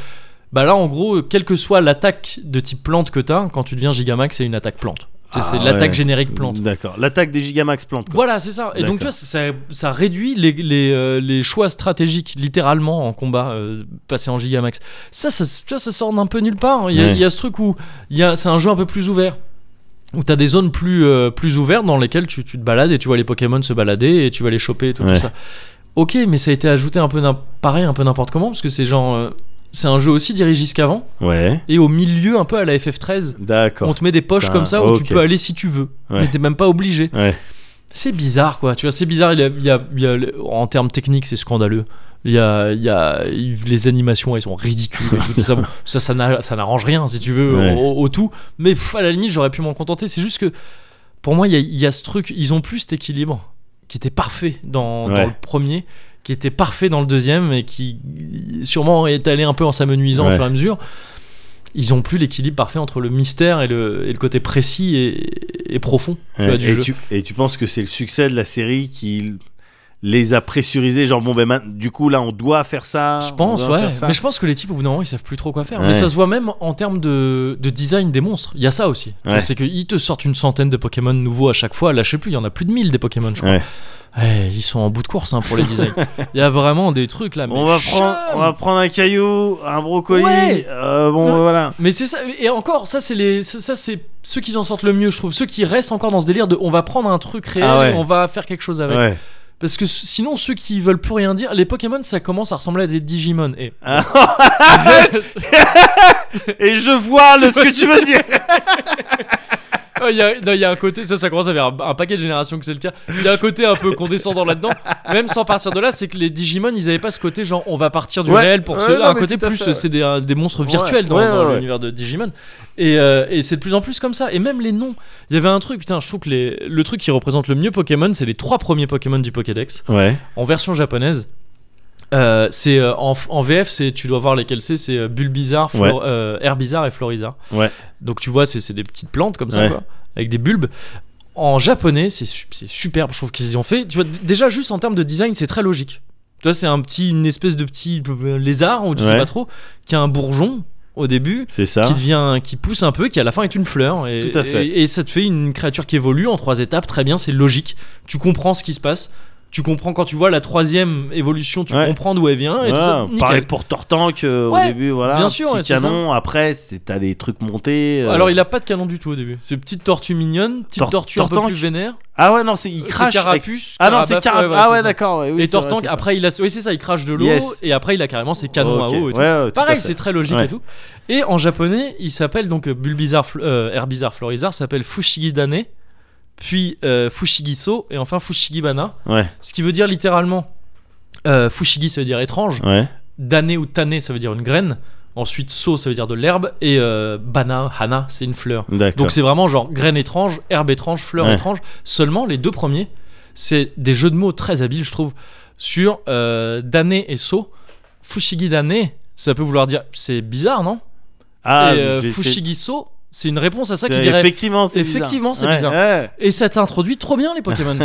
Bah là, en gros, quelle que soit l'attaque de type plante que t'as, quand tu deviens Gigamax, c'est une attaque plante. Tu sais, Ah, c'est l'attaque ouais. générique plante. D'accord. L'attaque des Gigamax plantes. quoi. Voilà, c'est ça. Et donc, D'accord. tu vois, ça, ça réduit les, les, euh, les choix stratégiques, littéralement, en combat, euh, passé en Gigamax. Ça, ça, tu vois, ça sort d'un peu nulle part. hein. Il y, a- Ouais. il y a ce truc où il y a- c'est un jeu un peu plus ouvert. Où t'as des zones plus, euh, plus ouvertes dans lesquelles tu, tu te balades et tu vois les Pokémon se balader et tu vas les choper et tout, tout Ouais. ça. Ok, mais ça a été ajouté un peu n'im- pareil, un peu n'importe comment, parce que c'est genre. euh, c'est un jeu aussi dirigiste qu'avant Ouais. et au milieu, un peu à la FF13. On D'accord. te met des poches Putain, comme ça où tu ok. peux aller si tu veux, Ouais. mais t'es même pas obligé. Ouais. C'est bizarre, quoi. Tu vois, c'est bizarre. Il y a- il y a- il y a- en termes techniques, c'est scandaleux. Il y a, il y a- les animations, elles sont ridicules. et tout, [laughs] tout ça, Bon, ça, ça n'a- ça n'arrange rien, si tu veux, Ouais. au, au tout. Mais pff, à la limite, j'aurais pu m'en contenter. C'est juste que, pour moi, il y a, il y a ce truc. Ils ont plus cet équilibre qui était parfait dans, dans Ouais. le premier, qui était parfait dans le deuxième, et qui sûrement est allé un peu en s'amenuisant au Ouais. fur et à mesure. Ils ont plus l'équilibre parfait entre le mystère et le, et le côté précis et, et profond tu vois, Ouais. du Et, jeu. tu, et tu penses que c'est le succès de la série qui les a pressurisés Genre, bon, ben ma- du coup, là, on doit faire ça. Je pense, on doit ouais. faire ça. Mais je pense que les types, au bout d'un moment, ils savent plus trop quoi faire. Mais Ouais. ça se voit même en termes de, de design des monstres. Il y a ça aussi. Tu vois, Ouais. C'est qu'ils te sortent une centaine de Pokémon nouveaux à chaque fois. Là, je sais plus, il y en a plus de 1000 des Pokémon, je crois. Ouais. Eh, ils sont en bout de course hein, pour les designs. [laughs] Il y a vraiment des trucs là. Mais, On va, chum prendre, on va prendre un caillou, un brocoli. Ouais. euh, bon, Non. ben, voilà. mais c'est ça. Et encore, ça, c'est les, ça, ça, c'est ceux qui s'en sortent le mieux, je trouve. Ceux qui restent encore dans ce délire de on va prendre un truc réel Ah ouais. et on va faire quelque chose avec. Ouais. Parce que s- sinon, ceux qui veulent plus rien dire, les Pokémon, ça commence à ressembler à des Digimon. Et. Et je vois [laughs] le, Tu ce que vois ce tu veux dire. Ah, Il y, a- non, il y a un côté, ça, ça commence à faire un, un paquet de générations que c'est le cas. Il y a un côté un peu condescendant là-dedans. [laughs] Même sans partir de là, c'est que les Digimon, ils avaient pas ce côté genre on va partir du Ouais, réel pour ouais, se. non, un mais côté tout à plus, fait, ouais. c'est des, un- des monstres Ouais, virtuels dans, ouais, dans ouais, ouais. l'univers de Digimon. Et, euh, et c'est de plus en plus comme ça. Et même les noms. Il y avait un truc, putain, je trouve que les, le truc qui représente le mieux Pokémon, c'est les trois premiers Pokémon du Pokédex Ouais. en version japonaise. Euh, c'est euh, en, en VF, c'est tu dois voir lesquels c'est, c'est euh, Bulbizarre, Flor- euh, Herbizarre et Florizarre. Ouais. Donc tu vois, c'est c'est des petites plantes comme ça, Ouais. quoi, avec des bulbes. En japonais, c'est su- c'est superbe, je trouve qu'ils y ont fait. Tu vois, d- déjà juste en termes de design, c'est très logique. Tu vois, c'est un petit, une espèce de petit euh, lézard ou tu sais Ouais. pas trop, qui a un bourgeon au début. C'est ça. Qui, devient, qui pousse un peu, qui à la fin est une fleur. Hein C'est Et, tout à fait. Et, et ça te fait une créature qui évolue en trois étapes, très bien, c'est logique. Tu comprends ce qui se passe. Tu comprends quand tu vois la troisième évolution, tu Ouais. comprends d'où elle vient. Et tout ça. Voilà, Nickel. pareil pour Tortank euh, Ouais, au début, voilà. bien sûr, petit ouais, c'est canon, après c'est- t'as des trucs montés. euh. Alors il a pas de canon du tout au début. C'est petite tortue mignonne, petite Tor- tortue un peu Tortank. plus vénère. Ah ouais, non, c'est il C'est crache. avec- Carapuce. Ah non, c'est Carabaf, Carap. voilà, ah c'est ouais, ça. d'accord. ouais, oui, et c'est vrai, Tortank, c'est ça. après il a, oui c'est ça, il crache de l'eau Yes. Oh, et après il a carrément ses canons Ok, à eau. Et tout. ouais, ouais, tout à Pareil, fait. c'est très logique Ouais. et tout. Et en japonais, il s'appelle donc euh, Bulbizarre, Fl- euh, Herbizarre, Florizarre, s'appelle Fushigidane, puis euh, Fushigiso et enfin Fushigibana. Ouais, Ce qui veut dire littéralement euh, Fushigi, ça veut dire étrange. ouais. Dane ou Tane, ça veut dire une graine. Ensuite, So, ça veut dire de l'herbe. Et euh, Bana, Hana, c'est une fleur. D'accord. Donc c'est vraiment genre graine étrange, herbe étrange, fleur Ouais. étrange. Seulement les deux premiers, c'est des jeux de mots très habiles, je trouve, sur euh, Dane et So. Fushigi Dane, ça peut vouloir dire c'est bizarre, non ah, Et euh, j'ai- c'est- Fushigi So, c'est une réponse à ça qui c'est- dirait. Effectivement, c'est bizarre. Effectivement, c'est Ouais, bizarre. ouais. Et ça t'introduit trop bien les [laughs] Pokémon.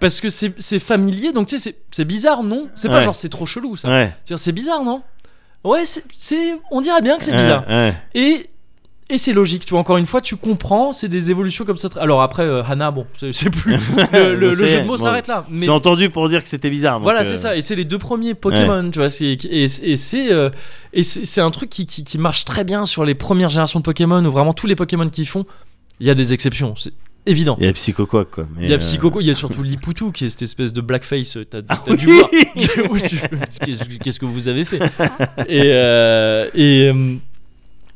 Parce que c'est c'est familier, donc tu sais, c'est- c'est bizarre, non C'est pas Ouais. genre c'est trop chelou ça. Ouais. C'est-à-dire, C'est bizarre, non Ouais, c'est- c'est. On dirait bien que c'est ouais, bizarre. ouais. Et, et c'est logique, tu vois, encore une fois, tu comprends, c'est des évolutions comme ça. Alors après, euh, Hannah, bon, c'est c'est [laughs] plus. Le, le- Je le sais, jeu de mots bon, s'arrête là. Mais C'est entendu pour dire que c'était bizarre. donc, voilà, euh, c'est ça. Et c'est les deux premiers Pokémon, tu vois. c'est- Et, et c'est euh, et c'est c'est un truc qui, qui- qui marche très bien sur les premières générations de Pokémon, où vraiment tous les Pokémon qui font, il y a des exceptions, c'est évident. Il y a Psycho Quack, quoi. mais, Il y a euh, Ah Psychoco, il y a surtout Lipoutou qui est cette espèce de blackface. euh, T'as t'as dû oui voir. [laughs] Où tu- Qu'est-ce qu'est-ce que vous avez fait Et euh, et, euh,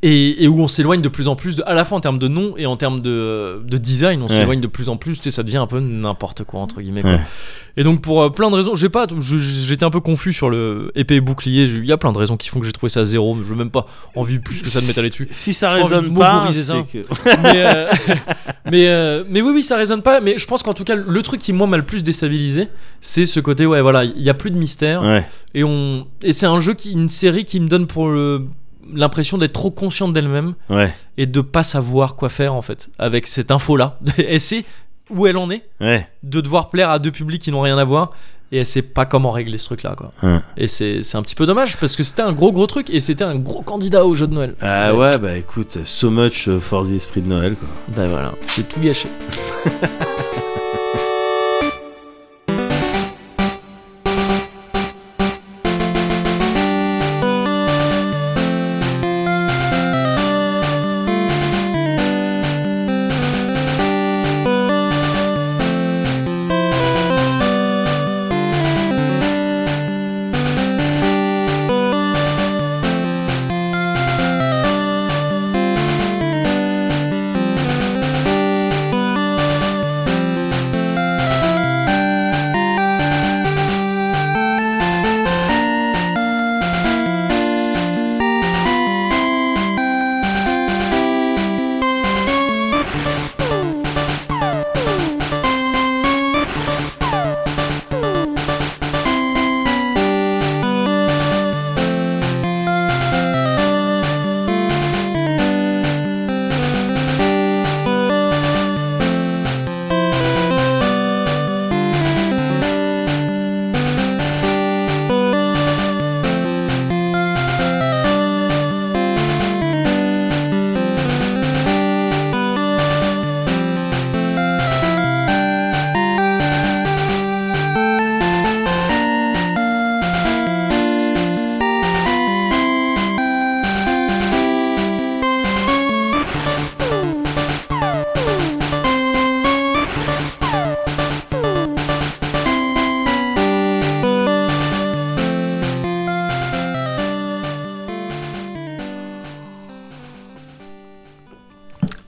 et- et où on s'éloigne de plus en plus, de- à la fois en termes de nom et en termes de, de design, on Ouais. s'éloigne de plus en plus. Tu sais, ça devient un peu n'importe quoi entre guillemets. quoi. Ouais. Et donc pour euh, plein de raisons, j'ai pas, je- j'étais un peu confus sur le épée et bouclier. j'ai- Il y a plein de raisons qui font que j'ai trouvé ça zéro. Je veux même pas envie plus que ça de m'étaler dessus Si ça J'ai envie de résonne pas, m'oboriser ça. c'est que. mais, euh, [laughs] mais, euh, mais oui, oui, ça résonne pas. Mais je pense qu'en tout cas, le truc qui, moi, m'a le plus déstabilisé, c'est ce côté, ouais, voilà, il y a plus de mystère. [laughs] Ouais. Et, on... et c'est un jeu, qui, une série qui me donne pour le- l'impression d'être trop consciente d'elle-même Ouais. et de pas savoir quoi faire, en fait, avec cette info-là. [laughs] Elle sait où elle en est, Ouais. de devoir plaire à deux publics qui n'ont rien à voir. Et elle sait pas comment régler ce truc-là, quoi. Ouais. Et c'est c'est un petit peu dommage parce que c'était un gros gros truc et c'était un gros candidat au jeu de Noël. Ah ouais, bah écoute, so much euh, for the esprit de Noël, quoi. Bah voilà, j'ai tout gâché.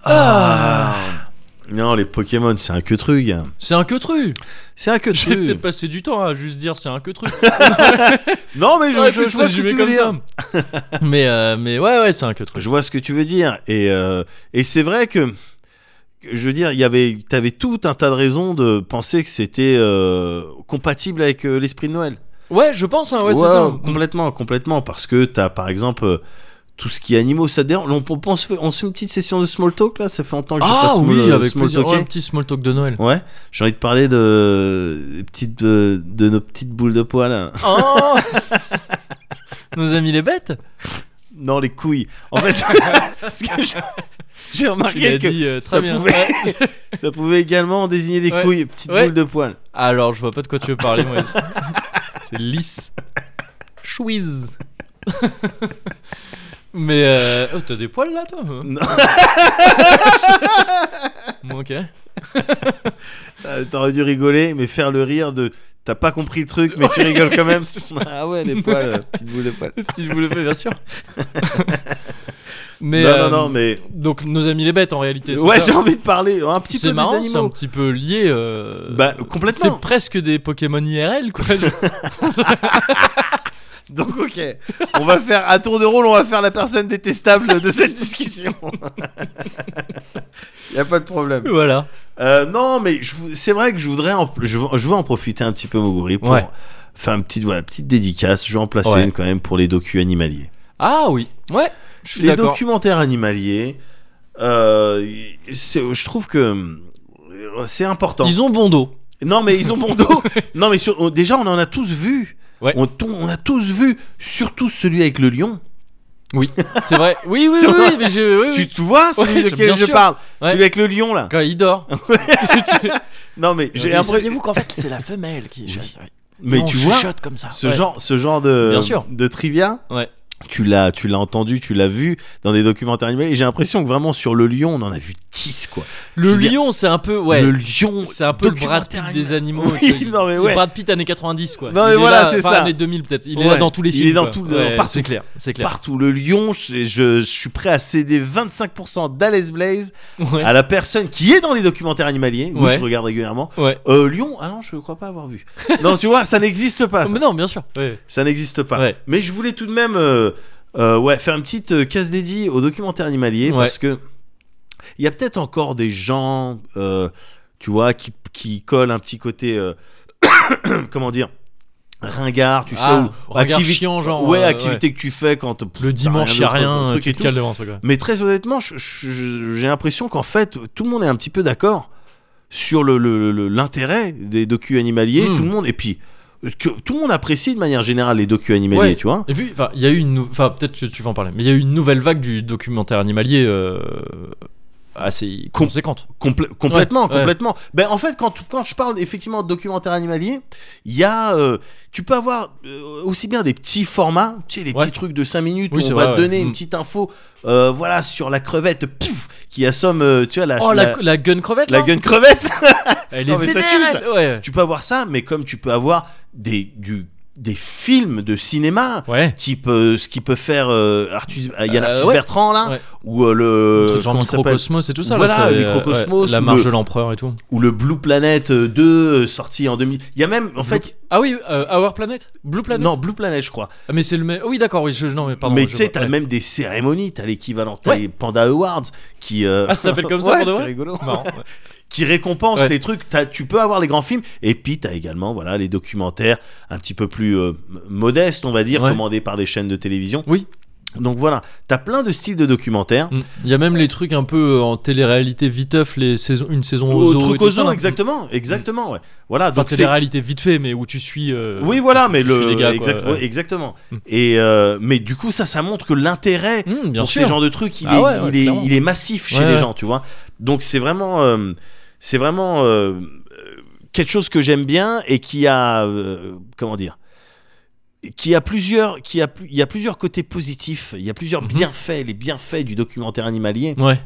Ah. Non, les Pokémon, c'est un que truc. C'est un que truc C'est un [laughs] que J'ai truc. peut-être passé du temps à juste dire c'est un que truc. Non, mais J'aurais [laughs] je, pu se je, je vois ce que résumer tu veux dire. ça. [laughs] mais, euh, mais ouais, ouais, c'est un que truc. Je vois ce que tu veux dire. Et, euh, et c'est vrai que, que je veux dire, il y avait, t'avais tout un tas de raisons de penser que c'était euh, compatible avec euh, l'esprit de Noël. Ouais, je pense, hein, ouais, c'est Ouais, ça. Complètement, complètement. Parce que t'as, par exemple, euh, tout ce qui est animaux. Ça dé- on, on- on se fait, on se fait une petite session de small talk, là Ça fait longtemps que je Ah passe oui, avec small plaisir. talker. Ouais, un petit small talk de [laughs] Noël. Ouais, j'ai envie de parler de, des petites, de, de nos petites boules de poils. hein. Oh [laughs] Nos amis les bêtes Non, les couilles. En [laughs] fait, ce que je- j'ai Tu l'as remarqué que dit euh, très ça bien. pouvait- Ouais. ça pouvait également en désigner des Ouais. couilles, petites Ouais. boules de poils. Alors, je vois pas de quoi tu veux parler, moi. [laughs] ici. C'est lisse. Chouise. [laughs] Mais euh... oh, t'as des poils là, toi Non. [laughs] Bon, ok. Euh, T'aurais dû rigoler, mais faire le rire de. T'as pas compris le truc, mais tu rigoles [laughs] quand même. c'est [laughs] ah ouais, des poils, euh, petites boules de poils. [laughs] Si vous le faites, bien [laughs] sûr. Mais, non, euh, non, non, mais. Donc, nos amis les bêtes, en réalité. c'est Ouais, ça. j'ai envie de parler un petit peu C'est marrant, des c'est un animaux. petit peu lié. euh, Bah, complètement. C'est presque des Pokémon IRL, quoi. [laughs] Donc, ok, on va faire à tour de rôle, on va faire la personne détestable [laughs] de cette discussion. [laughs] y a pas de problème. voilà. Euh, non, mais je vou- c'est vrai que je voudrais, en, je, veux- je veux en profiter un petit peu, Moguri, pour Ouais. faire une petite, voilà, petite dédicace. Je vais en placer Ouais. une quand même pour les docus animaliers. Ah oui, ouais, je suis les d'accord. documentaires animaliers, euh, c'est- je trouve que euh, c'est important. Ils ont bon dos. Non, mais ils ont bon [laughs] dos. non, mais sur- on- déjà, on en a tous vu. Ouais. On, t- on a tous vu, surtout celui avec le lion. Oui, c'est vrai. Oui, oui, oui, oui, mais je. oui, Tu oui. te vois celui Ouais, lequel bien je sûr. parle Ouais. Celui avec le lion là. Quand il dort. Non mais j'ai l'impression. qu'en fait, c'est la femelle [laughs] qui. Mais tu vois, comme ça. ce genre, ce genre de, Bien sûr. de trivia. Ouais. Tu l'as, tu l'as entendu, tu l'as vu dans des documentaires animés. Et j'ai l'impression que vraiment sur le lion, on en a vu 10 quoi. Le Je veux dire, lion, c'est un peu. Ouais. Le lion. C'est un peu le Brad Pitt documentaire des animaux. animal. Oui, tu vois. non mais Le ouais. Brad Pitt années 90 quoi. Non, Il mais est voilà, là, c'est enfin, ça. années 2000 peut-être. Il est Ouais. là dans tous les Il films. est dans quoi. tout- Ouais, dans- partout. C'est clair, c'est clair. Partout le lion, je, je- je suis prêt à céder 25% d'Alice Blaze Ouais. à la personne qui est dans les documentaires animaliers. Oui, Ouais. je regarde régulièrement. Ouais. Euh, lion, ah non, je ne crois pas [laughs] avoir vu. non, tu vois, ça n'existe pas. Oh, ah, ça. mais non, bien sûr. Ouais. Ça n'existe pas. Ouais. Mais je voulais tout de même euh, euh, ouais, faire une petite euh, case dédiée au documentaire animalier Ouais. parce que il y a peut-être encore des gens, euh, tu vois, qui, qui collent un petit côté, euh, [coughs] comment dire, ringard, tu Ah, sais, ou regard activi- chiant, genre, ouais, euh, activité que tu fais quand pff, t'as Le dimanche, il a d'autre, rien. truc et Tu te tout. cales devant un truc. ouais. Mais très honnêtement, je- je- je- j'ai l'impression qu'en fait, tout le monde est un petit peu d'accord sur l'intérêt le, le- l'intérêt des docus animaliers. Mm. Tout le monde, et puis, euh, que, tout le monde apprécie de manière générale les docus animaliers, Ouais. tu vois. Et puis, enfin, il y a eu une, nou- enfin, peut-être que tu vas en parler, mais il y a eu une nouvelle vague du documentaire animalier euh, assez Com- conséquente. Complè- complètement, Ouais, ouais. complètement. Ben, en fait, quand, quand je parle effectivement de documentaire animalier, il y a. euh, tu peux avoir euh, aussi bien des petits formats, tu sais, des Ouais. petits trucs de 5 minutes Oui, où c'est on va vrai, te donner ouais. une Mm. petite info, euh, voilà, sur la crevette, pif, qui assomme, euh, tu vois, la, Oh, la, la, la gun crevette la là gun crevette. Elle est Non, mais ça Euh, vénère, tue, elle. Ouais. Tu peux avoir ça, mais comme tu peux avoir des, du, des films de cinéma, Ouais. type euh, ce qu'il peut faire euh, Arthus, euh, Yann Euh, Arthus ouais. Bertrand là, Ouais. ou euh, Le le truc genre comment ça s'appelle microcosmos et tout ça. Voilà, là, c'est, le euh, microcosmos ouais, la ou marche le- de l'empereur et tout. ou le Blue Planet euh, 2 euh, sorti en 2000. Il y a même en fait Ah oui, euh, Our Planet, Blue Planet. non Blue Planet je crois. Ah, mais c'est le même. Oui, d'accord. Oui, je... non, mais pardon. mais je tu sais vois. t'as Ouais. même des cérémonies, t'as l'équivalent, t'as Ouais. les Panda Awards qui euh, Ah, ça [laughs] s'appelle comme ça Ouais, pour de c'est vrai rigolo. Marrant, ouais. qui récompense Ouais. les trucs. T'as- tu peux avoir les grands films et puis t'as également voilà les documentaires un petit peu plus euh, m- modestes, on va dire, Ouais. commandés par des chaînes de télévision. Oui. Donc voilà, t'as plein de styles de documentaires. Mm. Il y a même les trucs un peu euh, en télé-réalité viteuf, les saisons, une saison Au aux zoo et truc tout aux ça, zoo, là. Mm. exactement, exactement, ouais. Voilà, Enfin, donc c'est télé-réalité vite fait, mais où tu suis. euh, oui, voilà, mais tu le suis les gars, quoi, exact- ouais. ouais, exactement. Mm. Et euh, mais du coup, ça, ça montre que l'intérêt Mm, bien pour sûr. ces genres de trucs, il, Ah est, ouais, ouais, il, est, clairement. il est massif chez Ouais, les ouais. gens, tu vois. Donc c'est vraiment, euh, c'est vraiment euh, euh, quelque chose que j'aime bien et qui a, euh, comment dire, qui a plusieurs, qui a, plu- il y a plusieurs côtés positifs, il y a plusieurs Mhm. bienfaits, les bienfaits du documentaire animalier. Ouais.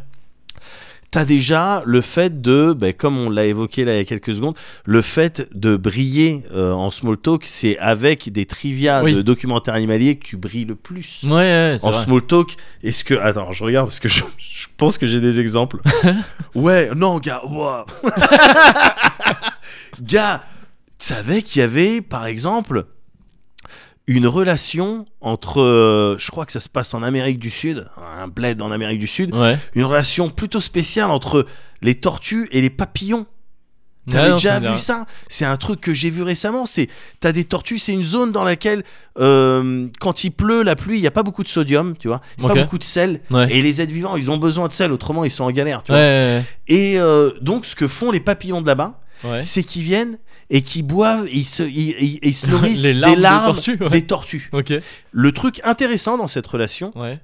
T'as déjà le fait de, ben, comme on l'a évoqué là il y a quelques secondes, le fait de briller euh, en small talk, c'est avec des trivia Oui. de documentaires animaliers que tu brilles le plus. Ouais, ouais, c'est En vrai. small talk, est-ce que. Attends, je regarde parce que je, je pense que j'ai [laughs] des exemples. ouais, non, gars, wow. Gars, tu savais qu'il y avait, par exemple, une relation entre. euh, je crois que ça se passe en Amérique du Sud, un bled en Amérique du Sud, Ouais. une relation plutôt spéciale entre les tortues et les papillons. T'avais non, déjà ça me dit vu rien. ça C'est un truc que j'ai vu récemment. C'est t'as des tortues, c'est une zone dans laquelle euh, quand il pleut, la pluie, il y a pas beaucoup de sodium, tu vois, y a Ok. pas beaucoup de sel. Ouais. Et les êtres vivants, ils ont besoin de sel, autrement ils sont en galère. Tu vois. Ouais, Et euh, donc ce que font les papillons de là-bas, ouais, ouais. c'est qu'ils viennent et qu'ils boivent, ils se, ils, ils- [laughs] ils se nourrissent Les larmes des de larmes tortues, ouais. des tortues. Ok, Le truc intéressant dans cette relation, ouais.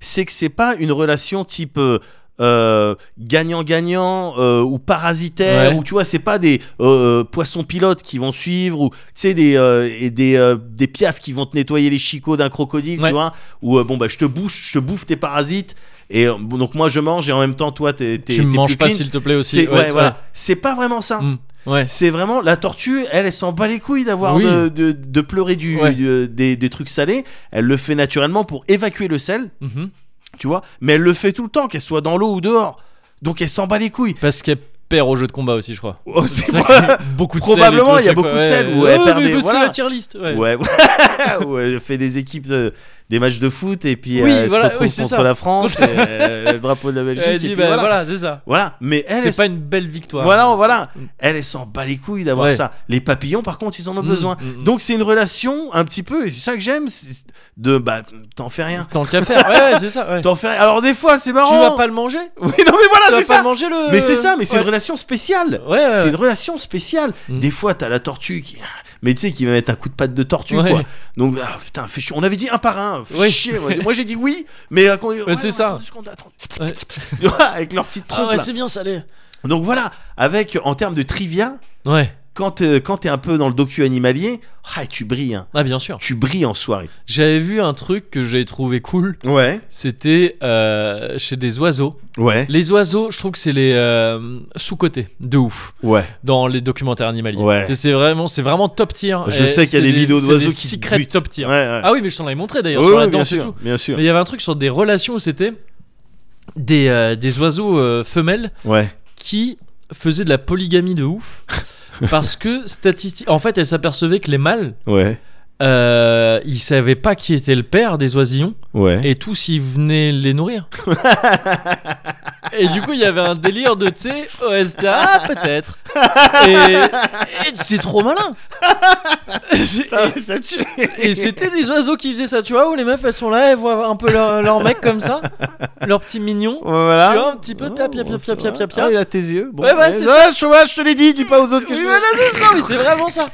c'est que c'est pas une relation type euh, euh, gagnant-gagnant euh, ou parasitaire Ouais. ou tu vois c'est pas des euh, poissons pilotes qui vont suivre ou tu sais des euh, et des euh, des piafs qui vont te nettoyer les chicots d'un crocodile Ouais. tu vois ou euh, bon bah je te bouffe je te bouffe tes parasites et euh, bon, donc moi je mange et en même temps toi t'es t'es- Tu me t'es manges plus pas, clean. s'il te plaît, aussi. c'est ouais, voilà c'est pas vraiment ça Mm. Ouais. c'est vraiment la tortue, elle, elle s'en bat les couilles d'avoir Oui. de, de- de pleurer du, Ouais. de- des, des trucs salés. Elle le fait naturellement pour évacuer le sel Mhm. tu vois mais elle le fait tout le temps qu'elle soit dans l'eau ou dehors donc elle s'en bat les couilles Parce qu'elle perd au jeu de combat aussi, je crois. Oh, [laughs] c'est ça vrai. qui- beaucoup de sel et Probablement, tout, il y a chaque beaucoup fois. de sel, Ouais. ou elle Ouais, perd mais des- parce voilà. que la tier list. Ouais. ouais [laughs] Ou elle fait des équipes de- des matchs de foot et puis Oui, euh, voilà, elle se oui, retrouve c'est contre ça. la France [laughs] et, euh, le drapeau de la Belgique Elle et dit, puis bah, voilà, voilà. c'est ça. Voilà. mais elle, elle C'était pas s- une belle victoire. voilà voilà Mm. elle, elle s'en bat les couilles d'avoir Ouais. ça les papillons par contre ils en ont Mm, besoin mm, mm. donc c'est une relation un petit peu et c'est ça que j'aime c'est de bah t'en fais rien Tant qu'à faire. Ouais, ouais, c'est ça. ouais. t'en fais rien. alors des fois c'est marrant Tu vas pas le manger [laughs] oui non mais Tu voilà vas Ah, c'est pas ça le manger le. mais c'est ça mais c'est Ouais. une relation spéciale Ouais, ouais, c'est ouais. une relation spéciale. Mm. Des fois, t'as la tortue qui. Mais tu sais, qui va mettre un coup de patte de tortue, Ouais. quoi. Donc, ah, putain, fais chier. On avait dit un par un. Fais Oui. chier. Moi, [laughs] Moi, j'ai dit oui, mais euh, quand. ouais, c'est on ça. attend deux secondes, attends. [laughs] Ouais. Tu vois, avec leur petite trompe. Ah ouais, là. c'est bien salé. Donc, voilà. Avec, en termes de trivia, Ouais. quand, euh, quand t'es un peu dans le docu animalier, ah, tu brilles. hein. Ah, bien sûr. Tu brilles en soirée. J'avais vu un truc que j'ai trouvé cool. Ouais. C'était euh, chez des oiseaux. Ouais. Les oiseaux, je trouve que c'est les euh, sous-cotés de ouf Ouais. dans les documentaires animaliers. Ouais. C'est- C'est vraiment, c'est vraiment top tier. Je Et sais qu'il y a c'est des vidéos c'est d'oiseaux des qui. secrets butent. top tier. Ouais, ouais. Ah oui, mais je t'en avais montré d'ailleurs Ouais, sur ouais, la bien danse et sûr, tout. Bien sûr. Mais il y avait un truc sur des relations où c'était des, euh, des oiseaux euh, femelles Ouais. qui faisaient de la polygamie de [laughs] ouf. parce que statistique, en fait, elles s'apercevaient que les mâles, Ouais. euh, ils savaient pas qui était le père des oisillons Ouais. et tous ils venaient les [laughs] nourrir. et du coup, il y avait un délire de, tu sais, OSTA, ah, [laughs] peut-être. Et, et c'est trop malin. [laughs] Putain, Ah, ça tue. Et c'était des oiseaux qui faisaient ça, tu vois, où les meufs elles sont là, elles voient un peu leur, leur mec comme ça, leur petit mignon. [laughs] Voilà. Tu vois, un petit peu, pia, pia, pia, pia, pia, pia, pia. Oh, Ah, il a tes yeux. Bon, Ouais, ouais, mais- c'est Ah, chômage, je te l'ai dit, dis pas aux autres que Oui, je. voilà, c'est ça, oui, c'est vraiment ça.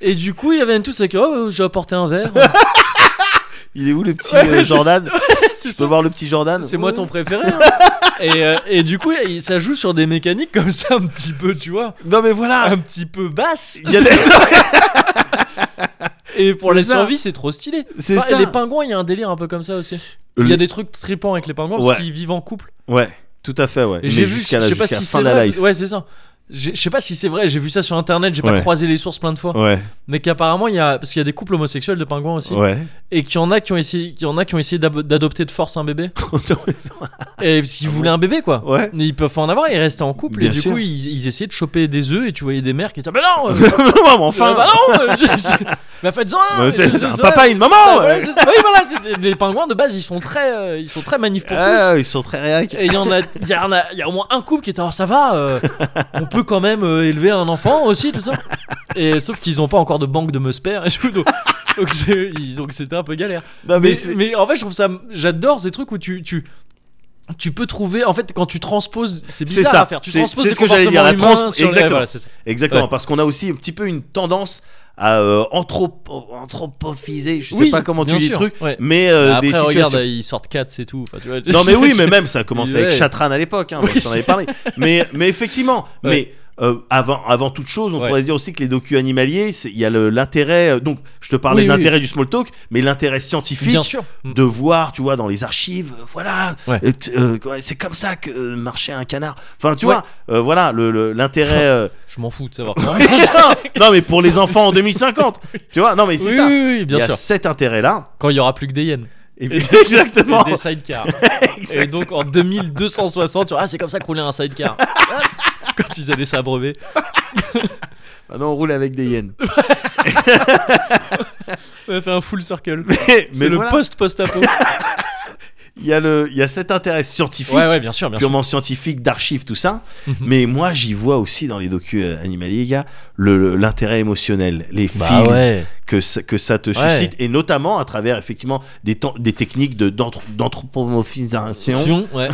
Et du coup, il y avait une tous avec Oh, j'ai apporté un verre. Il est où le petit Ouais, euh, c'est Jordan [laughs] c'est Je peux ça. voir le petit Jordan C'est moi Ouais. ton préféré. [laughs] hein. Et, euh, et du coup, il- ça joue sur des mécaniques comme ça, un petit peu, tu vois, Non, mais voilà. un petit peu basse. Ah. Il y [laughs] a des- [laughs] Et pour C'est la ça. survie, c'est trop stylé. C'est Enfin, ça. Les pingouins, il y a un délire un peu comme ça aussi. Il y a Le- des trucs tripants avec les pingouins parce Ouais. qu'ils vivent en couple. Ouais, tout à fait, ouais. Et Mais j'ai vu, jusqu'à je la- sais pas jusqu'à si la c'est fin de la vrai. life. Ouais, c'est ça. J'ai- Je sais pas si c'est vrai, j'ai vu ça sur internet, j'ai pas Ouais. croisé les sources plein de fois. Ouais, Mais qu'apparemment, il y a. Parce qu'il y a des couples homosexuels de pingouins aussi. ouais. Et qu'il y en a qui ont essayé, qu'il y en a qui ont essayé d'ab- d'adopter de force un [laughs] bébé. et s'ils voulaient un bébé, quoi. Ouais. [laughs] Mais Ils peuvent pas en avoir, ils restaient en couple. Bien et du sûr. coup, ils, ils essayaient de choper des œufs et tu voyais des mères qui étaient. Bah [laughs] non euh, Non, mais enfin. euh, Bah non euh, je- je- Bah faites-en un Mais et C'est c'est un faites-en papa et une maman. Bah, voilà, ouais. c'est ça. Oui, voilà, c'est- c'est- les pingouins de base, ils sont très, euh, ils sont très manifs pour tous. Ah, ils sont très réac. Et il y en a, il y en a, il y a au moins un couple qui était, alors ça va, euh, on peut quand même euh, élever un enfant aussi, tout ça. Et sauf qu'ils n'ont pas encore de banque de meusper et tout, donc, donc c'est- ils- donc c'était un peu galère. Non, mais Mais, c'est. mais en fait, je trouve ça, j'adore ces trucs où tu, tu, tu peux trouver, en fait, quand tu transposes, c'est C'est bizarre ça, à faire. Tu c'est- transposes c'est des ce que j'allais dire, la comportements humains trans- sur les- exactement. voilà, c'est ça. Exactement, Ouais. parce qu'on a aussi un petit peu une tendance à euh, anthropo- anthropophiser, je sais Oui, pas comment tu bien dis le sûr, truc, ouais. Bah, mais euh, Après, des situations. regarde, ils sortent 4 c'est tout. Enfin, tu vois, Non mais [laughs] oui, mais même ça a commencé avec Ouais. Chatran à l'époque, hein, moi, Oui, je t'en avais parlé. Mais, mais effectivement, Ouais. mais euh, avant, avant toute chose, on Ouais. pourrait se dire aussi que les docu animaliers, c'est- il y a le- l'intérêt. euh, Donc, je te parlais Oui, de oui. l'intérêt du small talk, mais l'intérêt scientifique. bien sûr. De voir, tu vois, dans les archives, euh, voilà, Ouais. euh, t- euh, ouais, c'est comme ça que euh, marchait un canard. Enfin, tu Ouais. vois, euh, voilà, l'intérêt. [laughs] Le, l'intérêt euh, Je m'en fous de savoir. non, mais pour les enfants en 2050, tu vois, non, mais c'est oui, ça. oui, oui, il y bien a sûr. cet intérêt-là. Quand il y aura plus que des hyènes. Et- Et- [laughs] Exactement. Et des [laughs] sidecars. Et Exact- donc en 2260, tu vois, ah, c'est comme ça que roulait un sidecar. [laughs] Quand ils allaient s'abreuver. Maintenant, Ah on roule avec [laughs] des hyènes. On a fait un full circle. Mais, C'est mais le voilà. [laughs] post-post-apo. il y a le, il y a cet intérêt scientifique, Ouais, ouais, bien sûr, bien sûr. purement scientifique, d'archives, tout ça. Mhm. Mais moi, j'y vois aussi dans les docus euh, animaliers, les gars, le- le- l'intérêt émotionnel, les Bah feels ouais. que, ça, que ça te Ouais. suscite, et notamment à travers effectivement des, temps- des techniques de d'anthro- d'anthropomorphisation, Sion, ouais.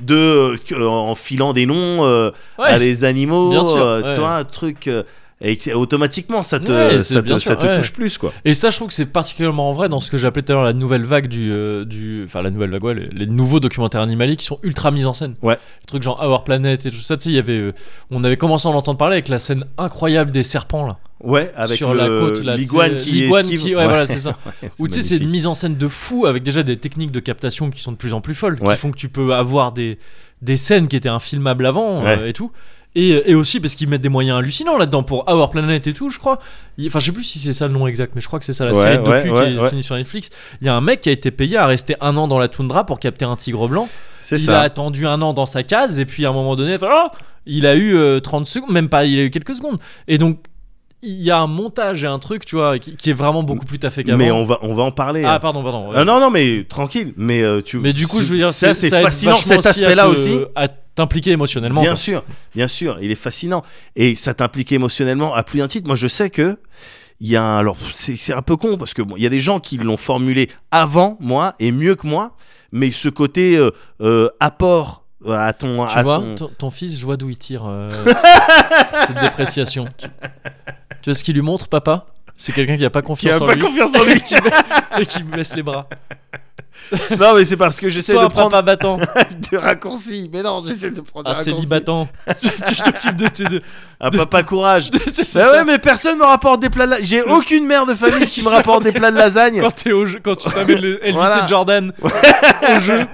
de euh, que- en filant des noms euh, Ouais. à des animaux, Bien sûr, euh, ouais. toi, un truc. euh, et que- automatiquement, ça te, Ouais, c'est ça te, bien sûr, ça te ouais. touche plus, quoi. Et ça, je trouve que c'est particulièrement vrai dans ce que j'appelais tout à l'heure la nouvelle vague du, euh, du, enfin la nouvelle vague, ouais, les, les nouveaux documentaires animaliers qui sont ultra mis en scène. Ouais. Les trucs genre Our Planet et tout ça, tu sais, il y avait, euh, on avait commencé à en entendre parler avec la scène incroyable des serpents là, Ouais, avec sur le, la côte là, tu sais, l'iguane qui l'iguane esquive. qui- ouais, voilà, c'est ça. [laughs] Ouais, Ou tu sais, c'est une magnifique. mise en scène de fou avec déjà des techniques de captation qui sont de plus en plus folles, Ouais. qui font que tu peux avoir des, des scènes qui étaient infilmables avant euh, Ouais. et tout. Et, et aussi parce qu'ils mettent des moyens hallucinants là-dedans pour Our Planet et tout, je crois. Il- Enfin, je sais plus si c'est ça le nom exact, mais je crois que c'est ça la Ouais, série de ouais, docu ouais, qui est ouais. finie sur Netflix. Il y a un mec qui a été payé à rester un an dans la toundra pour capter un tigre blanc. C'est il ça. a attendu un an dans sa case et puis à un moment donné, oh il a eu euh, 30 secondes, même pas, il a eu quelques secondes. Et donc, il y a un montage et un truc, tu vois, qui, qui est vraiment beaucoup plus taffé qu'avant. Mais on va, on va en parler. Ah hein. pardon, pardon. Ah non, non, mais tranquille. Mais euh, tu. Mais du coup, c'est- je veux dire, ça, c'est ça aide fascinant vachement cet à aspect-là te- aussi. À t'impliquer émotionnellement. Bien quoi. sûr, bien sûr, il est fascinant et ça t'implique émotionnellement à plus d'un titre. Moi, je sais que il y a un- alors c'est c'est un peu con parce que bon, il y a des gens qui l'ont formulé avant moi et mieux que moi, mais ce côté euh, euh, apport à ton Tu à vois, Ah, ton- ton... ton fils, je vois d'où il tire [laughs] euh, cette dépréciation. Tu... tu vois ce qu'il lui montre, papa C'est quelqu'un qui a pas qui a confiance en pas lui confiance en lui. [laughs] et qui me baisse les bras. non, mais c'est parce que [laughs] j'essaie Sois de un prendre papa [laughs] battant, Ah, des raccourcis. Mais non, j'essaie de prendre un des raccourcis. [laughs] célibatant. [laughs] tu tu t'occupes de tes deux. [laughs] Un papa courage. C'est ça. Bah ouais, mais personne me rapporte des plats de lasagne. J'ai aucune mère de famille qui me rapporte des plats de lasagne. Quand, t'es au jeu- quand tu t'amènes le Elvis Voilà. et Jordan au jeu,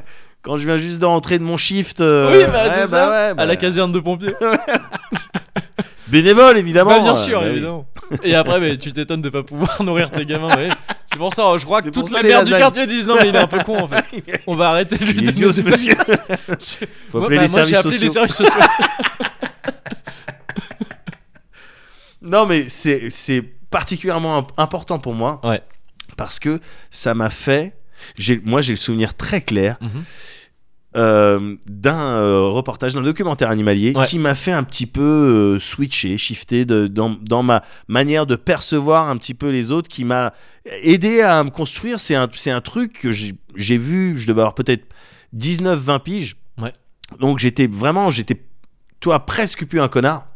Quand je viens juste de rentrer de mon shift. euh, oui, bah, ouais, c'est bah ça, ouais, bah, à la caserne de pompiers. Bénévole, évidemment. Bah, bien euh, sûr, bah oui. évidemment. Et après, mais tu t'étonnes de pas pouvoir nourrir tes gamins. ouais. C'est pour ça, je crois que C'est toutes pour ça, les les mères du lasagnes. quartier disent non, mais il est un peu con en fait. On va arrêter de lui Il donner est idiot, ce des- [laughs] monsieur. Faut Moi, appeler bah, moi, j'ai les services appelé les sociaux. services sociaux. Non, mais c'est c'est particulièrement imp- important pour moi. Ouais. Parce que ça m'a fait. j'ai- Moi, j'ai le souvenir très clair Mhm. euh, d'un euh, reportage, d'un documentaire animalier Ouais. qui m'a fait un petit peu euh, switcher, shifter de- dans, dans ma manière de percevoir un petit peu les autres, qui m'a aidé à me construire. C'est un, c'est un truc que j'ai j'ai vu, je devais avoir peut-être 19-20 piges. Ouais. Donc j'étais vraiment, j'étais, toi, presque plus un connard.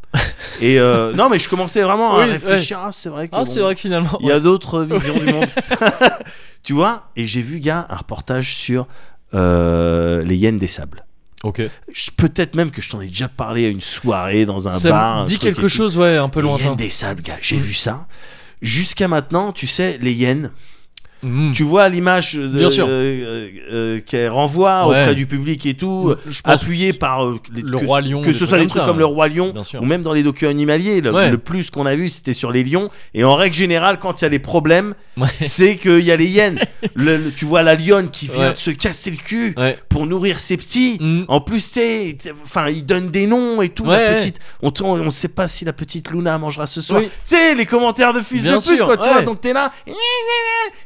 Et euh, non, mais je commençais vraiment à Oui, réfléchir. Ah, c'est vrai que. Ah, bon, c'est vrai que finalement. il y a d'autres visions du monde. [laughs] tu vois Et j'ai vu, gars, un reportage sur euh, les hyènes des sables. Ok. Je- Peut-être même que je t'en ai déjà parlé à une soirée dans un Ça bar. me un dit truc quelque et tout. chose, ouais, un peu Les lointain. hyènes des sables, gars, j'ai Mm. vu ça. Jusqu'à maintenant, tu sais, les hyènes, Mhm. tu vois l'image de- Bien sûr. euh, euh, euh, qu'elle renvoie Ouais. Mm. auprès du public et tout, Je pense appuyée par euh, les- le que- roi lion. que ce soit des trucs ça, comme le ouais. roi lion Bien sûr. ou même dans les documents animaliers le, Ouais. le plus qu'on a vu c'était sur les lions et en règle générale quand il y a des problèmes Ouais. c'est qu'il y a [laughs] les hyènes Le- le- tu vois la lionne qui vient Ouais. de se casser le cul Ouais. pour nourrir ses petits Mhm. en plus c'est c'est- enfin ils donnent des noms et tout Ouais, la ouais. petite on t- on sait pas si la petite Luna mangera ce soir Oui. tu sais les commentaires de fils Bien de pute sûr, quoi, tu ouais. vois donc t'es là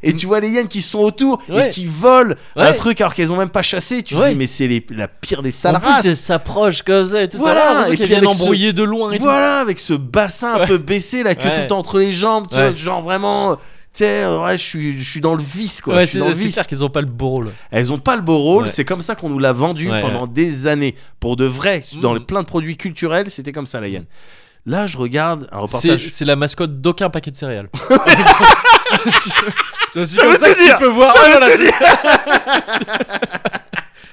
et tu vois les hyènes qui sont autour Ouais. et qui volent un Ouais. truc alors qu'elles ont même pas chassé tu Ouais. dis mais c'est les- la pire des En sales plus, races elle s'approche comme ça et tout. Voilà, Et et puis puis vient avec ce- embrouiller de loin et tout. voilà, avec ce bassin un Ouais. peu baissé, la queue Ouais. tout le temps entre les jambes, tu Ouais. vois, genre vraiment. Tu sais, euh, ouais, je suis, je suis dans le vice, quoi. Ouais, je suis dans c'est le c'est vice. clair qu'ils ont pas le beau rôle. Elles ont pas le beau rôle, Ouais. c'est comme ça qu'on nous l'a vendu Ouais, pendant des années. Pour de vrai, dans Mm. le plein de produits culturels, c'était comme ça, la hyène. Là, je regarde un C'est reportage. c'est la mascotte d'aucun paquet de céréales. c'est aussi Ça comme veut ça tout que dire, tu peux voir. Ah, voilà, c'est-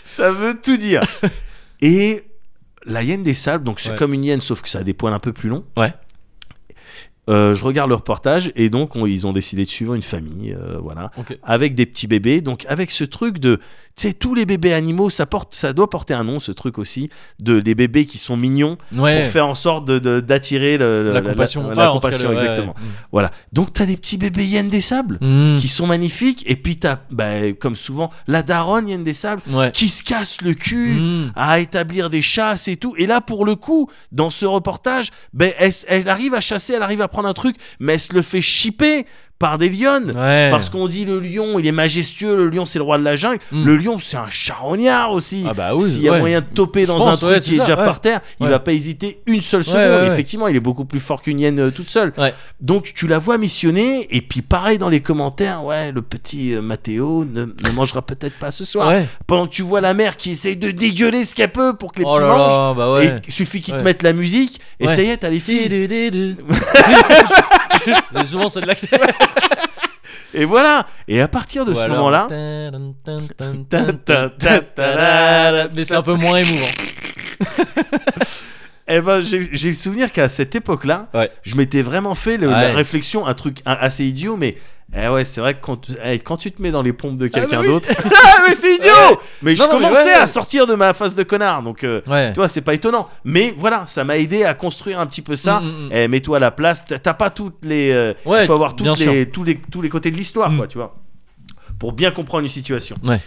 Ça veut [laughs] tout dire. Et la hyène des sables, donc c'est Ouais. comme une hyène, sauf que ça a des poils un peu plus longs. Ouais. Euh, je regarde le reportage et donc on- ils ont décidé de suivre une famille, euh, voilà, Ok. avec des petits bébés. Donc avec ce truc de, tu sais, tous les bébés animaux, ça porte, ça doit porter un nom, ce truc aussi, de des bébés qui sont mignons Ouais, pour faire en sorte de- de- d'attirer le- le- Eh. la compassion. la, Enfin, en tout cas, compassion, le- ouais, exactement. ouais. Voilà. Donc t'as des petits bébés hyènes des sables Mm. qui sont magnifiques et puis t'as, bah, comme souvent, la daronne hyène des sables Ouais. qui se casse le cul Mm. à établir des chasses et tout. Et là, pour le coup, dans ce reportage, ben, elle, elle arrive à chasser, elle arrive à prendre un truc, mais elle se le fait chipper par des lionnes. Ouais. Parce qu'on dit le lion, il est majestueux, le lion c'est le roi de la jungle. Mm. Le lion c'est un charognard aussi. Ah bah oui, S'il y a ouais. moyen de toper Je dans pense, un truc ouais, c'est qui est ça, déjà ouais. par terre, il Ouais. va pas hésiter une seule seconde. ouais, ouais. Effectivement, il est beaucoup plus fort qu'une hyène euh, toute seule. Ouais. Donc tu la vois missionner et puis pareil dans les commentaires, ouais, le petit euh, Matteo ne, ne mangera peut-être pas ce soir. Ouais. Pendant que tu vois la mère qui essaye de dégueuler ce qu'elle peut pour que les Oh petits là mangent. là, bah ouais. Et suffit qu'ils te Ouais. mettent la musique et Ouais. ça y est, t'as les filles. [laughs] Du-du-du-du. C'est souvent celle-là que- Et voilà. Et à partir de Ou ce alors- [laughs] moment-là, [laughs] Ta- ta- ta- ta- la- Mais c'est un peu moins émouvant. Eh ben, j'ai j'ai le souvenir qu'à cette époque-là, Ouais. je m'étais vraiment fait le- la Ouais. réflexion, un truc a- assez idiot, mais eh ouais, c'est vrai que quand, tu- eh, quand tu te mets dans les pompes de bah quelqu'un oui. [laughs] d'autre, [laughs] ah mais c'est idiot Ouais. Mais je Non, non, mais commençais ouais, à ouais. sortir de ma face de connard, donc euh, Ouais. tu vois, c'est pas étonnant. Mais voilà, ça m'a aidé à construire un petit peu ça. Mm, mm, mm. Eh, mets-toi à la place. T'as- T'as pas toutes les. euh, Ouais, il faut avoir toutes bien les, tous, les, tous les côtés de l'histoire, Mm. quoi, tu vois, pour bien comprendre une situation. Ouais.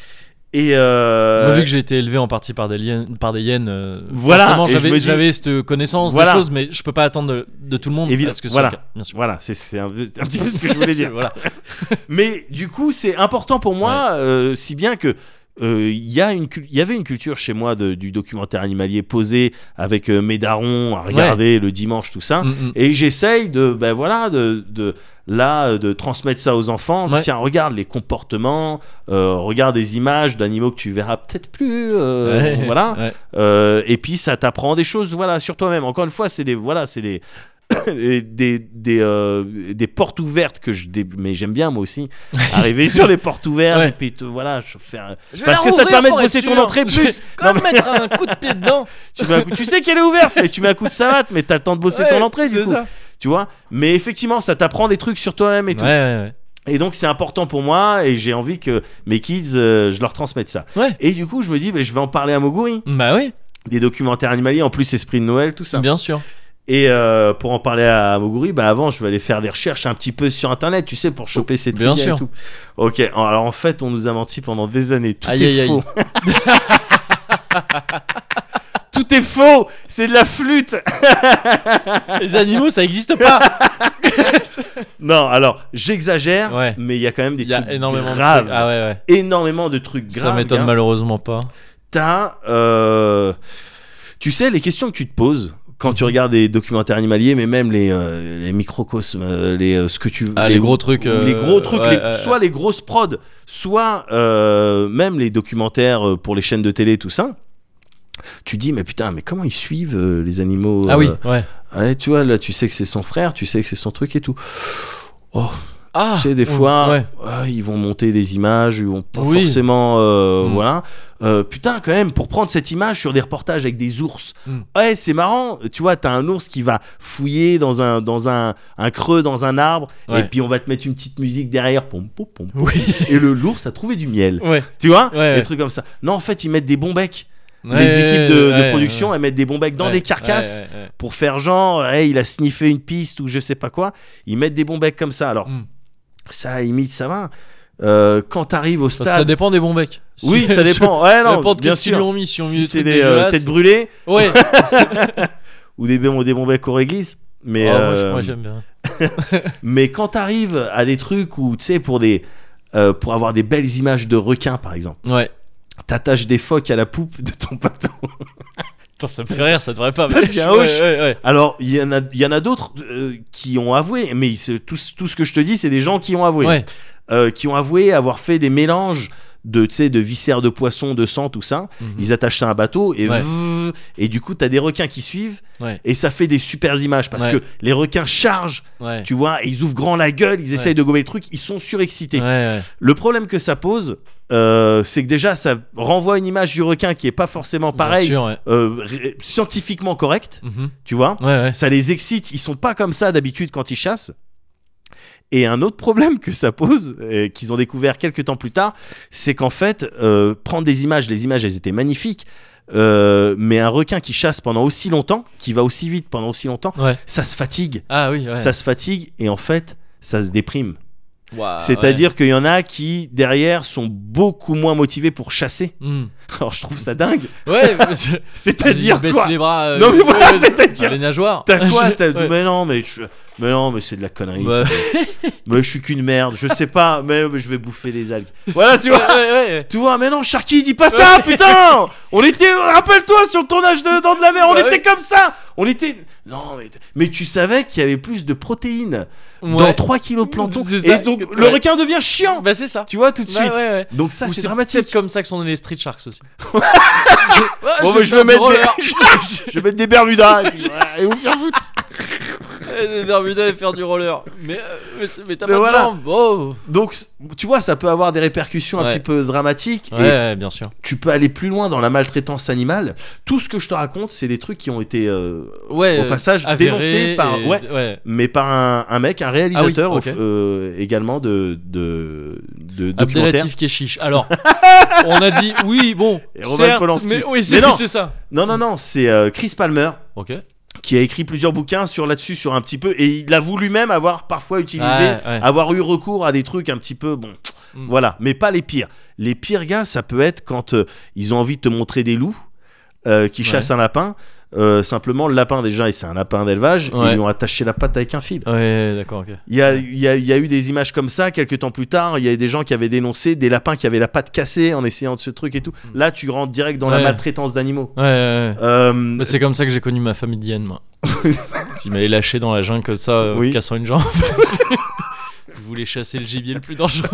Et Moi, euh, vu que j'ai été élevé en partie par des, liens- par des hyènes, euh, Voilà, forcément, et je me j'avais dis- j'avais cette connaissance Voilà. des choses, mais je peux pas attendre de, de tout le monde Évidemment, à ce que ce voilà. soit le cas, bien sûr. voilà, c'est c'est un, peu- un petit peu ce que je voulais dire. [laughs] voilà. Mais du coup, c'est important pour moi, euh, si bien que euh, il y, a une cul- il y avait une culture chez moi de- du documentaire animalier posé avec euh, mes darons à regarder le dimanche, tout ça. Mm, mm. Et j'essaye de, ben voilà, de, de là, euh, de transmettre ça aux enfants. Ouais. Tiens, regarde les comportements, euh, regarde des images d'animaux que tu verras peut-être plus. euh, Ouais, Voilà. ouais. Euh, et puis ça t'apprend des choses voilà sur toi-même encore une fois c'est des voilà c'est des [coughs] des des, des, euh, des portes ouvertes que je dé- mais j'aime bien [laughs] moi aussi arriver sur les portes ouvertes Ouais. et puis te- voilà je faire Je vais parce la que ça rouvrir te permet de pour bosser être ton sûr. entrée Je vais plus quand [laughs] non, même mais mettre un coup de pied dedans. [laughs] tu, mets un coup- tu sais qu'elle est ouverte mais tu mets un coup de savate mais t'as le temps de bosser Ouais, ton entrée du c'est coup ça. tu vois mais effectivement ça t'apprend des trucs sur toi-même et Ouais, tout ouais, et donc c'est important pour moi et j'ai envie que mes kids euh, je leur transmette ça ouais. Ouais. et du coup je me dis bah, je vais en parler à Moguri Bah oui, des documentaires animaliers en plus esprit de Noël tout ça bien sûr. Et euh, pour en parler à Moguri, bah avant, je vais aller faire des recherches un petit peu sur internet, tu sais, pour choper ces Bien trucs et sûr. tout. Ok, alors en fait, on nous a menti pendant des années. Tout Aïe, est aïe, aïe. faux. [laughs] tout est faux C'est de la flûte [laughs] Les animaux, ça existe pas. Non, alors, j'exagère, Ouais. mais il y a quand même des Il y a trucs énormément graves. de trucs. Ah ouais, ouais. Énormément de trucs graves. ça m'étonne gars. malheureusement pas. T'as, euh, Tu sais, les questions que tu te poses. Quand tu regardes des documentaires animaliers, mais même les, euh, les microcosmes, euh, les, euh, ce que tu veux, Ah, les gros trucs, ou euh, les gros trucs, ouais, les- ouais, soit les grosses prods, soit euh, même les documentaires euh, pour les chaînes de télé, tout ça. Tu dis, mais putain, mais comment ils suivent euh, les animaux Ah oui, euh, ouais. ouais, Tu vois, là, tu sais que c'est son frère, tu sais que c'est son truc et tout. Oh, Ah, tu sais, des ouais, fois, ouais. ouais, ils vont monter des images, ils vont pas Oui. forcément. euh, Mm. Voilà. Euh, putain, quand même, pour prendre cette image sur des reportages avec des ours, Mm. ouais, c'est marrant. Tu vois, t'as un ours qui va fouiller dans un, dans un, un creux, dans un arbre, Ouais. et puis on va te mettre une petite musique derrière. Pom, pom, pom. Oui. Et le l'ours a trouvé du miel. Ouais. Tu vois Ouais, Des ouais. trucs comme ça. Non, en fait, ils mettent des bons becs. Ouais, Les équipes de, de ouais, production, ouais. elles mettent des bons becs dans Ouais, des carcasses ouais, ouais, pour faire genre, hey, il a sniffé une piste ou je sais pas quoi. Ils mettent des bons becs comme ça. Alors, ouais. Mm. ça à la limite ça va Euh, quand t'arrives au Ça, stade ça dépend des bons becs. [laughs] oui Si- ça dépend ouais Ça non dépend de bien qu'est-ce qu'ils lui sûr ont mis, si on si mis c'est trucs des euh, dégueulasses. têtes brûlées Ouais. ou des bons des bons becs au réglisse mais Oh, moi, euh, je- moi, j'aime bien. mais quand t'arrives à des trucs où tu sais pour des euh, pour avoir des belles images de requins par exemple Ouais. t'attaches des phoques à la poupe de ton pâteau Putain, ça me fait rire, ça devrait pas. [laughs] ça mais- devient Ouais, hoche. ouais, ouais. [laughs] alors il y en a il y en a d'autres euh, qui ont avoué mais ils se- tout ce- tout ce que je te dis c'est des gens qui ont avoué Ouais. euh, qui ont avoué avoir fait des mélanges de, tu sais, de viscères de poisson, de sang, tout ça. Mhm. Ils attachent ça à un bateau et, Ouais. vrrr, et du coup, t'as des requins qui suivent Ouais. et ça fait des super images parce Ouais. que les requins chargent, Ouais. tu vois, et ils ouvrent grand la gueule, ils essayent de gommer le truc, ils sont surexcités. Ouais, ouais. Le problème que ça pose, euh, c'est que déjà, ça renvoie une image du requin qui est pas forcément Bien pareille, sûr, ouais. euh, ré- scientifiquement correcte, Mhm. tu vois. Ouais, ouais. Ça les excite, ils sont pas comme ça d'habitude quand ils chassent. Et un autre problème que ça pose, euh, qu'ils ont découvert quelques temps plus tard, c'est qu'en fait, euh, prendre des images, les images, elles étaient magnifiques, euh, mais un requin qui chasse pendant aussi longtemps, qui va aussi vite pendant aussi longtemps, Ouais. ça se fatigue, Ah oui, ouais. ça se fatigue, et en fait, ça se déprime. Ouah, C'est-à-dire qu'il y en a qui, derrière, sont beaucoup moins motivés pour chasser. [laughs] Ouais, Mm. Alors, je trouve ça dingue. [laughs] Ouais, parce que- C'est-à-dire Je baisse quoi les bras. euh, Non, mais voilà, euh, c'est-à-dire- Les nageoires. T'as quoi [laughs] t'as- Ouais. Mais non, mais je- Mais non, mais c'est de la connerie. Bah, ça. Mais je suis qu'une merde, je sais pas, mais, mais je vais bouffer des algues. Voilà, tu vois. ouais, ouais, ouais. Tu vois, mais non, Sharky, dis pas ça, putain On était, rappelle-toi, sur le tournage de Dents de la Mer, on Bah était ouais. comme ça On était... Non, mais, mais tu savais qu'il y avait plus de protéines dans Ouais. 3 kilos de plancton, C'est ça. et donc Ouais. le requin devient chiant Bah, c'est ça. Tu vois, tout de Ouais, suite. ouais, ouais. Donc ça, Ou c'est peut-être dramatique. comme ça que sont nés les Street Sharks [laughs] aussi. Ah, Bon, bah, je vais mettre des- [laughs] Je vais mettre des Bermudas, [laughs] et, puis voilà, et vous faire foutre Eh, des Bermudas et faire du roller. Mais, euh, mais, c'est- mais t'as Mais pas voilà. de jambes. Oh. Donc, c- tu vois, ça peut avoir des répercussions un Ouais. petit peu dramatiques, Ouais, et ouais, bien sûr. tu peux aller plus loin dans la maltraitance animale. Tout ce que je te raconte, c'est des trucs qui ont été, euh, Ouais. au euh, passage, avéré dénoncés par... et- Ouais, ouais. mais par un, un mec, un réalisateur Ah oui, ok. euh, également de, de, de documentaire. Abdelatif Keshish. [laughs] Alors, on a dit oui, bon, Et Roman certes, Polanski. mais oui, Mais c'est non. c'est ça. Non, non, non, c'est euh, Chris Palmer Ok. qui a écrit plusieurs bouquins sur là-dessus, sur un petit peu, et il avoue lui-même avoir parfois utilisé, Ouais, ouais. avoir eu recours à des trucs un petit peu, bon, Mm. voilà, mais pas les pires. Les pires gars, ça peut être quand euh, ils ont envie de te montrer des loups euh, qui Ouais. chassent un lapin. Euh, simplement, le lapin déjà, et c'est un lapin d'élevage, Ouais. ils lui ont attaché la patte avec un fil. Ouais, d'accord, ok. Il y, a, il, y a, il y a eu des images comme ça quelques temps plus tard. Il y a des gens qui avaient dénoncé des lapins qui avaient la patte cassée en essayant de ce truc et tout. Là, tu rentres direct dans la Mm. Ouais. maltraitance d'animaux. Ouais, ouais, ouais. Euh, Bah, c'est comme ça que j'ai connu ma famille d'hyènes, [laughs] moi. Ils m'avaient lâché dans la jungle comme ça, euh, Oui. cassant une [laughs] jambe. Je voulais chasser le gibier le plus dangereux.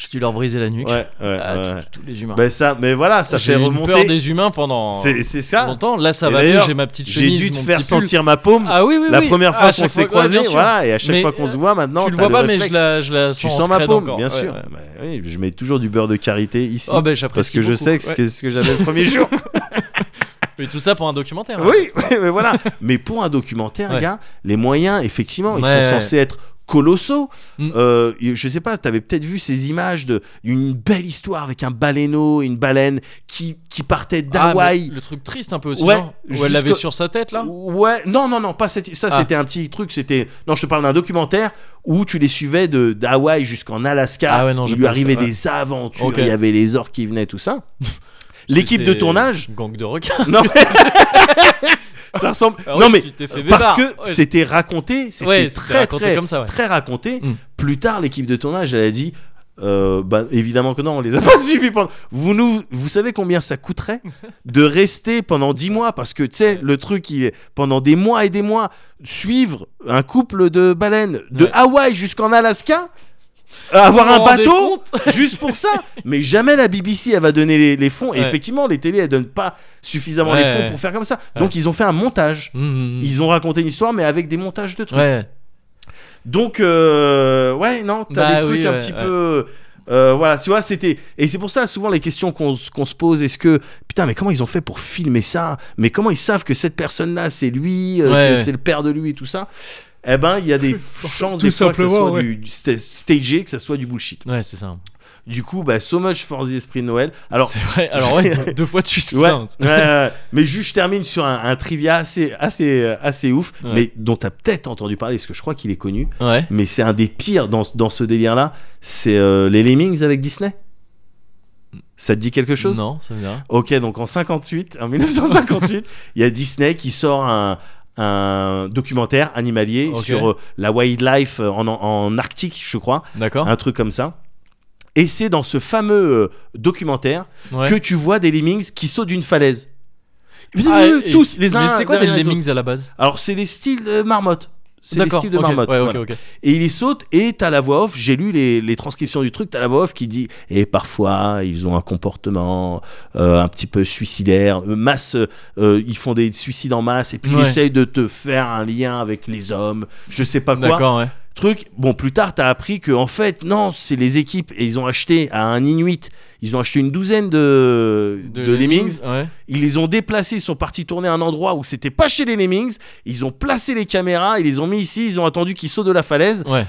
J'ai dû leur briser la nuque. ouais, ouais, Ah, ouais. tous- tous les humains. Ben ça, mais voilà, ça J'ai fait eu peur remonter. des humains pendant C'est c'est ça. longtemps. Là, ça Et va mieux. d'ailleurs, J'ai ma petite J'ai chemise, dû te mon faire petit pull. sentir ma paume Ah oui, oui, la oui. première À fois chaque qu'on s'est fois- ouais, bien croisés. sûr. voilà, et à chaque Mais, fois qu'on euh, se voit maintenant, tu le t'as vois pas, mais réflexe. je la, je la sens. tu en sens ma scred paume, encore. bien Ouais, sûr. ouais. Ben oui, je mets toujours du beurre de karité ici. Oh, ben, parce j'apprécie que je beaucoup. sais que ce Ouais. que- ce que j'avais le [laughs] premier jour. Mais tout ça pour un documentaire. hein. Oui, [laughs] oui, mais voilà. mais pour un documentaire, Ouais. gars, les moyens, effectivement, ils Ouais, sont ouais. censés être colossaux. Mm. Euh, je sais pas, t'avais peut-être vu ces images de une belle histoire avec un baleineau, une baleine qui, qui partait Ah, d'Hawaï. mais le truc triste un peu aussi. Ouais, non Où jusqu'au- elle l'avait sur sa tête là. Ouais, non, non, non, pas cette- ça, Ah. c'était un petit truc, c'était, non, je te parle d'un documentaire où tu les suivais de d'Hawaï jusqu'en Alaska, Ah ouais, non, il j'ai lui pas vu arrivait ça, ouais. des aventures, Ok. il y avait les orques qui venaient, [laughs] tout ça. L'équipe de C'était tournage, [laughs] une Gang de [laughs] requins. non, mais- [laughs] ça ressemble, Ah non oui, mais tu t'es fait bébard. parce que Ouais. c'était raconté, c'était Ouais, c'était très raconté très comme ça, ouais. très raconté. Mm. Plus tard, l'équipe de tournage elle a dit euh, bah, évidemment que non, on les a [laughs] pas suivis pendant. Vous nous, vous savez combien ça coûterait de rester pendant 10 mois parce que tu sais le truc il est pendant des mois et des mois suivre un couple de baleines de Ouais. Hawaï jusqu'en Alaska, euh, avoir Vous vous un rendez bateau compte [laughs] juste pour ça. Mais jamais la BBC elle va donner les, les fonds. Et Ouais. effectivement, les télés elles donnent pas suffisamment les Ouais, fonds ouais. pour faire comme ça. Ouais. Donc ils ont fait un montage. Mhm. Ils ont raconté une histoire, mais avec des montages de trucs. Ouais. Donc euh, ouais, non, t'as Bah des trucs oui, un ouais, petit ouais. peu. euh, voilà, tu vois, c'était. Et c'est pour ça, souvent, les questions qu'on s- qu'on se pose, est-ce que. Putain, mais comment ils ont fait pour filmer ça Mais comment ils savent que cette personne-là, c'est lui, euh, Ouais, que ouais. c'est le père de lui et tout ça Eh ben, il y a des [laughs] chances, Tout des fois, que ça simplement, soit ouais. du, du sta- stagé, que ça soit du bullshit. Ouais, c'est ça. Du coup, bah, so much for the esprit de Noël. Alors, C'est vrai. Alors ouais, deux, deux fois de suite. ouais, putain. ouais, ouais. mais juste, je termine sur un, un trivia assez, assez, euh, assez ouf, Ouais. mais dont t'as peut-être entendu parler, parce que je crois qu'il est connu. Ouais. Mais c'est un des pires dans, dans ce délire-là. C'est euh, les Lemmings avec Disney. Ça te dit quelque chose Non, ça me dit rien. Ok, donc en 58, en 1958, il y a Disney qui sort un, un documentaire animalier Ok. sur euh, la wildlife euh, en, en- en Arctique, je crois, D'accord. un truc comme ça. Et c'est dans ce fameux euh, documentaire Ouais. Ah, que tu vois des lemmings qui sautent d'une falaise. Ah, et- tous les uns. Mais c'est quoi des derrière les autres. lemmings à la base Alors c'est des styles de marmotte. C'est des D'accord. styles de ok, marmotte. Ouais, ok, voilà. ok. Et il y saute et t'as la voix off. J'ai lu les, les transcriptions du truc. T'as la voix off qui dit et parfois ils ont un comportement euh, un petit peu suicidaire, euh, masse. euh, ils font des suicides en masse et puis ils Ouais. essayent de te faire un lien avec les hommes. Je sais pas quoi D'accord, ouais. truc. Bon, plus tard, t'as appris que en fait, non, c'est les équipes et ils ont acheté à un Inuit. Ils ont acheté une douzaine de, de, Lemmings. Ouais. Ils les ont déplacés. Ils sont partis tourner à un endroit où c'était pas chez les Lemmings. Ils ont placé les caméras. Ils les ont mis ici. Ils ont attendu qu'ils sautent de la falaise. Ouais.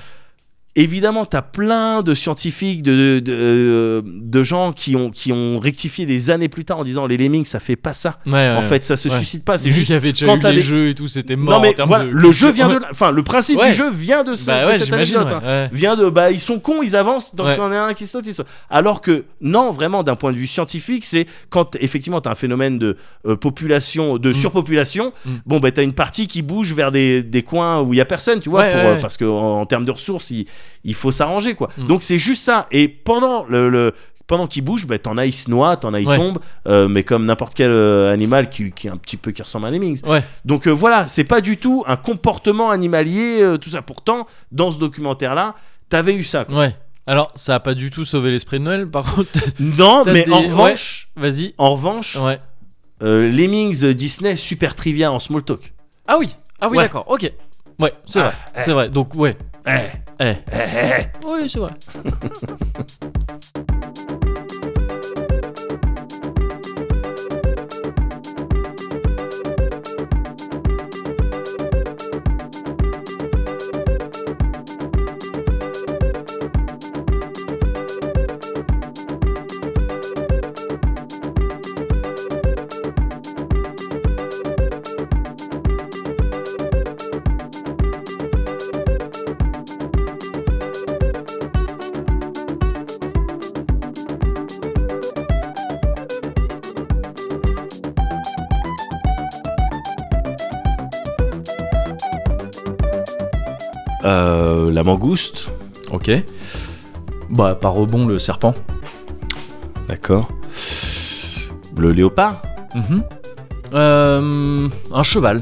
Évidemment, tu as plein de scientifiques, de, de, de- de gens qui ont, qui ont rectifié des années plus tard en disant les lemmings, ça fait pas ça. Ouais, ouais, en ouais. fait, ça se Euh, Ouais. suicide pas. C'est Lui juste. qui avait déjà quand eu t'as les des- jeux et tout, c'était mort. Non, mais en termes voilà, de le jeu vient de. culture. là. Enfin, le principe Ouais. du jeu vient de, ce- Bah de ouais, cette j'imagine. anecdote. hein ouais, ouais. vient de bah ils sont cons ils avancent donc Ouais. il y en a un qui saute il saute alors que non vraiment d'un point de vue scientifique c'est quand effectivement t'as un phénomène de euh, population de surpopulation Mm. bon bah t'as une partie qui bouge vers des, des coins où il y a personne tu vois Ouais, pour, ouais, euh, ouais. parce que en, en termes de ressources il, il faut s'arranger quoi Mm. donc c'est juste ça et pendant le, le- pendant qu'il bouge, bah, t'en as, il se noie, t'en as, il Ouais. tombe, euh, mais comme n'importe quel euh, animal qui, qui est un petit peu qui ressemble à un lemmings. Ouais. Donc euh, voilà, c'est pas du tout un comportement animalier, euh, tout ça. Pourtant, dans ce documentaire-là, t'avais [laughs] eu ça. quoi. Ouais. Alors, ça a pas du tout sauvé l'esprit de Noël, par contre. [laughs] Non, T'as mais des- en ouais. revanche, Vas-y. en revanche, Ouais. euh, Lemmings euh, Disney super trivia en small talk. Ah oui. Ah oui, Ouais. d'accord. Ok. Ouais, c'est Ah, vrai. C'est vrai. Donc, ouais. Eh, Eh. eh, eh. Oui, c'est vrai. Euh, la mangouste, Ok. Bah, par rebond, le serpent. d'accord. Le léopard, Mhm. Euh, un cheval.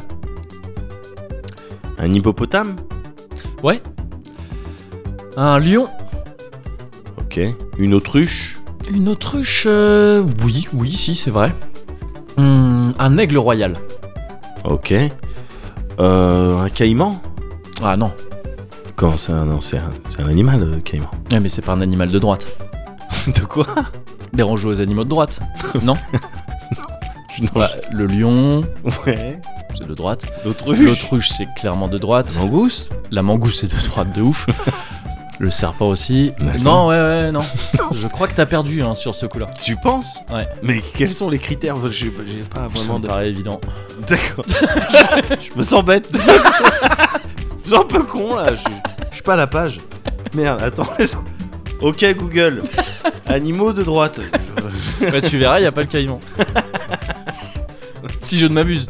un hippopotame, Ouais. Un lion. ok. Une autruche, Une autruche. euh, Oui, oui, si, c'est vrai. Hmm, un aigle royal. ok. Euh, un caïman. Ah non. Comment ça Non, c'est un, c'est un animal, le caïman. Ouais, Eh, mais c'est pas un animal de droite. De quoi Dérange aux animaux de [laughs] droite. non Bah, Le lion, Ouais. c'est de droite. [laughs] L'autruche. L'autruche, c'est clairement de droite. La mangouste. La mangouste, c'est de droite de [laughs] ouf. Le serpent aussi. D'accord. Non, ouais, ouais, [laughs] non. Je crois que t'as perdu hein, sur ce coup-là. Tu penses Ouais. Mais quels sont les critères J'ai j'ai pas Ça vraiment me de. paraît évident. [laughs] D'accord. je me sens bête. [laughs] je suis un peu con là. Je, je suis pas à la page. Merde, attends. [laughs] laisse- Ok Google. Animaux de droite. Je- Bah, tu verras, y a pas le caïman. si je ne m'abuse.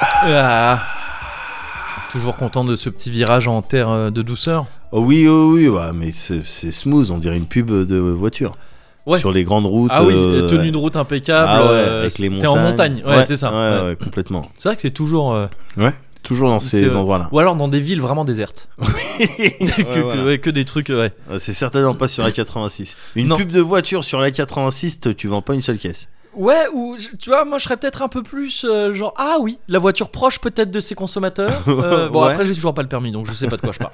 Ah. Toujours content de ce petit virage en terre euh, de douceur. Oh [laughs] oui, oh oui, bah, mais c'est c'est smooth. On dirait une pub de voiture. Ouais. Sur les grandes routes. Ah oui, euh, tenue de route impeccable. Ah ouais, euh, avec les montagnes. T'es en montagne, ouais, c'est ça. Ouais, ouais. ouais, complètement. C'est vrai que c'est toujours. euh, Toujours dans C'est, ces euh, [laughs] endroits-là. Ou alors dans des villes vraiment désertes. [laughs] que, que- voilà. ouais, que des trucs, ouais. Euh, C'est certainement pas sur la 86. Une Non. pub de voiture sur la 86, te- tu vends pas une seule caisse. Ouais, ou je- tu vois, moi je serais peut-être un peu plus euh, genre ah oui, la voiture proche peut-être de ses [laughs] consommateurs. Euh, bon Ouais. après j'ai toujours pas le permis donc je sais pas de quoi [laughs] je parle.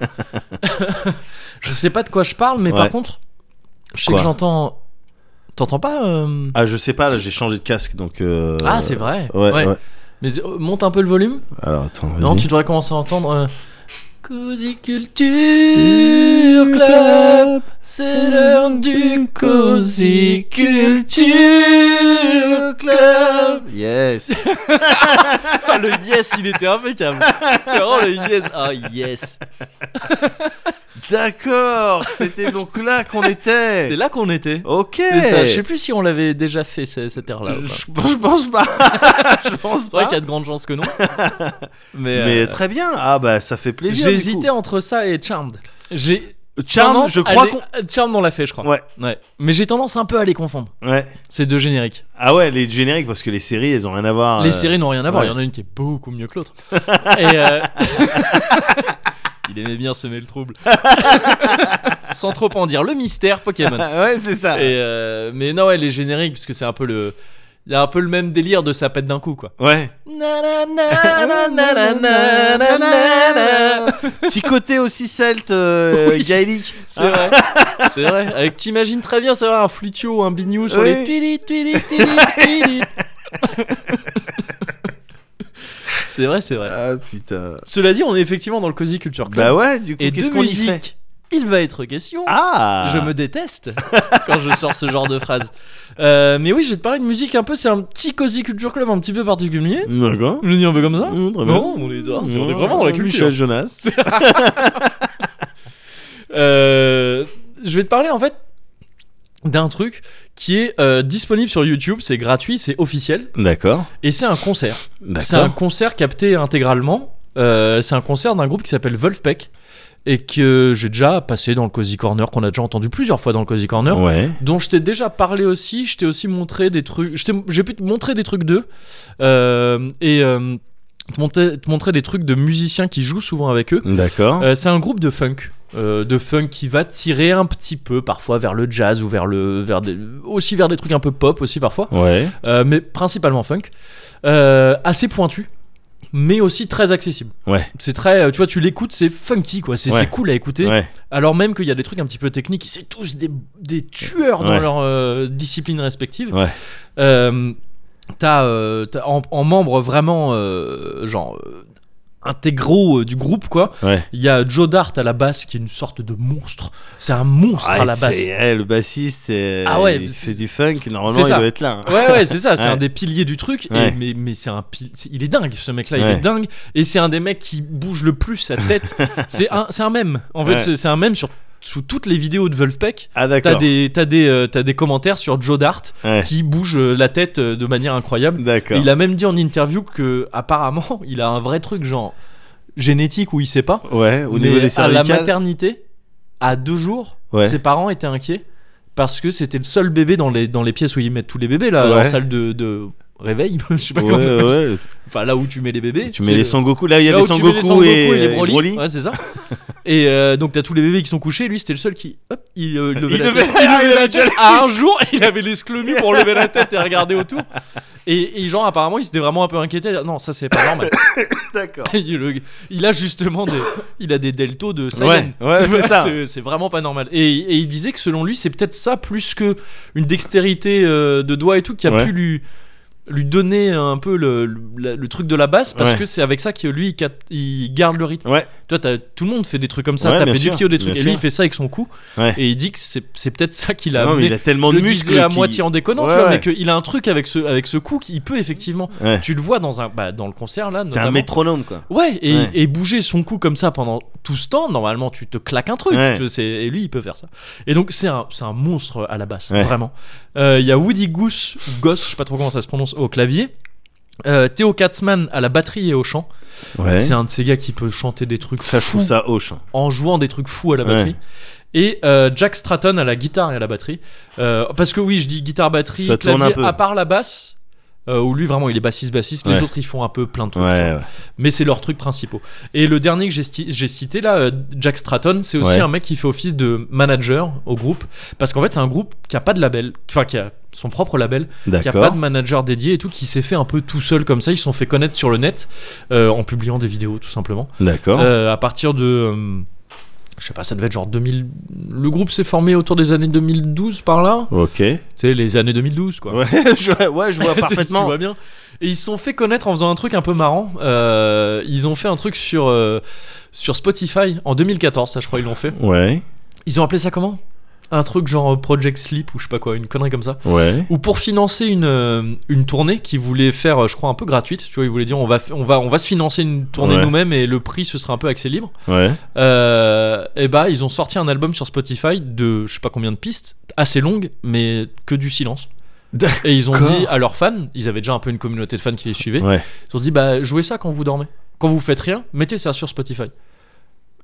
je sais pas de quoi je parle, mais par Ouais. contre, je sais Quoi que j'entends. T'entends pas euh, Ah, je sais pas, là j'ai changé de casque donc. euh, Ah c'est vrai. Ouais, ouais. Mais euh, monte un peu le volume. Alors attends, vas-y. Non, tu devrais commencer à entendre. euh, Cosiculture Club, C'est l'heure du Cosiculture Club. [laughs] Yes. Ah, le yes, il était impeccable. Oh, le yes. Ah, yes. D'accord. C'était donc là qu'on était. C'était là qu'on était. Ok. C'est ça, je sais plus si on l'avait déjà fait, ce- cette heure-là. ou pas. Je pense- je pense pas. [laughs] je pense C'est vrai pas. qu'il y a de grandes chances [laughs] que non. Mais, Mais euh, très bien. Ah bah ça fait plaisir. j'ai du hésité entre ça et Charmed. J'ai coup. Charme, tendance je à crois les- euh, qu'on. Charmed, on l'a fait, je crois. Ouais. Mais j'ai tendance un peu à les confondre, Ouais. ces deux génériques. Ah ouais, les génériques parce que les séries, elles ont rien à voir. Les euh, [laughs] séries n'ont rien à voir, il ouais. y en a une qui est beaucoup mieux que [laughs] l'autre. Et, euh, [laughs] Il aimait bien semer le [laughs] trouble. Sans trop en dire, le mystère Pokémon. Ah ouais, c'est [laughs] ça. Et, euh, Mais non, ouais, les génériques, parce que c'est un peu le. Il y a un peu le même délire de ça pète d'un coup, [laughs] quoi. Ouais. C'est Petit côté aussi celte, euh, Oui. gaélique. vrai, c'est vrai. Avec t'imagines très bien, ça va, un flutio, un bignou sur les Oui. tuilis, tuilis, tuilis, tuilis. C'est vrai, c'est vrai. Ah putain. Cela dit, on est effectivement dans le Cozy Culture Club. Bah ouais, du coup, et qu'est-ce de qu'on y musique, fait il va être question. Ah Je me déteste [laughs] quand je sors ce genre de phrase. Euh, mais oui, je vais te parler de musique un peu. C'est un petit Cozy Culture Club un petit peu particulier. D'accord. Je le dis un peu comme ça. Mmh, très bien. Non, on est, on est vraiment dans la culture. Mm, Michel Jonas. Euh, je vais te parler en fait d'un truc qui est euh, disponible sur YouTube. C'est gratuit, c'est officiel. D'accord. Et c'est un concert. C'est un D'accord. concert capté intégralement. Euh, c'est un concert d'un groupe qui s'appelle Wolfpack et que j'ai déjà passé dans le Cozy Corner, qu'on a déjà entendu plusieurs fois dans le Cozy Corner, Ouais. dont je t'ai déjà parlé aussi. Je t'ai aussi montré des trucs. je t'ai- J'ai pu te montrer des trucs d'eux euh, et euh, te, monter- te montrer des trucs de musiciens qui jouent souvent avec eux. D'accord. Euh, c'est un groupe de funk. euh, de funk qui va tirer un petit peu parfois vers le jazz ou vers le vers des- aussi vers des trucs un peu pop aussi parfois Ouais. euh, mais principalement funk, Euh, assez pointu, mais aussi très accessible. Ouais. C'est très, euh, tu vois, tu l'écoutes, c'est funky quoi, c'est Ouais. c'est cool à écouter. Ouais. Alors même qu'il y a des trucs un petit peu techniques, c'est tous des, des tueurs dans Ouais. leur euh, discipline respective. Ouais. Euh, T'as euh, t'as en, en membres vraiment euh, genre euh, intégraux euh, du groupe quoi. Ouais. Il y a Joe Dart à la basse qui est une sorte de monstre. C'est un monstre à Ouais, la basse. c'est- eh, le bassiste, c'est Ah ouais, mais c'est- c'est du funk. Normalement, c'est il ça. doit être là. hein. Ouais, ouais, c'est ça, c'est Ouais. un des piliers du truc. Et, Ouais. mais mais c'est un pil- c'est- il est dingue, ce mec-là, il Ouais. est dingue. Et c'est un des mecs qui bouge le plus sa [laughs] tête. c'est un, c'est un mème. En fait, Ouais. c'est- c'est un mème sur sous toutes les vidéos de Wolfpack. Ah T'as d'accord. des, t'as des, euh, t'as des commentaires sur Joe Dart Ouais. qui bouge euh, la tête euh, de manière incroyable. Et D'accord. il a même dit en interview que apparemment, [laughs] il a un vrai truc genre génétique où il sait pas. Ouais. Au Mais niveau des à la cervicales. maternité, à deux jours, Ouais. ses parents étaient inquiets parce que c'était le seul bébé dans les, dans les pièces où ils mettent tous les bébés, là, en Ouais. salle de, de réveil, [laughs] je sais pas Ouais, comment. ouais. Enfin, là où tu mets les bébés. Tu mets c'est- les Sangoku. Là, il y là avait où tu mets les Sangoku et, les et Broly. Broly. Ouais, c'est ça. et euh, donc, t'as tous les bébés qui sont couchés. Lui, c'était le seul qui. Hop, il [laughs] euh, levait Il la levait- tête. il levait la tête. À un jour, [laughs] il avait l'esclomie pour lever la tête et regarder [laughs] autour. Et, et genre, apparemment, il s'était vraiment un peu inquiété. Non, ça, c'est pas normal. D'accord. il, le- il a justement des, il a des deltos de Saiyan. Ouais, ouais, c'est vrai- ça. C'est vraiment pas normal. Et, et il disait que selon lui, c'est peut-être ça plus que une dextérité euh, de doigt et tout qui a Ouais. pu lui lui donner un peu le, le- la- le truc de la basse parce Ouais. que c'est avec ça que lui il, cap- il garde le rythme. Ouais. Toi, t'as- tout le monde fait des trucs comme ça, Ouais, taper bien du sûr, pied ou des trucs. bien Et lui, il sûr. fait ça avec son cou. Ouais. Et il dit que c'est c'est peut-être ça qu'il a Non, mais amené. il a tellement le de disait muscles. à qui- moitié en déconnant, Ouais, tu vois, mais ouais. qu'il a un truc avec ce avec ce coup qui peut effectivement. Ouais. Tu le vois dans un bah, dans le concert là. C'est un notamment. métronome quoi. Ouais et, Ouais. et bouger son cou comme ça pendant tout ce temps, normalement tu te claques un truc. Ouais. tu vois, c'est- et lui, il peut faire ça. Et donc, c'est un, c'est un monstre à la basse, Ouais. vraiment. Euh, Il y a Woody Goose, ou Goss, je sais pas trop comment ça se prononce, au clavier. Euh, Théo Katzmann à la batterie et au chant. Ouais. C'est un de ces gars qui peut chanter des trucs Ça, je fous trouve ça hoche. en jouant des trucs fous à la Ouais. batterie. Et euh, Jack Stratton à la guitare et à la batterie. Euh, parce que oui, je dis guitare, batterie, Ça tourne clavier, un peu. à part la basse, euh, où lui vraiment il est bassiste, bassiste. Les Ouais. autres ils font un peu plein de trucs. tu vois Ouais, ouais. mais c'est leurs trucs principaux. Et le dernier que j'ai sti- j'ai cité là, euh, Jack Stratton, c'est aussi Ouais. un mec qui fait office de manager au groupe, parce qu'en fait c'est un groupe qui a pas de label, enfin qui a son propre label, qui a pas D'accord. de manager dédié et tout, qui s'est fait un peu tout seul comme ça, ils se sont fait connaître sur le net euh, en publiant des vidéos tout simplement. D'accord. Euh, à partir de euh, je sais pas, ça devait être genre 2000. Le groupe s'est formé autour des années 2012 par là. Ok. Ouais, [laughs] Tu sais, les années 2012 quoi. je, ouais, je [laughs] vois C'est- [laughs] tu parfaitement. vois bien. Et ils se sont fait connaître en faisant un truc un peu marrant. Euh, ils ont fait un truc sur, euh, sur Spotify en 2014, ça je crois ils l'ont fait. Ouais. Ils ont appelé ça comment un truc genre Project Sleep ou je sais pas quoi, une connerie comme ça. Ouais. Ou pour financer une, euh, une tournée qu'ils voulaient faire, euh, je crois, un peu gratuite. Tu vois, ils voulaient dire on va, f- on va, on va se financer une tournée Ouais. nous-mêmes et le prix ce sera un peu accès libre. Ouais. Euh, et bah, ils ont sorti un album sur Spotify de je sais pas combien de pistes, assez longues, mais que du silence. D'accord. Et ils ont dit à leurs fans, ils avaient déjà un peu une communauté de fans qui les suivaient, Ouais. ils ont dit bah, jouez ça quand vous dormez. Quand vous faites rien, mettez ça sur Spotify.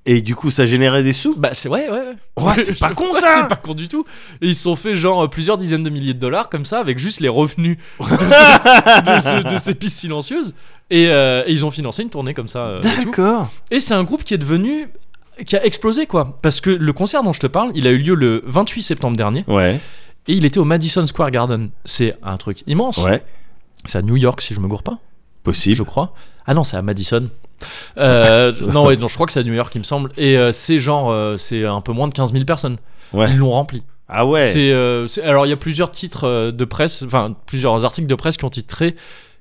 Et du coup, ça générait des sous. Bah, c'est ouais, ouais, ouais. [laughs] Ouais, c'est [laughs] pas con Ouais, ça. C'est pas con du tout. Et ils se sont fait genre euh, plusieurs dizaines de milliers de dollars comme ça avec juste les revenus [laughs] de, ce- de ce- de ces pistes silencieuses. Et, euh, et ils ont financé une tournée comme ça. euh, et tout. D'accord. Et c'est un groupe qui est devenu qui a explosé quoi parce que le concert dont je te parle il a eu lieu le 28 septembre dernier Ouais. et il était au Madison Square Garden c'est un truc immense Ouais. c'est à New York si je me gourre pas je Possible. crois ah non c'est à Madison Euh, non ouais non, je crois que c'est à New York il me semble et euh, c'est genre euh, c'est un peu moins de 15 000 personnes Ouais. ils l'ont rempli Ah ouais. c'est, euh, c'est- alors il y a plusieurs titres euh, de presse, enfin plusieurs articles de presse qui ont titré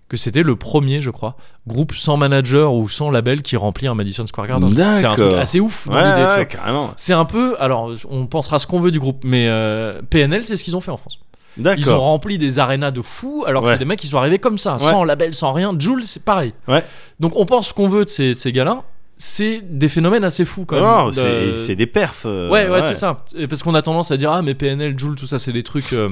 que c'était le premier, je crois, groupe sans manager ou sans label qui remplit un Madison Square Garden. C'est un truc D'accord. assez ouf dans Ouais, l'idée, tu ouais, vois. carrément. C'est un peu, alors on pensera ce qu'on veut du groupe, mais euh, PNL c'est ce qu'ils ont fait en France. Ils ont D'accord. rempli des arénas de fous, alors que Ouais. c'est des mecs qui sont arrivés comme ça, sans label, sans rien. Jules c'est pareil. Ouais. Donc on pense ce qu'on veut de ces, de ces gars-là, c'est des phénomènes assez fous quand même. Non, De- c'est c'est des perfs. euh, Ouais, ouais, c'est ça. Et parce qu'on a tendance à dire ah mais PNL, Joule, tout ça, c'est des trucs euh,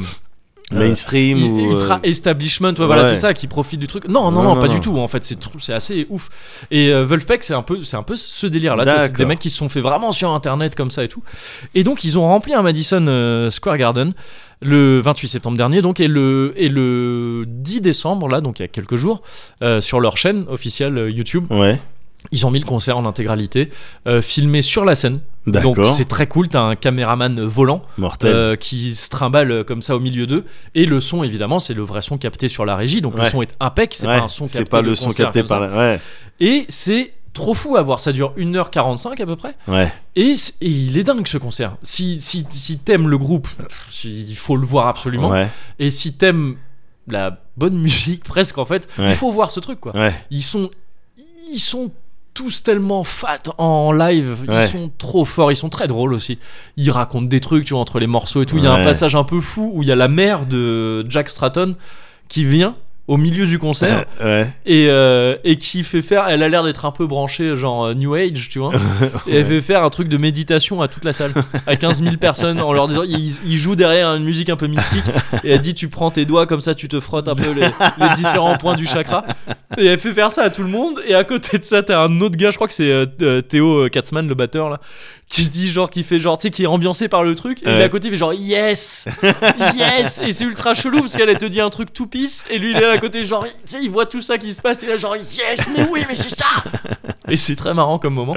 Mainstream i- ou. euh, ultra establishment. ouais, voilà, ouais. c'est ça qui profite du truc. Non, non, Non, non, non, pas non. du tout. En fait, c'est tr- c'est assez ouf. Et euh, Wolfpack, c'est un peu, c'est un peu ce délire là. C'est des D'accord. mecs qui se sont fait vraiment sur Internet comme ça et tout. Et donc ils ont rempli un Madison euh, Square Garden le 28 septembre dernier donc et le et le 10 décembre là donc il y a quelques jours euh, sur leur chaîne officielle euh, YouTube Ouais. ils ont mis le concert en intégralité euh, filmé sur la scène donc D'accord. c'est très cool, t'as un caméraman volant Mortel. euh, qui se trimballe euh, comme ça au milieu d'eux. Et le son, évidemment, c'est le vrai son capté sur la régie, donc le Ouais. son est impec, c'est Ouais, pas un son capté. C'est pas de le son concert capté comme ça. par la. Ouais. Et c'est trop fou à voir, ça dure 1h45 à peu près. Ouais. Et, c- et il est dingue ce concert. Si, si, si t'aimes le groupe, pff, si- il faut le voir absolument. Ouais. Et si t'aimes la bonne [laughs] musique, presque en fait, Ouais. il faut voir ce truc quoi Ouais. ils sont ils sont tous tellement fat en live, ils Ouais. sont trop forts, ils sont très drôles aussi. Ils racontent des trucs, tu vois, entre les morceaux et tout. Il y a un Ouais. passage un peu fou où il y a la mère de Jack Stratton qui vient au milieu du concert Ouais. et, euh, et qui fait faire, elle a l'air d'être un peu branchée genre euh, New Age, [laughs] tu vois, et elle fait faire un truc de méditation à toute la salle, [laughs] à 15 000 personnes, en leur disant, ils, ils jouent derrière une musique un peu mystique, et elle dit, tu prends tes doigts comme ça, tu te frottes un peu les, les différents points du chakra, et elle fait faire ça à tout le monde, et à côté de ça, t'as un autre gars, je crois que c'est euh, euh, Théo euh, Katzmann, le batteur, là, qui dit genre, qui fait genre, tu sais, qui est ambiancé par le truc, et lui, Ouais. à côté, il fait genre, yes, yes, et c'est ultra chelou, parce qu'elle, elle te dit un truc tout pisse, et lui, il est là à côté, genre, tu sais, il voit tout ça qui se passe, et là, genre, yes, mais oui, mais c'est ça! Et c'est très marrant comme moment.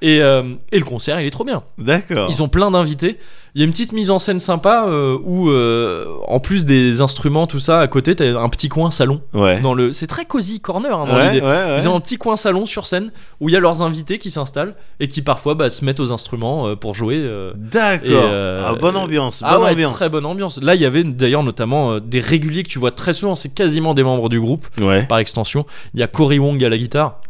Et, euh, et le concert, il est trop bien. D'accord. Ils ont plein d'invités. Il y a une petite mise en scène sympa euh, où, euh, en plus des instruments, tout ça, à côté, t'as un petit coin salon. Ouais. Dans le... C'est très cosy corner hein, dans Ouais, ouais, l'idée. ouais. Ils ont un petit coin salon sur scène où il y a leurs invités qui s'installent et qui parfois bah, se mettent aux instruments euh, pour jouer. euh, Et, D'accord. euh, Ah, bonne ambiance. ah bonne ouais, ambiance. très bonne ambiance. Là, il y avait d'ailleurs notamment euh, des réguliers que tu vois très souvent, c'est quasiment des membres du groupe Ouais. par extension. Il y a Cory Wong à la guitare,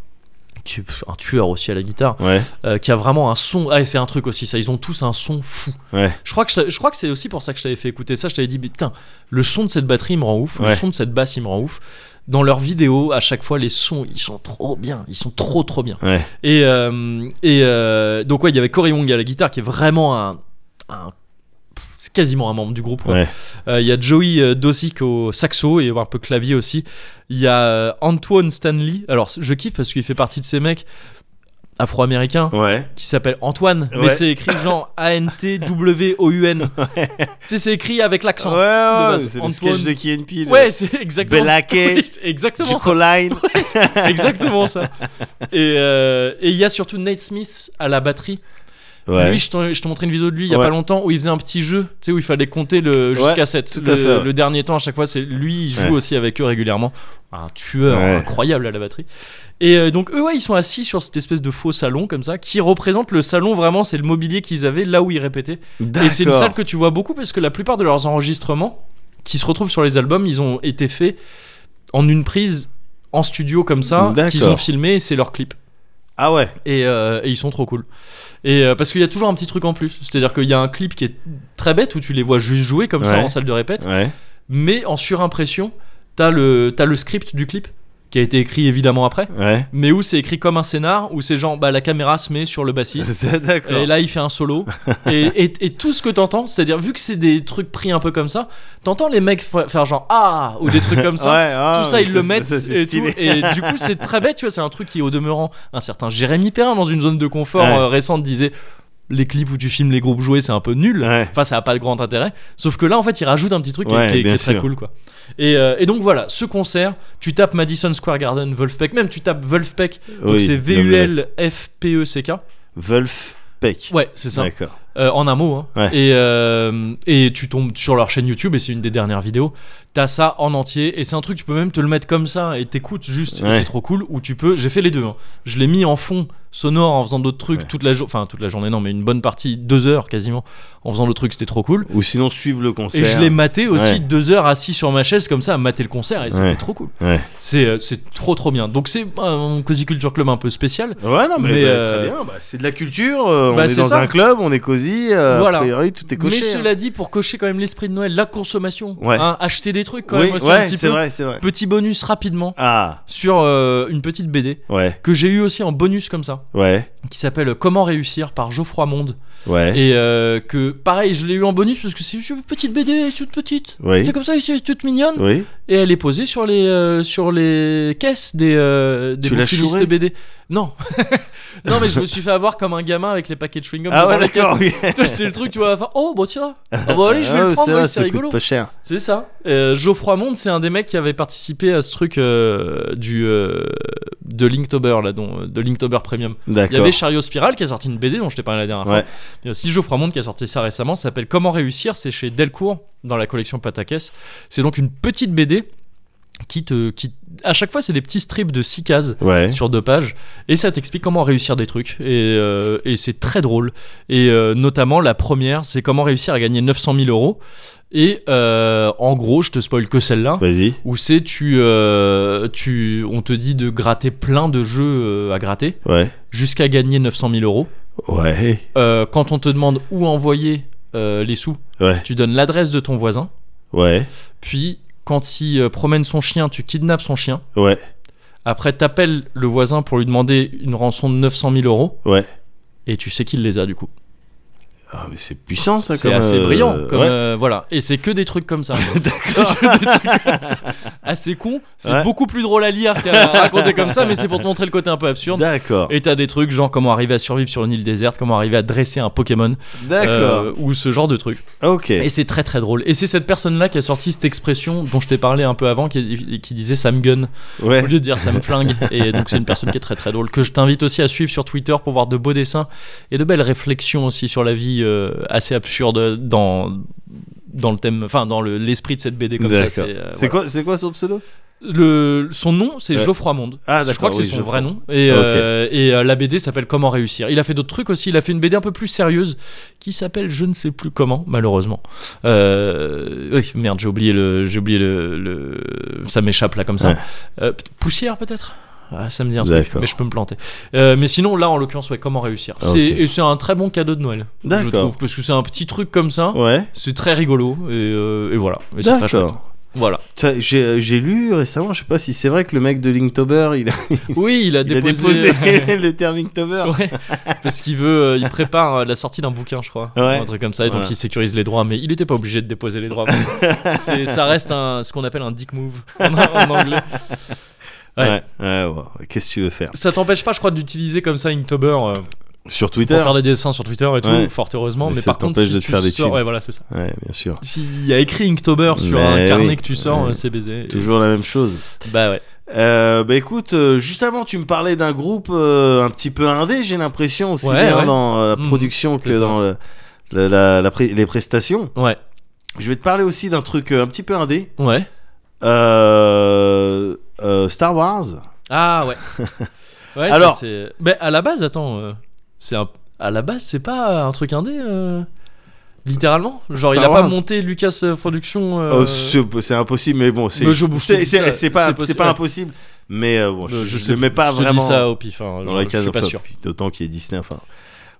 qui est un tueur aussi à la guitare, Ouais. euh, qui a vraiment un son. Ah, et c'est un truc aussi, ça. Ils ont tous un son fou. Ouais. Je crois que je, t'a- je crois que c'est aussi pour ça que je t'avais fait écouter ça. Je t'avais dit, mais putain, le son de cette batterie il me rend ouf, le Ouais. son de cette basse il me rend ouf. Dans leurs vidéos, à chaque fois, les sons, ils sont trop bien. Ils sont trop, trop bien. Ouais. Et, euh, et euh, donc, ouais, il y avait Cory Wong à la guitare, qui est vraiment un. un- pff, c'est quasiment un membre du groupe. quoi. Ouais. Euh, Il y a Joey euh, Dosic au saxo et un peu clavier aussi. Il y a euh, Antoine Stanley. Alors, je kiffe parce qu'il fait partie de ces mecs afro-américains Ouais. qui s'appelle Antoine, mais Ouais. c'est écrit genre [laughs] A-N-T-W-O-U-N. Tu sais, c'est écrit avec l'accent. Ouais, ouais, base. c'est Antoine- le sketch de Key and Peele. Ouais, c'est exactement Belaké. [laughs] Oui, c'est exactement ça. Chocoline. Exactement ça. Et euh, et il y a surtout Nate Smith à la batterie. Ouais. Lui, je t'en- je t'ai montré une vidéo de lui il y a Ouais. pas longtemps où il faisait un petit jeu, tu sais, où il fallait compter le jusqu'à 7. tout le, à fait, ouais. le dernier temps, à chaque fois, c'est lui, il joue Ouais. aussi avec eux régulièrement. Un tueur Ouais. incroyable à la batterie. Et euh, donc, eux, ouais, ils sont assis sur cette espèce de faux salon, comme ça, qui représente le salon vraiment, c'est le mobilier qu'ils avaient là où ils répétaient. Et c'est une D'accord. salle que tu vois beaucoup parce que la plupart de leurs enregistrements qui se retrouvent sur les albums, ils ont été faits en une prise en studio comme ça, D'accord. qu'ils ont filmé et c'est leur clip. Ah ouais. Et, euh, et ils sont trop cool. Et euh, parce qu'il y a toujours un petit truc en plus, c'est-à-dire qu'il y a un clip qui est très bêtes où tu les vois juste jouer comme ça Ouais. en salle de répète, Ouais. mais en surimpression, t'as le, t'as le script du clip qui a été écrit évidemment après, Ouais. mais où c'est écrit comme un scénar, où c'est genre bah, la caméra se met sur le bassiste. [laughs] D'accord. Et là, il fait un [laughs] solo. et, et- et tout ce que t'entends, c'est-à-dire, vu que c'est des trucs pris un peu comme ça, t'entends les mecs fa- faire genre Ah ou des trucs comme ça. Ouais, ah, tout ça, mais ils le mettent ça, c'est et tout. stylé. Et du coup, c'est très bête, tu vois. C'est un truc qui, au demeurant, un certain Jérémy Perrin, dans une zone de confort Ouais. euh, récente, disait Les clips où tu filmes les groupes joués, c'est un peu nul. Ouais. Enfin, ça a pas de grand intérêt. Sauf que là, en fait, il rajoute un petit truc qui- Ouais, qui, est- qui bien est très sûr. cool, quoi. Et, euh, et donc voilà, ce concert, tu tapes Madison Square Garden, Wolfpack, même tu tapes Wolfpack, donc Oui, c'est non, mais ouais. V-U-L-F-P-E-C-K. Wolf Peck. E Ouais, c'est ça. D'accord. Euh, en un mot. hein. Ouais. Et, euh, et tu tombes sur leur chaîne YouTube, et c'est une des dernières vidéos. T'as ça en entier, et c'est un truc, tu peux même te le mettre comme ça, et t'écoutes juste, et Ouais. c'est trop cool. Ou tu peux, j'ai fait les deux. hein. Je l'ai mis en fond sonore en faisant d'autres trucs Ouais. toute la journée, enfin toute la journée, non, mais une bonne partie, deux heures quasiment, en faisant d'autres trucs, c'était trop cool. Ou sinon suivre le concert. Et je l'ai maté aussi Ouais. deux heures assis sur ma chaise comme ça à mater le concert et c'était Ouais. trop cool. Ouais. C'est euh, c'est trop trop bien. Donc c'est euh, un Cozy Culture Club un peu spécial. Ouais, non, mais, Mais, bah, euh, très bien. bah, c'est de la culture. euh, bah, on est, c'est dans ça. un club, on est cosy. euh, Voilà. A priori, tout est coché. hein. Mais cela dit, pour cocher quand même l'esprit de Noël, la consommation, Ouais. hein, acheter des trucs quand oui, même aussi un ouais, petit c'est peu. vrai, c'est vrai. Petit bonus rapidement Ah, sur euh, une petite BD ouais, que j'ai eu aussi en bonus comme ça, ouais, qui s'appelle Comment réussir par Geoffroy Monde. ouais. Et euh, que pareil, je l'ai eu en bonus parce que c'est une petite BD, toute petite. Oui. C'est comme ça, c'est toute mignonne. Oui. Et elle est posée sur les, euh, sur les caisses des, euh, des Tu l'as bouquinistes chourée BD. Non. [laughs] non, mais je me suis fait avoir comme un gamin avec les paquets de chewing-gum. Ah devant ouais, les d'accord. caisses. [laughs] ok. Tu vois, C'est le truc, tu vois, enfin, oh, bon, tiens, ah, bon, allez, je vais Ah, le ouais, prendre, c'est oui, vrai, c'est ça coûte rigolo. pas cher. C'est ça. Euh, Geoffroy Monde, c'est un des mecs qui avait participé à ce truc euh, du, euh, de Linktober, là, dont, euh, de Linktober Premium. Il y D'accord. avait Chariot Spiral qui a sorti une BD dont je t'ai parlé la dernière fois. Ouais. Il y a aussi Geoffroy Monde qui a sorti ça récemment, ça s'appelle Comment réussir, c'est chez Delcourt dans la collection Patakès. C'est donc une petite BD qui te qui à chaque fois c'est des petits strips de 6 cases Ouais. sur deux pages et ça t'explique comment réussir des trucs et, euh, et c'est très drôle et euh, notamment la première c'est comment réussir à gagner 900 000 euros et euh, en gros je te spoil que celle-là Vas-y. où c'est tu euh, tu on te dit de gratter plein de jeux euh, à gratter Ouais. jusqu'à gagner 900 000 euros Ouais. euh, quand on te demande où envoyer euh, les sous, Ouais. tu donnes l'adresse de ton voisin. Ouais. Puis, quand il euh, promène son chien, tu kidnappes son chien. Ouais. Après, t'appelles le voisin pour lui demander une rançon de 900 000 euros. Ouais. Et tu sais qu'il les a du coup. Ah, mais c'est puissant ça. C'est comme, assez euh, brillant. Comme, ouais. euh, voilà. Et c'est que des trucs comme ça. [laughs] [laughs] D'accord. Que des trucs comme ça. assez con. C'est Ouais. beaucoup plus drôle à lire qu'à [laughs] raconter comme ça, mais c'est pour te montrer le côté un peu absurde. D'accord. Et t'as des trucs genre comment arriver à survivre sur une île déserte, comment arriver à dresser un Pokémon, D'accord. euh, ou ce genre de trucs. Ok. Et c'est très très drôle. Et c'est cette personne-là qui a sorti cette expression dont je t'ai parlé un peu avant, qui, qui disait ça me gun Ouais. au lieu de dire ça me flingue. Et donc c'est une personne qui est très très drôle que je t'invite aussi à suivre sur Twitter pour voir de beaux dessins et de belles réflexions aussi sur la vie euh, assez absurde dans dans le thème, enfin dans le- l'esprit de cette BD comme ça. D'accord. C'est euh, C'est voilà. quoi, c'est quoi son pseudo Le, son nom, c'est Ouais. Geoffroy Monde. Ah, je crois d'accord, que c'est oui, son vrai Geoffroy. nom. Et, euh, et euh, la BD s'appelle Comment réussir. Il a fait d'autres trucs aussi. Il a fait une BD un peu plus sérieuse qui s'appelle Je ne sais plus comment, malheureusement. Euh, oui, merde, j'ai oublié le, j'ai oublié le, le- ça m'échappe là comme ça. Ouais. Euh, p- poussière peut-être. Ah, ça me dit un truc, D'accord. Ah, mais je peux me planter. Euh, mais sinon, là en l'occurrence, ouais, comment réussir Ok. C'est et c'est un très bon cadeau de Noël, je D'accord. trouve, parce que c'est un petit truc comme ça. Ouais. C'est très rigolo et, euh, et voilà. Et c'est très chouette. D'accord. Voilà. Tiens, J'ai j'ai lu récemment, je sais pas si c'est vrai que le mec de Linktober, il a, Oui, il a il a déposé. [laughs] euh, déposé le terme Linktober. Ouais, parce qu'il veut, euh, il prépare euh, la sortie d'un bouquin, je crois, Ouais. un truc comme ça, et donc Ouais. il sécurise les droits. Mais il n'était pas obligé de déposer les [laughs] droits. C'est- ça reste un, ce qu'on appelle un dick move [laughs] en, en anglais. Ouais. Ouais, ouais, ouais. Qu'est-ce que tu veux faire Ça t'empêche pas, je crois, d'utiliser comme ça Inktober euh, Sur pour Twitter faire des dessins sur Twitter et tout, Ouais. fort heureusement. Mais Mais, ça par contre, t'empêche si de te tu faire des sors, thunes. ouais, voilà, c'est ça. Ouais, bien sûr. S'il y a écrit Inktober sur Mais un carnet oui. que tu sors, Ouais. euh, c'est baisé. Toujours la même chose. Bah ouais. Euh, bah écoute, euh, juste avant, tu me parlais d'un groupe euh, un petit peu indé, j'ai l'impression, aussi Ouais, bien ouais. dans euh, la Mhm, production que c'est ça. dans le- le- la- la pré- les prestations. Ouais. Je vais te parler aussi d'un truc euh, un petit peu indé. Ouais. Euh, euh, Star Wars. Ah ouais. ouais Alors- Alors, mais à la base, attends, euh, c'est un... à la base, c'est pas un truc indé, euh, littéralement. Genre, il Star a pas Wars. monté Lucas euh, Production. euh, Oh, c'est c'est impossible, mais bon, c'est Mais je- je te c'est- dis c'est- ça, c'est pas, c'est c'est possi- pas ouais. impossible. Mais euh, bon, euh, je, je, sais le mets plus, pas je te dis vraiment ça au pif. hein, dans je, la je case. suis pas enfin, sûr. puis D'autant qu'il y a Disney, enfin.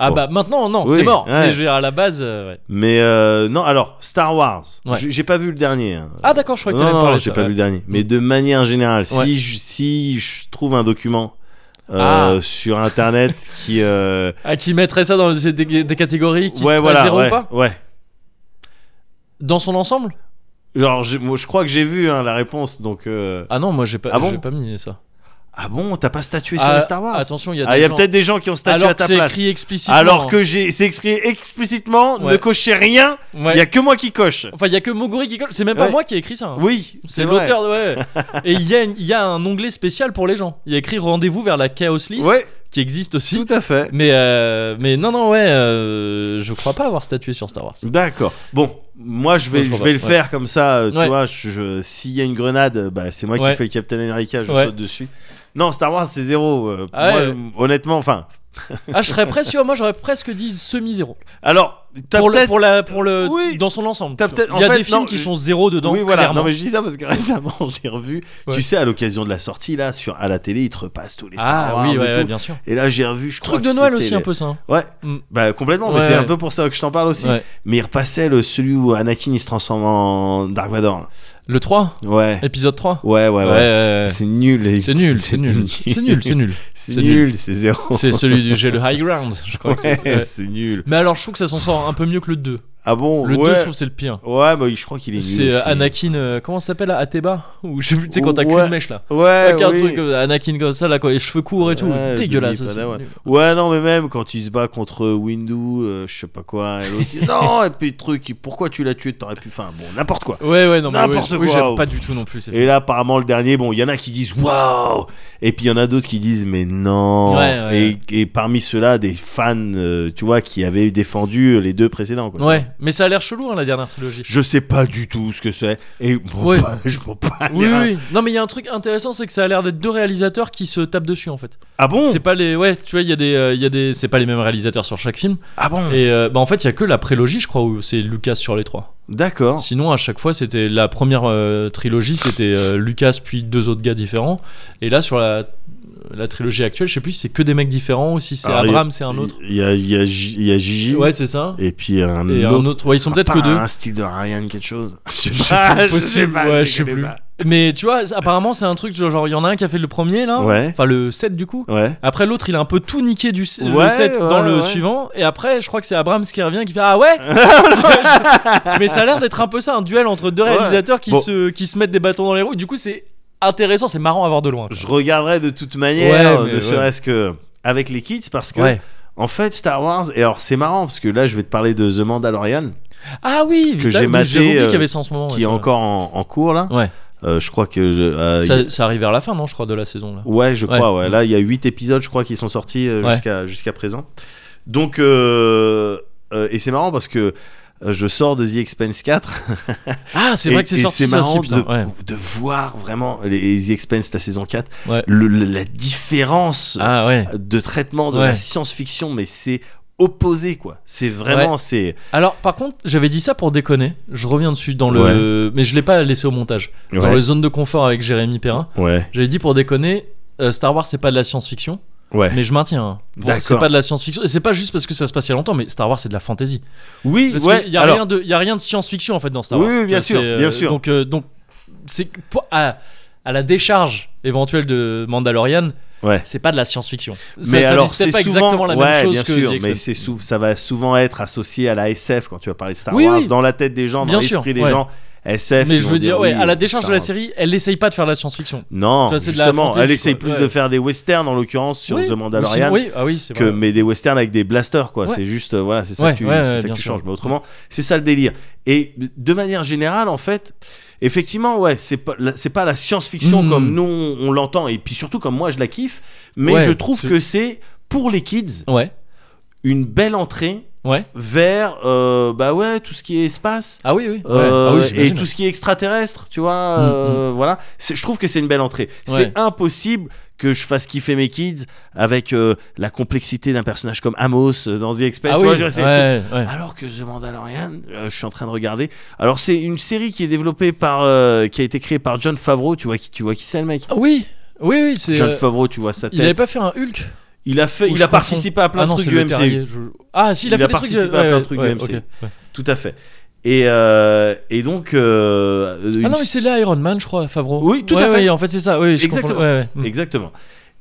Ah Bon. bah maintenant, non, Oui, c'est mort. ouais. Mais je veux dire, à la base, euh, ouais. Mais euh, non, alors, Star Wars, Ouais. j'ai j'ai pas vu le dernier. hein. Ah d'accord, je crois que non, t'allais me non, parler. de j'ai ça, pas ouais. Mm. vu le dernier. Mais de manière générale, Ouais. si, je, si je trouve un document euh, Ah. [laughs] sur Internet qui... euh, Ah, qui mettrait ça dans des, des- des catégories qui ouais, seraient voilà, zéro ou ouais, pas ouais. Dans son ensemble Genre, j'ai- moi, je crois que j'ai vu hein, la réponse, donc... euh, Ah non, moi j'ai pas, Ah bon j'ai pas mis ça. Ah bon, t'as pas statué sur Ah, les Star Wars Attention, il y a, Ah, des il y a gens- peut-être des gens qui ont statué Alors à ta que c'est place. écrit explicitement. Alors que j'ai, c'est écrit explicitement, ne Ouais. cochez rien, il Ouais. y a que moi qui coche. Enfin, il y a que Moguri qui colle. C'est même pas Ouais. moi qui ai écrit ça. hein. Oui, C'est vrai. l'auteur, ouais. [laughs] Et il y, a une- il y a un onglet spécial pour les gens. Il y a écrit rendez-vous vers la Chaos List Ouais, qui existe aussi. tout à fait. Mais, euh, mais non, non, ouais, euh, je crois pas avoir statué sur Star Wars. D'accord. Bon, moi je vais, Je je crois vais pas. le Ouais. faire comme ça, euh, tu Ouais. vois. je- je- S'il y a une grenade, euh, bah, c'est moi Ouais. qui fais Captain America, je Ouais. saute dessus. Non, Star Wars c'est zéro. euh, Ah moi, ouais. euh, Honnêtement, enfin. Ah, je serais presque, sûr, moi j'aurais presque dit semi-zéro. Alors, t'as Pour le, peut-être. pour la, pour le, Oui. dans son ensemble. T'as peut-être- Il y a en fait, des films non, qui je- sont zéro dedans. oui, voilà. clairement. Non, mais je dis ça parce que [laughs] récemment j'ai revu. Ouais. Tu sais, à l'occasion de la sortie là, sur à la télé, ils te repassent tous les Star Ah Wars oui, ouais, et ouais, tout. bien sûr. Et là, j'ai revu. Je Truc crois de que Noël c'était aussi un les- peu ça. hein. Ouais. Mm. Bah complètement. Mais Ouais, c'est un ouais. peu pour ça que je t'en parle aussi. Ouais. Mais il repassait le celui où Anakin il se transforme en Dark Vador. là. Le 3, Ouais. épisode 3. Ouais, ouais, ouais. ouais. C'est nul. les- C'est [laughs] nul, c'est nul. C'est nul, c'est nul. C'est C'est nul, c'est zéro. C'est celui du j'ai le high ground, je crois que c'est ça, [laughs] Ouais, ouais. c'est nul. Mais alors je trouve que ça s'en sort un peu mieux que le 2. Ah bon Le 2 ouais. je trouve que c'est le pire. Ouais, bah, je crois qu'il est nul. C'est euh, aussi. Anakin, euh, comment ça s'appelle là, Ateba Ou je sais plus, tu sais quand t'as Ouais. qu'une mèche là. Ouais, Avec un oui. truc, euh, Anakin comme ça là quoi, les cheveux courts et tout, Ouais, dégueulasse. Denis ça, Padawan. c'est nul. Ouais, non, mais même quand il se bat contre Windu, euh, je sais pas quoi. Et [laughs] l'autre, il dit, non, et puis le truc, il- pourquoi tu l'as tué T'aurais pu. Enfin, bon, n'importe quoi. Ouais ouais non mais ouais, N'importe oui, quoi, j'aime oh. pas du tout non plus. c'est Et là, apparemment, le dernier, bon, il y en a qui disent waouh, et puis il y en a d'autres qui disent mais non. Ouais, ouais, et, et parmi ceux-là, des fans, euh, tu vois, qui avaient défendu euh, les deux précédents. Quoi. Ouais, mais ça a l'air chelou hein, la dernière trilogie. Je sais pas du tout ce que c'est, et bon, Ouais. bah, je peux pas Oui, lire un- oui. Non, mais il y a un truc intéressant, c'est que ça a l'air d'être deux réalisateurs qui se tapent dessus en fait. Ah bon C'est pas les, ouais, tu vois, il y a des, euh, il y a des, c'est pas les mêmes réalisateurs sur chaque film. Ah bon Et euh, bah en fait, il y a que la prélogie, je crois, où c'est Lucas sur les trois. D'accord. Sinon, à chaque fois, c'était la première euh, trilogie, c'était euh, Lucas puis deux autres gars différents. Et là, sur la, la trilogie actuelle, je sais plus si c'est que des mecs différents ou si c'est Alors, il y a- Abraham, c'est un autre. Il y a, il y a J- il y a Gigi, Ouais, c'est ça. et puis un Et un autre. autre. Ouais, ils sont Ah, peut-être pas que [laughs] deux. Un style de Ryan, [laughs] quelque chose. [laughs] Je sais pas, plus, je sais possible, pas, ouais, je je sais connais plus. pas. Mais tu vois, apparemment, c'est un truc genre, il y en a un qui a fait le premier là. Ouais. Enfin, le 7 du coup. Ouais. Après l'autre, il a un peu tout niqué du se- Ouais, le 7 dans ouais, le ouais. suivant et après je crois que c'est Abrams qui revient qui fait ah [laughs] ouais. Mais ça a l'air d'être un peu ça un duel entre deux Ouais. réalisateurs qui Bon. se qui se mettent des bâtons dans les roues. Du coup, c'est intéressant, c'est marrant à voir de loin. quoi. Je regarderai de toute manière, Ouais, mais ne ouais. serait-ce que avec les kids, parce que Ouais. en fait Star Wars. Et alors c'est marrant parce que là je vais te parler de The Mandalorian Ah oui, Que putain, j'ai mais maté, j'avais oublié euh, qu'il y avait ça en ce moment. ouais, qui est c'est vrai. encore en, en cours là. Ouais. Euh, je crois que je, euh, y- Ça, ça arrive vers la fin, non, je crois, de la saison là. ouais, je Ouais. crois. Ouais. Là il y a 8 épisodes, je crois, qui sont sortis euh, Ouais. jusqu'à jusqu'à présent. Donc euh, euh, et c'est marrant parce que. euh, Je sors de The Expense 4. Ah, c'est Et- vrai que c'est et sorti ça marrant aussi, putain. de, ouais. de voir vraiment les The Expense, la saison 4, Ouais. le- le- la différence Ah ouais. de traitement de Ouais. la science-fiction, mais c'est opposé quoi. C'est vraiment c'est Alors par contre, j'avais dit ça pour déconner. Je reviens dessus dans le, mais je l'ai pas laissé au montage. Dans ouais. les zones de confort avec Jérémy Perrin. ouais J'avais dit pour déconner, euh, Star Wars c'est pas de la science-fiction, ouais. mais je maintiens. hein. Pour- D'accord. C'est pas de la science-fiction, et c'est pas juste parce que ça se passe il y a longtemps, mais Star Wars c'est de la fantasy. oui Parce ouais. qu'il y a alors, rien de, il y a rien de science-fiction en fait dans Star Oui, Wars. oui, bien C'est, sûr, bien sûr. Donc, euh, donc c'est que pour- à, à la décharge éventuelle de Mandalorian, ouais. c'est pas de la science-fiction. Ça- Mais ça alors dit peut-être pas c'est souvent exactement la ouais, même chose bien que sûr, The mais Expanse. c'est sou- ça va souvent être associé à la SF quand tu vas parler de Star Oui, Wars oui. dans la tête des gens, Bien dans sûr, l'esprit des ouais. gens. SF. Mais ils je vont veux dire, ouais, oui, à la décharge Star de la Wars. série, elle essaye pas de faire de la science-fiction. Non, Tu vois, c'est de la justement, fantasy, elle essaye quoi. plus Ouais. de faire des westerns en l'occurrence sur Oui, The Mandalorian. ou sinon- oui, ah oui, c'est que vrai. mais des westerns avec des blasters quoi Ouais. c'est juste euh, voilà c'est ça Ouais, que tu, ouais, c'est ouais, ça que bien tu sûr. changes mais autrement c'est ça le délire et de manière générale en fait effectivement ouais c'est pas la- c'est pas la science-fiction Mm. comme nous on, on l'entend et puis surtout comme moi je la kiffe mais Ouais, je trouve c'est- que c'est pour les kids Ouais, une belle entrée ouais. vers euh, bah ouais tout ce qui est espace Ah oui, oui. ouais. euh, Ah oui, et j'imagine, tout ce qui est extraterrestre, tu vois, euh, voilà. C'est- Je trouve que c'est une belle entrée. Ouais. C'est impossible que je fasse kiffer mes kids avec euh, la complexité d'un personnage comme Amos euh, dans The Expanse. Ah tu oui, vois, tu vois, c'est- ouais, ouais. Alors que The Mandalorian, euh, je suis en train de regarder. Alors c'est une série qui est développée par, euh, qui a été créée par John Favreau. Tu vois qui, tu vois qui c'est le mec Ah Oui, oui, oui, c'est. John euh, Favreau, tu vois sa tête. Il avait pas fait un Hulk Il, Il a fait, Ou il je a confonds. participé à plein Ah de non, trucs c'est du le MCU. Perrier, je- Ah, si, il a Il fait a des trucs participé de- à ouais, plein de ouais, trucs ouais, du ok, Ah MCU. ouais. Tout à fait. Et, euh, et donc. euh, une- Ah non, mais c'est là Iron Man, je crois, Favreau. Oui, tout à Ouais, fait. ouais, en fait, c'est ça. Oui, je Exactement. confonds- ouais, ouais. Exactement.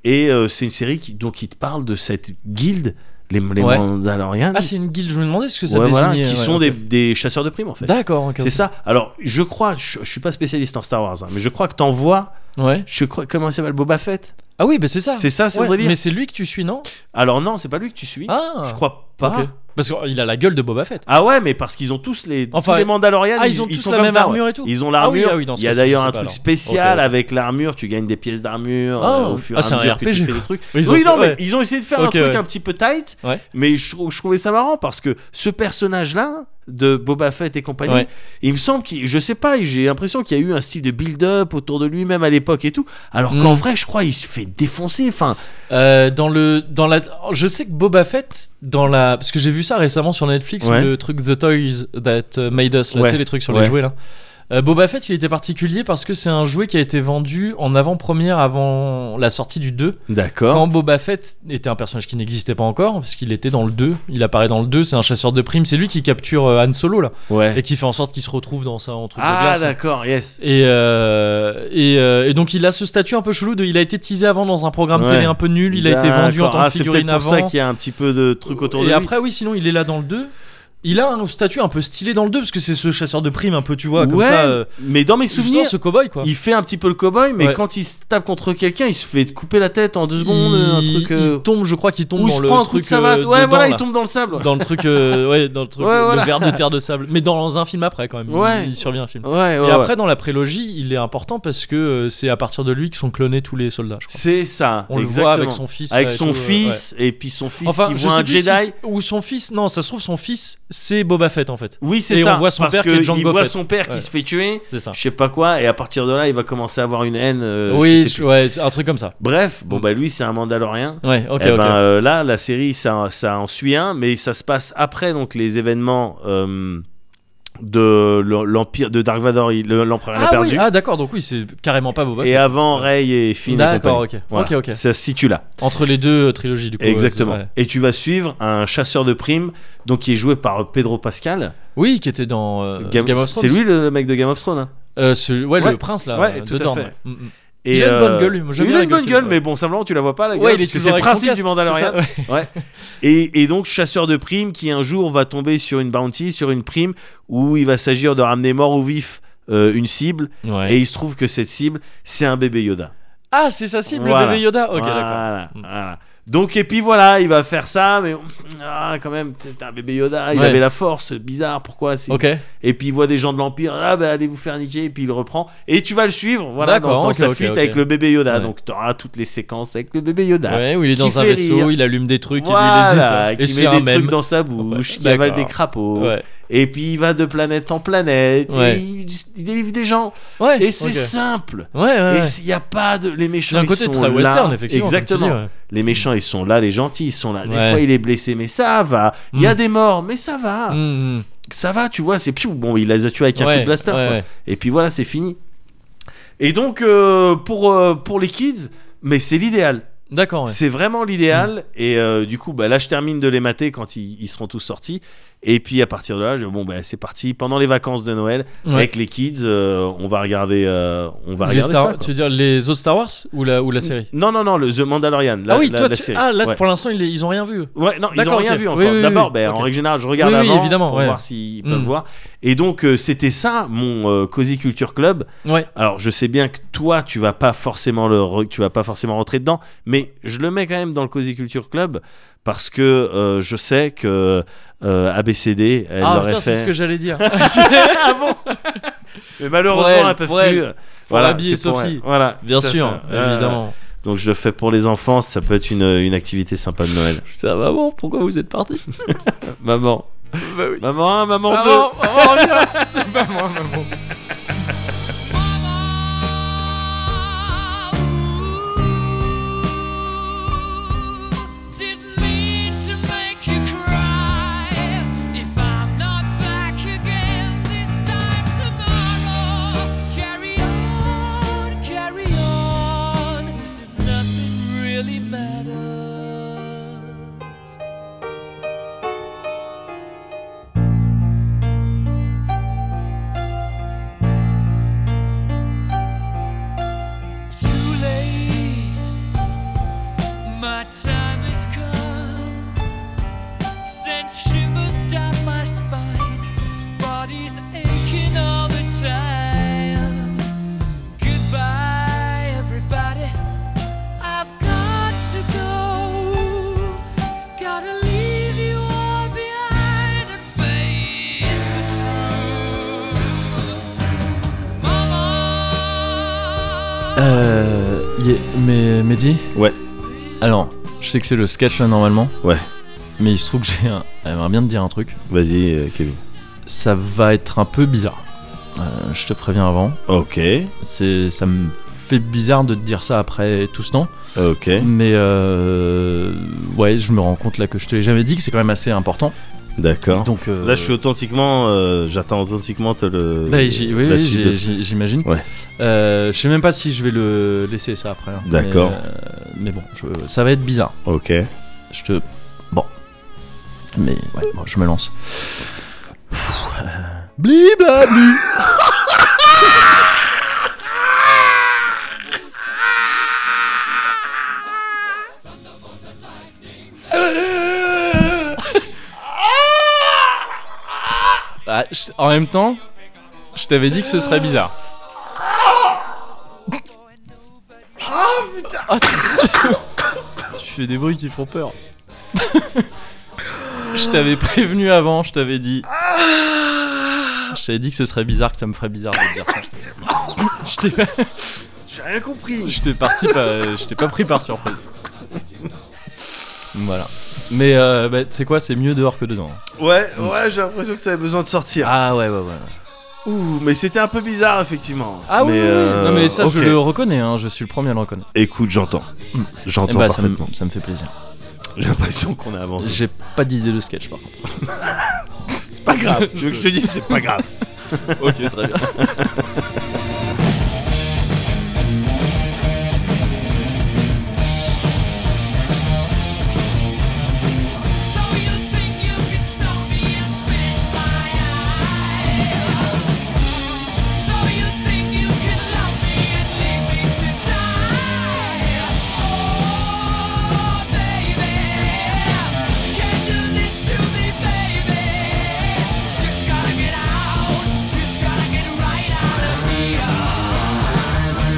Et euh, c'est une série qui, donc, qui te parle de cette guilde, les, les Ouais. Mandalorians. Ah, c'est une guilde, je me demandais ce que ça Ouais, voilà, désignait, qui ouais, sont ok. des, des chasseurs de primes, en fait. D'accord, ok. C'est ça. Alors, je crois, je, je suis pas spécialiste en Star Wars, hein, mais je crois que t'en vois. Ouais. Je crois, comment il s'appelle Boba Fett Ah oui, bah c'est ça. C'est ça, c'est Ouais, vrai dire Mais c'est lui que tu suis, non Alors, non, c'est pas lui que tu suis. Ah je crois pas. ok. Parce qu'il a la gueule de Boba Fett. Ah ouais, mais parce qu'ils ont tous les, Enfin, tous les Mandalorians, ah, ils ont tous sont la comme même ça, armure ouais. et tout Ils ont Ah oui, l'armure. ah oui, dans ce il y a cas-ci, je d'ailleurs sais un pas, truc alors. spécial Ok. avec l'armure, tu gagnes des pièces d'armure Ah. euh, au fur Ah, et c'est à un mesure que tu RPG. fais des trucs. [laughs] Ils ont- oui, non, ouais. mais ils ont essayé de faire Ok, un truc ouais. un petit peu tight, Ouais. mais je, trou- je trouvais ça marrant parce que ce personnage-là de Boba Fett et compagnie, Ouais. il me semble qu'il, je sais pas, j'ai l'impression qu'il y a eu un style de build-up autour de lui même à l'époque et tout, alors qu'en Mm. vrai, je crois, il se fait défoncer. Enfin, Euh, dans le dans la je sais que Boba Fett dans la parce que j'ai vu ça récemment sur Netflix Ouais. le truc The Toys That euh, Made Us là, Ouais. tu sais les trucs sur Ouais. les jouets là. Euh, Boba Fett, il était particulier parce que c'est un jouet qui a été vendu en avant-première avant la sortie du 2. d'accord. Quand Boba Fett était un personnage qui n'existait pas encore, parce qu'il était dans le 2, il apparaît dans le 2, c'est un chasseur de primes, c'est lui qui capture euh, Han Solo là, Ouais. et qui fait en sorte qu'il se retrouve dans ça en truc de Ah glace. là. d'accord, yes. Et, euh, et, euh, et donc il a ce statut un peu chelou de il a été teasé avant dans un programme Ouais. télé un peu nul, il a été vendu en D'accord. tant Ah, que figurine C'est peut-être pour avant. ça qu'il y a un petit peu de trucs autour et de lui. après oui sinon il est là dans le 2. Il a un statut un peu stylé dans le 2 parce que c'est ce chasseur de primes un peu tu vois comme Ouais, ça euh, mais dans mes justement, souvenirs, ce cowboy quoi. il fait un petit peu le cowboy, mais Ouais. quand il se tape contre quelqu'un, il se fait couper la tête en deux secondes, un Il- truc. euh, il tombe je crois qu'il tombe Où il dans se le prend un truc coup de savate, euh, ouais, dedans, voilà, là. il tombe dans le sable. [laughs] dans le truc euh, ouais dans le truc Ouais, le voilà. verre de terre de sable mais dans un film après quand même Ouais. il, il survient un film Ouais, ouais, et ouais. après dans la prélogie il est important parce que euh, c'est à partir de lui que sont clonés tous les soldats je crois. c'est ça. on le exactement. voit avec son fils Avec là, et son tout, euh, fils, et puis son ouais. fils enfin qui je voit sais un plus si Jedi. c'est- ou son fils non ça se trouve son fils c'est Boba Fett en fait Oui, c'est Et ça. on voit son parce père qui est que Jango il voit Fett. son père qui Ouais. se fait tuer, c'est ça je sais pas quoi, et à partir de là, il va commencer à avoir une haine. euh, je oui sais je- plus. ouais c'est un truc comme ça Bref, bon Mm. bah lui, c'est un Mandalorien. ouais ok Eh ok ben, euh, là, la série, ça, ça en suit un, mais ça se passe après donc les événements euh, de l'em- l'empire de Dark Vador, il- le- l'empereur il a ah, oui, perdu, ah d'accord donc oui c'est carrément pas Boba et Fett. avant Rey et Finn. et d'accord compagnie. ok Voilà. ok ok Ça se situe là, entre les deux euh, trilogies du coup ouais, exactement. c'est- ouais. Et tu vas suivre un chasseur de primes, donc qui est joué par Pedro Pascal. oui qui était dans euh, Game- Game, of Thrones C'est lui le, le mec de Game of Thrones. hein. Euh, ce- ouais, Ouais. le prince là Ouais, euh, tout à dedans fait. ouais. Mm, mm. Et, Il euh, a une bonne gueule, lui. Moi, j'aime il bien a la une gueule bonne qu'il a, gueule, ouais. mais bon, simplement, tu la vois pas la gueule, Ouais, il est parce que toujours c'est le avec son principe casque, du c'est Mandalorian. ça, ouais. Ouais. Et, et donc, chasseur de primes qui un jour va tomber sur une bounty, sur une prime, où il va s'agir de ramener mort ou vif euh, une cible. [laughs] Ouais. Et il se trouve que cette cible, c'est un bébé Yoda. Ah, c'est sa cible, Voilà. le bébé Yoda Ok, d'accord. voilà, Mm. voilà. Donc, et puis voilà, il va faire ça, mais ah, quand même, c'est un bébé Yoda, il Ouais. avait la force, bizarre, pourquoi c'est- Ok, Et puis il voit des gens de l'Empire, ah bah allez vous faire niquer, et puis il reprend. Et tu vas le suivre, voilà, dans, D'accord, dans ok, sa ok, fuite ok. avec le bébé Yoda. Ouais. Donc tu auras toutes les séquences avec le bébé Yoda. ouais, où il est Qui dans un fait vaisseau, rire. il allume des trucs, Voilà, il les hésite. Et qui c'est met un des mème. trucs dans sa bouche, Ouais, qui avale des d'accord. crapauds, Ouais, et puis il va de planète en planète, Ouais. et il, il délivre des gens. ouais. Et c'est ok. simple. Ouais, ouais. ouais. Et il n'y a pas de. Les méchants, D'un ils côté sont très là. western, effectivement. comme tu dis, Exactement. ouais. Les méchants, ils sont là, les gentils, ils sont là. Des Ouais. fois, il est blessé, mais ça va. Il y a Mm. des morts, mais ça va. Mm, mm. Ça va, tu vois, c'est piou. Bon, il les Ah. a tués avec un coup Ouais, de blaster. ouais, quoi. ouais. Et puis voilà, c'est fini. Et donc, euh, pour, euh, pour les kids, mais c'est l'idéal. D'accord, ouais. C'est vraiment l'idéal. Et euh, du coup, bah, là, je termine de les mater quand ils, ils seront tous sortis. Et puis, à partir de là, je, bon, bah, c'est parti. Pendant les vacances de Noël, Ouais. avec les kids, euh, on va regarder, euh, on va Les regarder Star- ça. quoi. Tu veux dire les autres Star Wars ou la, ou la série Non, non, non, le The Mandalorian. La, Ah oui, la- toi, la tu- série. ah, là Ouais. pour l'instant, ils, ils ont rien vu. Ouais, non, ils ont D'accord, rien ok. vu Oui, encore. oui, oui, D'abord, oui. ben, en Ok. règle générale, je regarde Oui, oui, avant évidemment, pour ouais. voir s'ils peuvent Mm. voir. Et donc, euh, c'était ça, mon euh, Cozy Culture Club. Ouais. Alors, je sais bien que toi, tu vas pas forcément le, re- tu vas pas forcément rentrer dedans, mais je le mets quand même dans le Cozy Culture Club parce que euh, je sais que euh, ABCD, elle ah l'aurait putain, c'est fait. ce [laughs] que j'allais dire. ah bon Mais malheureusement, Pour elle, elles peuvent pour elle. plus. habiller c'est pour Sophie. elle. Voilà, Bien tout à sûr, fait. Euh, évidemment. donc, je le fais pour les enfants. Ça peut être une, une activité sympa de Noël. Putain, maman, pourquoi vous êtes [laughs] parti Maman. Maman 1, maman 2. Maman, maman, reviens Didn't mean to make you cry. If I'm not back again this time tomorrow, carry on, carry on, as if nothing really mattered. Uh, Euh, y est- mais Mehdi Ouais. Alors, je sais que c'est le sketch là normalement. Ouais. Mais il se trouve que j'ai un... J'aimerais bien te dire un truc. Vas-y, euh, Kevin. Ça va être un peu bizarre. Euh, je te préviens avant. Ok, C'est, ça me fait bizarre de te dire ça après tout ce temps. ok. Mais euh, ouais, je me rends compte là que je te l'ai jamais dit, que c'est quand même assez important. D'accord. Donc euh, Là, je suis authentiquement. euh, J'attends authentiquement te le. bah, j'ai- oui, la oui, suite j'ai- de- j'ai- j'imagine. Ouais. Euh, je sais même pas si je vais le laisser ça après. hein. D'accord. Mais, euh, mais bon, je- ça va être bizarre. Ok. Je te. Bon. Mais ouais, bon, je me lance. Bliblabli Ah, je- En même temps, je t'avais dit que ce serait bizarre. Ah putain [laughs] Tu fais des bruits qui font peur. je t'avais prévenu avant, je t'avais dit. Ah. Je t'avais dit que ce serait bizarre, que ça me ferait bizarre de te dire ça. Je t'ai pas- J'ai rien compris. je t'ai parti pas- je t'ai pas pris par surprise. Voilà. Mais euh, bah, tu sais quoi, c'est mieux dehors que dedans. Ouais, ouais, j'ai l'impression que ça avait besoin de sortir. Ah ouais, ouais, ouais. Ouh, mais c'était un peu bizarre, effectivement. Ah oui, Mais, oui, oui. euh, Non, mais ça, ok. je le reconnais, hein, je suis le premier à le reconnaître. Écoute, j'entends. Mm. Eh J'entends bah, ça, me, parfaitement. ça me fait plaisir. J'ai l'impression qu'on a [laughs] avancé. J'ai pas d'idée de sketch, par contre. C'est pas grave. Tu veux que je te dise, c'est pas grave. ok, très bien. So you think you can stop me and spit my eye So you think you can love me and leave me to die Oh baby Can't do this to me baby Just gotta get out Just gotta get right out of here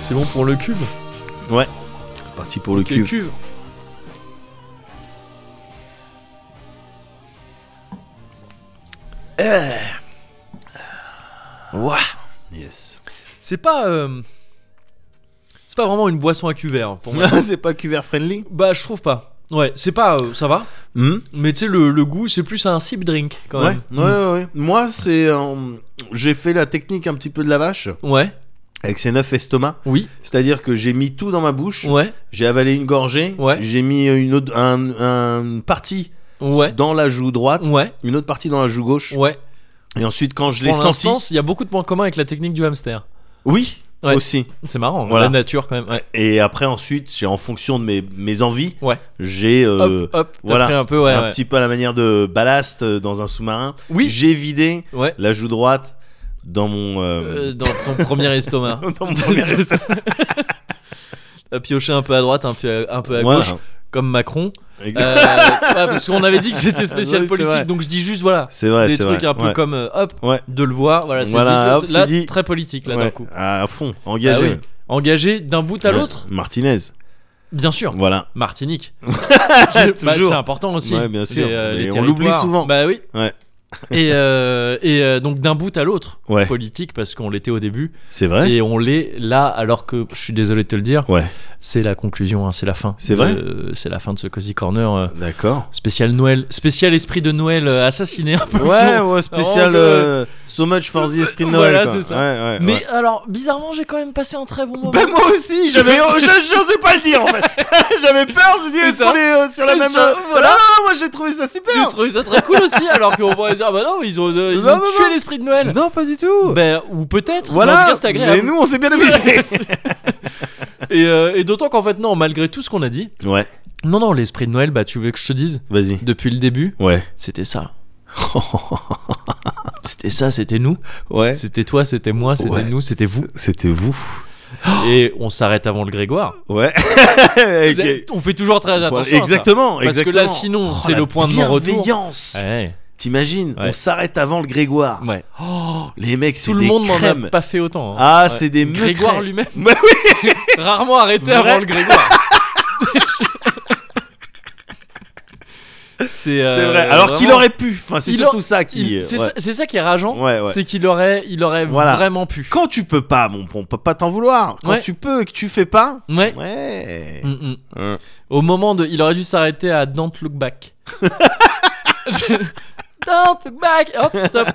C'est bon pour le cube C'est parti pour le Le cul. cube Ouah. Yes. [laughs] C'est pas. euh, C'est pas vraiment une boisson à cuvère pour moi. c'est pas cuvert friendly. bah, je trouve pas. Ouais, c'est pas. euh, ça va. Hmm Mais tu sais, le, le goût, c'est plus un sip drink quand ouais. même. ouais, ouais, ouais. Moi, c'est. euh, j'ai fait la technique un petit peu de la vache Mm. Ouais, avec ses neuf estomacs. oui, C'est-à-dire que j'ai mis tout dans ma bouche. ouais, J'ai avalé une gorgée. Ouais. J'ai mis une autre, un, une partie ouais, dans la joue droite, ouais, une autre partie dans la joue gauche. ouais. Et ensuite, quand je l'ai Pour senti, l'instant, il y a beaucoup de points communs avec la technique du hamster. oui, Ouais. aussi. C'est marrant, Voilà. la nature quand même. Ouais. Et après, ensuite, j'ai en fonction de mes, mes envies, Ouais. j'ai euh, hop, hop, t'as voilà. pris un peu, ouais. un ouais. petit peu à la manière de ballast euh, dans un sous-marin. Oui. J'ai vidé Ouais. la joue droite dans mon euh, Euh, dans ton premier estomac. [laughs] [laughs] dans mon [laughs] premier C'est ça. T'as pioché un peu à droite, un peu à, un peu à Voilà. gauche, comme Macron. Exact. [laughs] Euh, ouais, parce qu'on avait dit que c'était spécial Oui, c'est vrai. politique, donc je dis juste voilà. C'est vrai, des c'est vrai. trucs un peu Ouais. comme euh, hop, Ouais. de le voir, voilà, c'est Voilà, dit, hop, là, c'est dit. très politique là d'un Ouais, coup. À fond, Ah engagé. oui. Engagé d'un bout à Ouais. l'autre, Ah. Martinez. bien sûr. Voilà. [laughs] Martinique. Je- bah, Toujours. c'est important aussi. Ouais, bien sûr. Les, euh, Mais les on l'oublie territoires. souvent. Bah oui. Ouais. [laughs] et euh, et euh, donc d'un bout à l'autre, Ouais. politique, parce qu'on l'était au début, C'est vrai. et on l'est là, alors que je suis désolé de te le dire, Ouais. c'est la conclusion, hein, c'est la fin. C'est de- vrai C'est la fin de ce Cozy Corner. euh, D'accord. spécial Noël, spécial esprit de Noël euh, assassiné un peu. Ouais, disons. ouais, spécial Vraiment, euh, So much for the esprit de Noël. Voilà, quoi. c'est ça. Ouais, ouais, Mais ouais. alors, bizarrement, j'ai quand même passé un très bon moment. Bah, moi aussi, [laughs] j'avais, je- je- j'osais pas le dire en fait. [laughs] j'avais peur, je me disais, C'est est-ce ça. qu'on est euh, sur la C'est même. ça, euh, voilà. Non, non, moi j'ai trouvé ça super. J'ai trouvé ça très cool aussi, alors qu'on pourrait dire, bah non, ils ont, euh, ils Non, ont non, tué non. l'esprit de Noël. Non, pas du tout. Ben, ou peut-être, mais en tout voilà. cas, c'est agréable. Mais nous, on s'est bien amusés. [laughs] Et, euh, et d'autant qu'en fait, non, malgré tout ce qu'on a dit, [laughs] ouais, non, non, l'esprit de Noël, bah tu veux que je te dise, vas-y. depuis le début, Ouais. c'était ça. c'était ça, c'était nous. [laughs] Ouais. C'était toi, c'était moi, c'était Ouais. Oh. nous, c'était vous. C'était vous. Et on s'arrête avant le Grégoire. Ouais. [laughs] On fait toujours très attention. à ça. Exactement, Parce que exactement. là, sinon, Oh, c'est la le point de non-retour. bienveillance. Ouais. T'imagines Ouais. On s'arrête avant le Grégoire. Ouais. Oh, les mecs, c'est Tout le des monde n'en crèmes. a pas fait autant. hein. Ah, Ouais. c'est des mecs. Grégoire lui-même, [laughs] Bah oui, rarement arrêté Vrai. avant le Grégoire. [laughs] c'est c'est euh, vrai. Alors qu'il vraiment- aurait pu. Enfin, c'est Il surtout a- ça il- qui. euh, c'est ouais. ça, c'est ça qui est rageant, Ouais, ouais. c'est qu'il aurait, il aurait Voilà. vraiment pu. Quand tu peux pas, bon, on peut pas t'en vouloir. Quand Ouais. tu peux et que tu fais pas. Ouais. Ouais. Mm, mm. Ouais. Au moment de, il aurait dû s'arrêter à Don't Look [laughs] Back. [laughs] Don't Look Back. Hop, stop.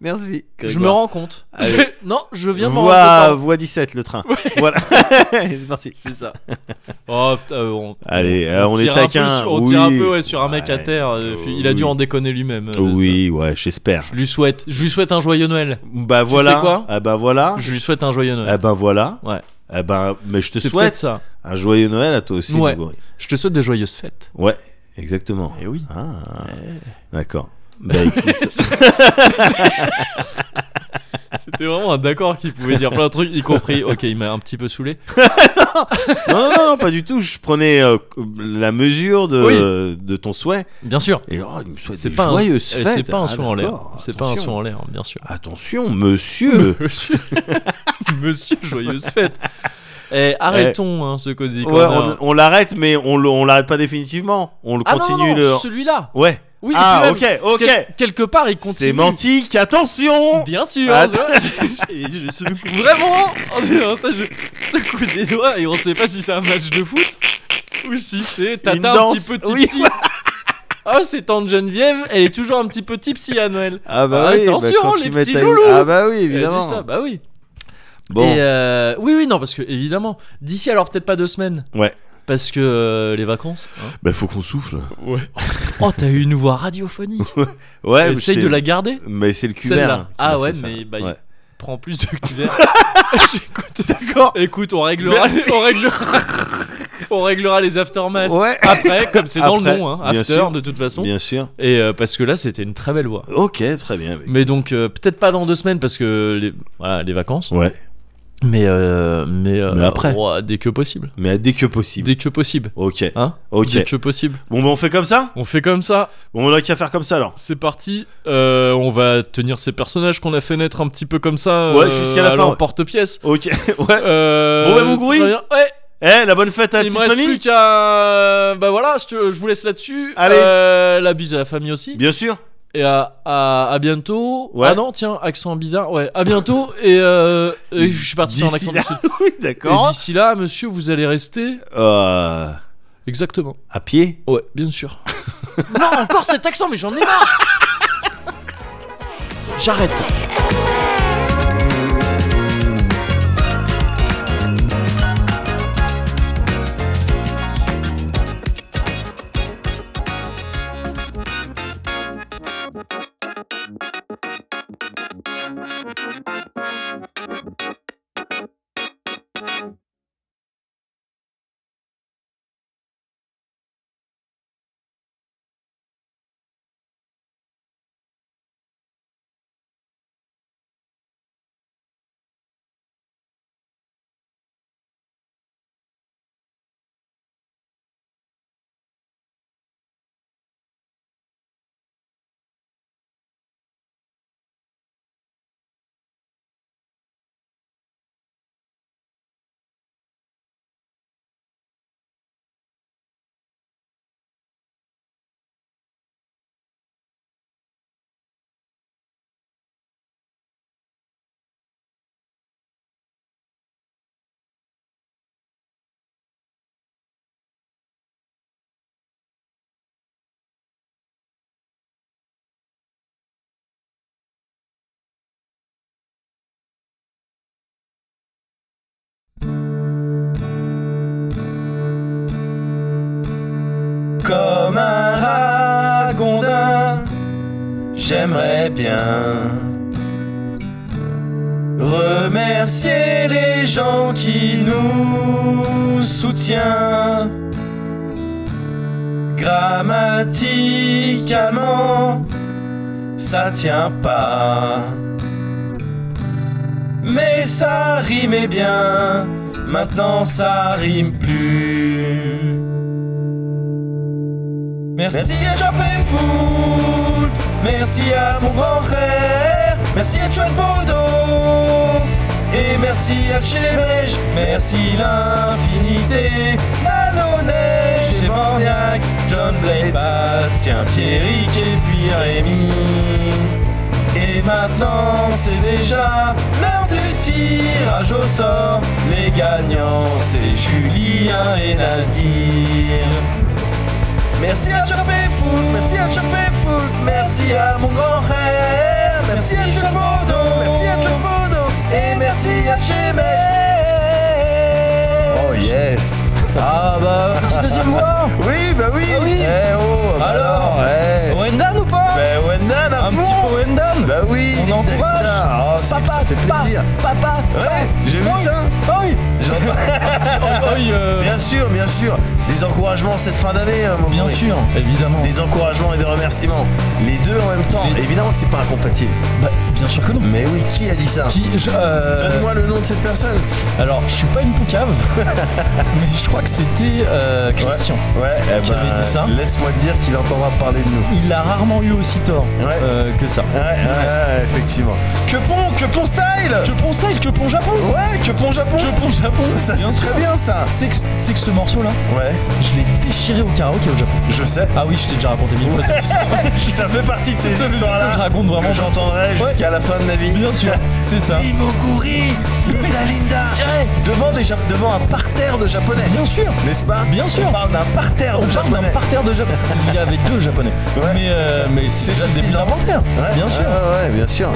Merci. Je me rends compte. Allez. Je- Non, je viens de m'en rendre Voie, compte. voie 17, le train. [laughs] Voilà. c'est parti. C'est ça. Oh, putain, euh, on, Allez, euh, on, est tire un peu taquin. sur- on tire un oui. peu ouais, sur un mec à Ouais. terre. euh, puis il a dû Oui. en déconner lui-même. euh, Oui, ouais, j'espère. ça. Je lui souhaite, je lui souhaite un joyeux Noël. Bah voilà. sais quoi ah bah voilà. Je lui souhaite un joyeux Noël. Ah bah voilà. Ouais. Ah bah, mais je te C'est peut-être souhaite ça. un joyeux Noël à toi aussi. Ouais. Grégory. Je te souhaite de joyeuses fêtes. Ouais, exactement. Eh oui. Ah, d'accord. Bah écoute, [laughs] [laughs] C'était vraiment un d'accord qui pouvait dire plein de trucs, y compris. Ok, il m'a un petit peu saoulé. non, non, non, pas du tout. Je prenais euh, la mesure de, de ton souhait. Bien sûr. Et oh, il me souhaite C'est des pas un- joyeuses Euh, fêtes. C'est pas un Ah, soin en l'air. d'accord, C'est pas un attention. soin en l'air, bien sûr. [laughs] Attention, monsieur. Monsieur, [laughs] Monsieur joyeuse fête. Eh, arrêtons hein, ce cosy Ouais, corner. on, on l'arrête, mais on, le- on l'arrête pas définitivement. On le ah non, continue. non, non, le... celui-là. Ouais. Oui, ah, et puis même, ok, ok. quel- quelque part, il continue. C'est mantique, attention Bien sûr. Ah, ça, je, je- je secoue vraiment. Oh, non, ça, je secoue des doigts et on sait pas si c'est un match de foot ou si c'est tata Une un petit danse, peu oui. tipsy. Oh, c'est tante Geneviève, elle est toujours un petit peu tipsy à Noël. Ah bah oui, bah, Attention, quand les tu mets petits ta- loulous. Ah bah oui, Elle dit ça, bah oui. Bon, Et euh, oui, oui, non, parce que évidemment, d'ici alors peut-être pas deux semaines. Ouais. Parce que euh, les vacances. hein. bah faut qu'on souffle. Oh, t'as eu une voix radiophonique. Ouais, mais Essaye c'est- de la garder. Mais c'est le Celle-là. cuvert. qui Ah m'a ouais, fait ça. mais bah, il- Ouais. Prends plus de [laughs] cuvert. écoute, D'accord. [laughs] écoute, on réglera, Merci. on réglera, [laughs] on réglera les aftermaths. Ouais. Après, comme c'est dans le Après, nom, hein, bien after sûr. de toute façon. Bien sûr. Et euh, parce que là, c'était une très belle voix. Ok, très bien. Mais donc euh, peut-être pas dans deux semaines parce que les, voilà, les vacances. Ouais. Mais euh, mais, euh, Mais après. ouah, dès que possible, Mais dès que possible. dès que possible, Ok. hein. Ok. Dès que possible. Bon, bah on fait comme ça On fait comme ça, Bon, on a qu'à faire comme ça alors. c'est parti. Euh, on va tenir ces personnages qu'on a fait naître un petit peu comme ça. Ouais, euh, jusqu'à la à fin, ouais. porte-pièce. Ok. [laughs] ouais. Euh, Bon, bah, mon gourou. très bien. Ouais, Eh, la bonne fête à la il me petite reste famille plus qu'à. Bah voilà, je, te- je vous laisse là-dessus. Allez. Euh, la bise à la famille aussi. Bien sûr. Et à, à, à bientôt. Ouais. Ah non, tiens, accent bizarre. Ouais, à bientôt. [laughs] et euh, et je suis parti sur un D'ici accent là. du sud. [laughs] Oui, Et d'accord. d'ici là, monsieur, vous allez rester. Euh, Exactement. à pied Ouais, bien [laughs] sûr. non, encore cet accent, mais j'en ai marre. J'arrête. Comme un ragondin, j'aimerais bien remercier les gens qui nous soutiennent. Grammaticalement, ça tient pas. Mais ça rimait bien, maintenant ça rime plus. Merci à Jean Péfoul Merci à mon grand frère, merci à Chouette Bordeaux. Et merci à Chemège, merci l'infinité, Malonège et Borgnac, John Blade, Bastien, Pierrick et puis Rémi. Et maintenant c'est déjà l'heure du tirage au sort. Les gagnants c'est Julien et Nazir. Merci à Chopé Foul, merci à Chopé Foul, merci à mon grand frère, merci à Chopodo, merci à Chopodo, et merci à Chemel. Oh yes! Ah bah, petite deuxième voix Oui, bah oui! Ah oui. Eh oh, bah Alors, alors, eh. Wendan ou pas Bah Wendan à Un fond. petit peu Wendan Bah oui, On encourage. Linda. Oh, c'est- ça fait plaisir. Papa, papa Ouais, j'ai vu ça. Oi J'en- Oi euh, [laughs] Bien sûr, bien sûr. Des encouragements cette fin d'année, euh, mon Bien bruit. sûr, évidemment. Des encouragements et des remerciements. Les deux en même temps. Les- Évidemment que c'est pas incompatible. Bah, bien sûr que non. Mais oui, qui a dit ça Qui, je, euh, Donne-moi le nom de cette personne. alors, je suis pas une [laughs] poucave, mais je crois que c'était euh, Christian. Ouais, eh Qui ben, avait dit ça laisse-moi te dire qu'il entendra parler de nous. Il a rarement eu aussi tort Ouais. euh, que ça. Ouais, ouais, ouais, effectivement. Que pont, que pont style Que pont style, que pont Japon Ouais, que pont Japon Que pont Japon Ça, c'est bien sûr. très bien ça. C'est que, c'est que ce morceau-là, Ouais, je l'ai déchiré au karaoké au Japon. je sais. Ah oui, je t'ai déjà raconté mille fois ça. [laughs] ça fait partie de ces Ça, c'est ce que je histoires-là raconte que vraiment. j'entendrai jusqu'à la fin de ma vie. Bien sûr, c'est ça. Imoguri, Linda Linda, Tiens, devant, des Jap- devant un parterre de japonais, bien sûr n'est-ce pas Bien sûr. On parle d'un parterre On de parle d'un japonais. parterre de japonais. Il y avait deux japonais. Ouais. Mais, euh, mais c'est C'est déjà des suffisant. parterre. Ouais, Bien ouais, sûr. Ouais, ouais, bien sûr.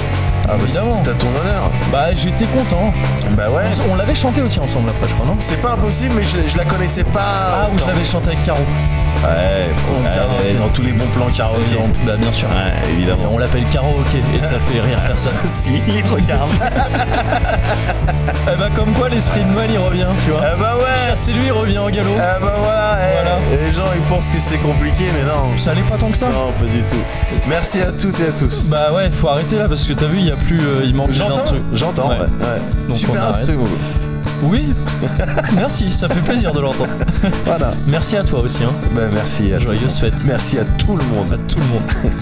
Ah bah Évidemment. c'est tout à ton honneur. Bah j'étais content. Bah ouais. On- On l'avait chanté aussi ensemble après, je crois, non C'est pas impossible, mais je, je la connaissais pas. Ah oui, je autant. l'avais Oh, chanté avec Caro. Ouais, Bon, ouais, karaoké. dans tous les bons plans karaoké. Évidemment. Bah bien Ah. sûr. Ouais, Et [laughs] évidemment. On l'appelle Caro, ok, et ça fait rire personne. Si, [laughs] regarde. eh bah comme quoi l'esprit de Noël il revient, tu vois. ah bah ouais. Chassez lui, il revient au galop. Ah bah voilà, eh, Voilà. Les gens ils pensent que c'est compliqué, mais non. Ça allait pas tant que ça. Non, pas du tout. Merci à toutes et à tous. Bah ouais, faut arrêter là parce que t'as vu, il y a plus, euh, il manque des J'entends, instruments. j'entends, ouais. Ouais. ouais. Donc on Super arrête. instru, mon gars. Oui. [laughs] Merci, ça fait plaisir de l'entendre. Voilà. Merci à toi aussi, hein. Bah, merci à tout le Joyeuse fête. monde. Merci à tout le monde. À tout le monde.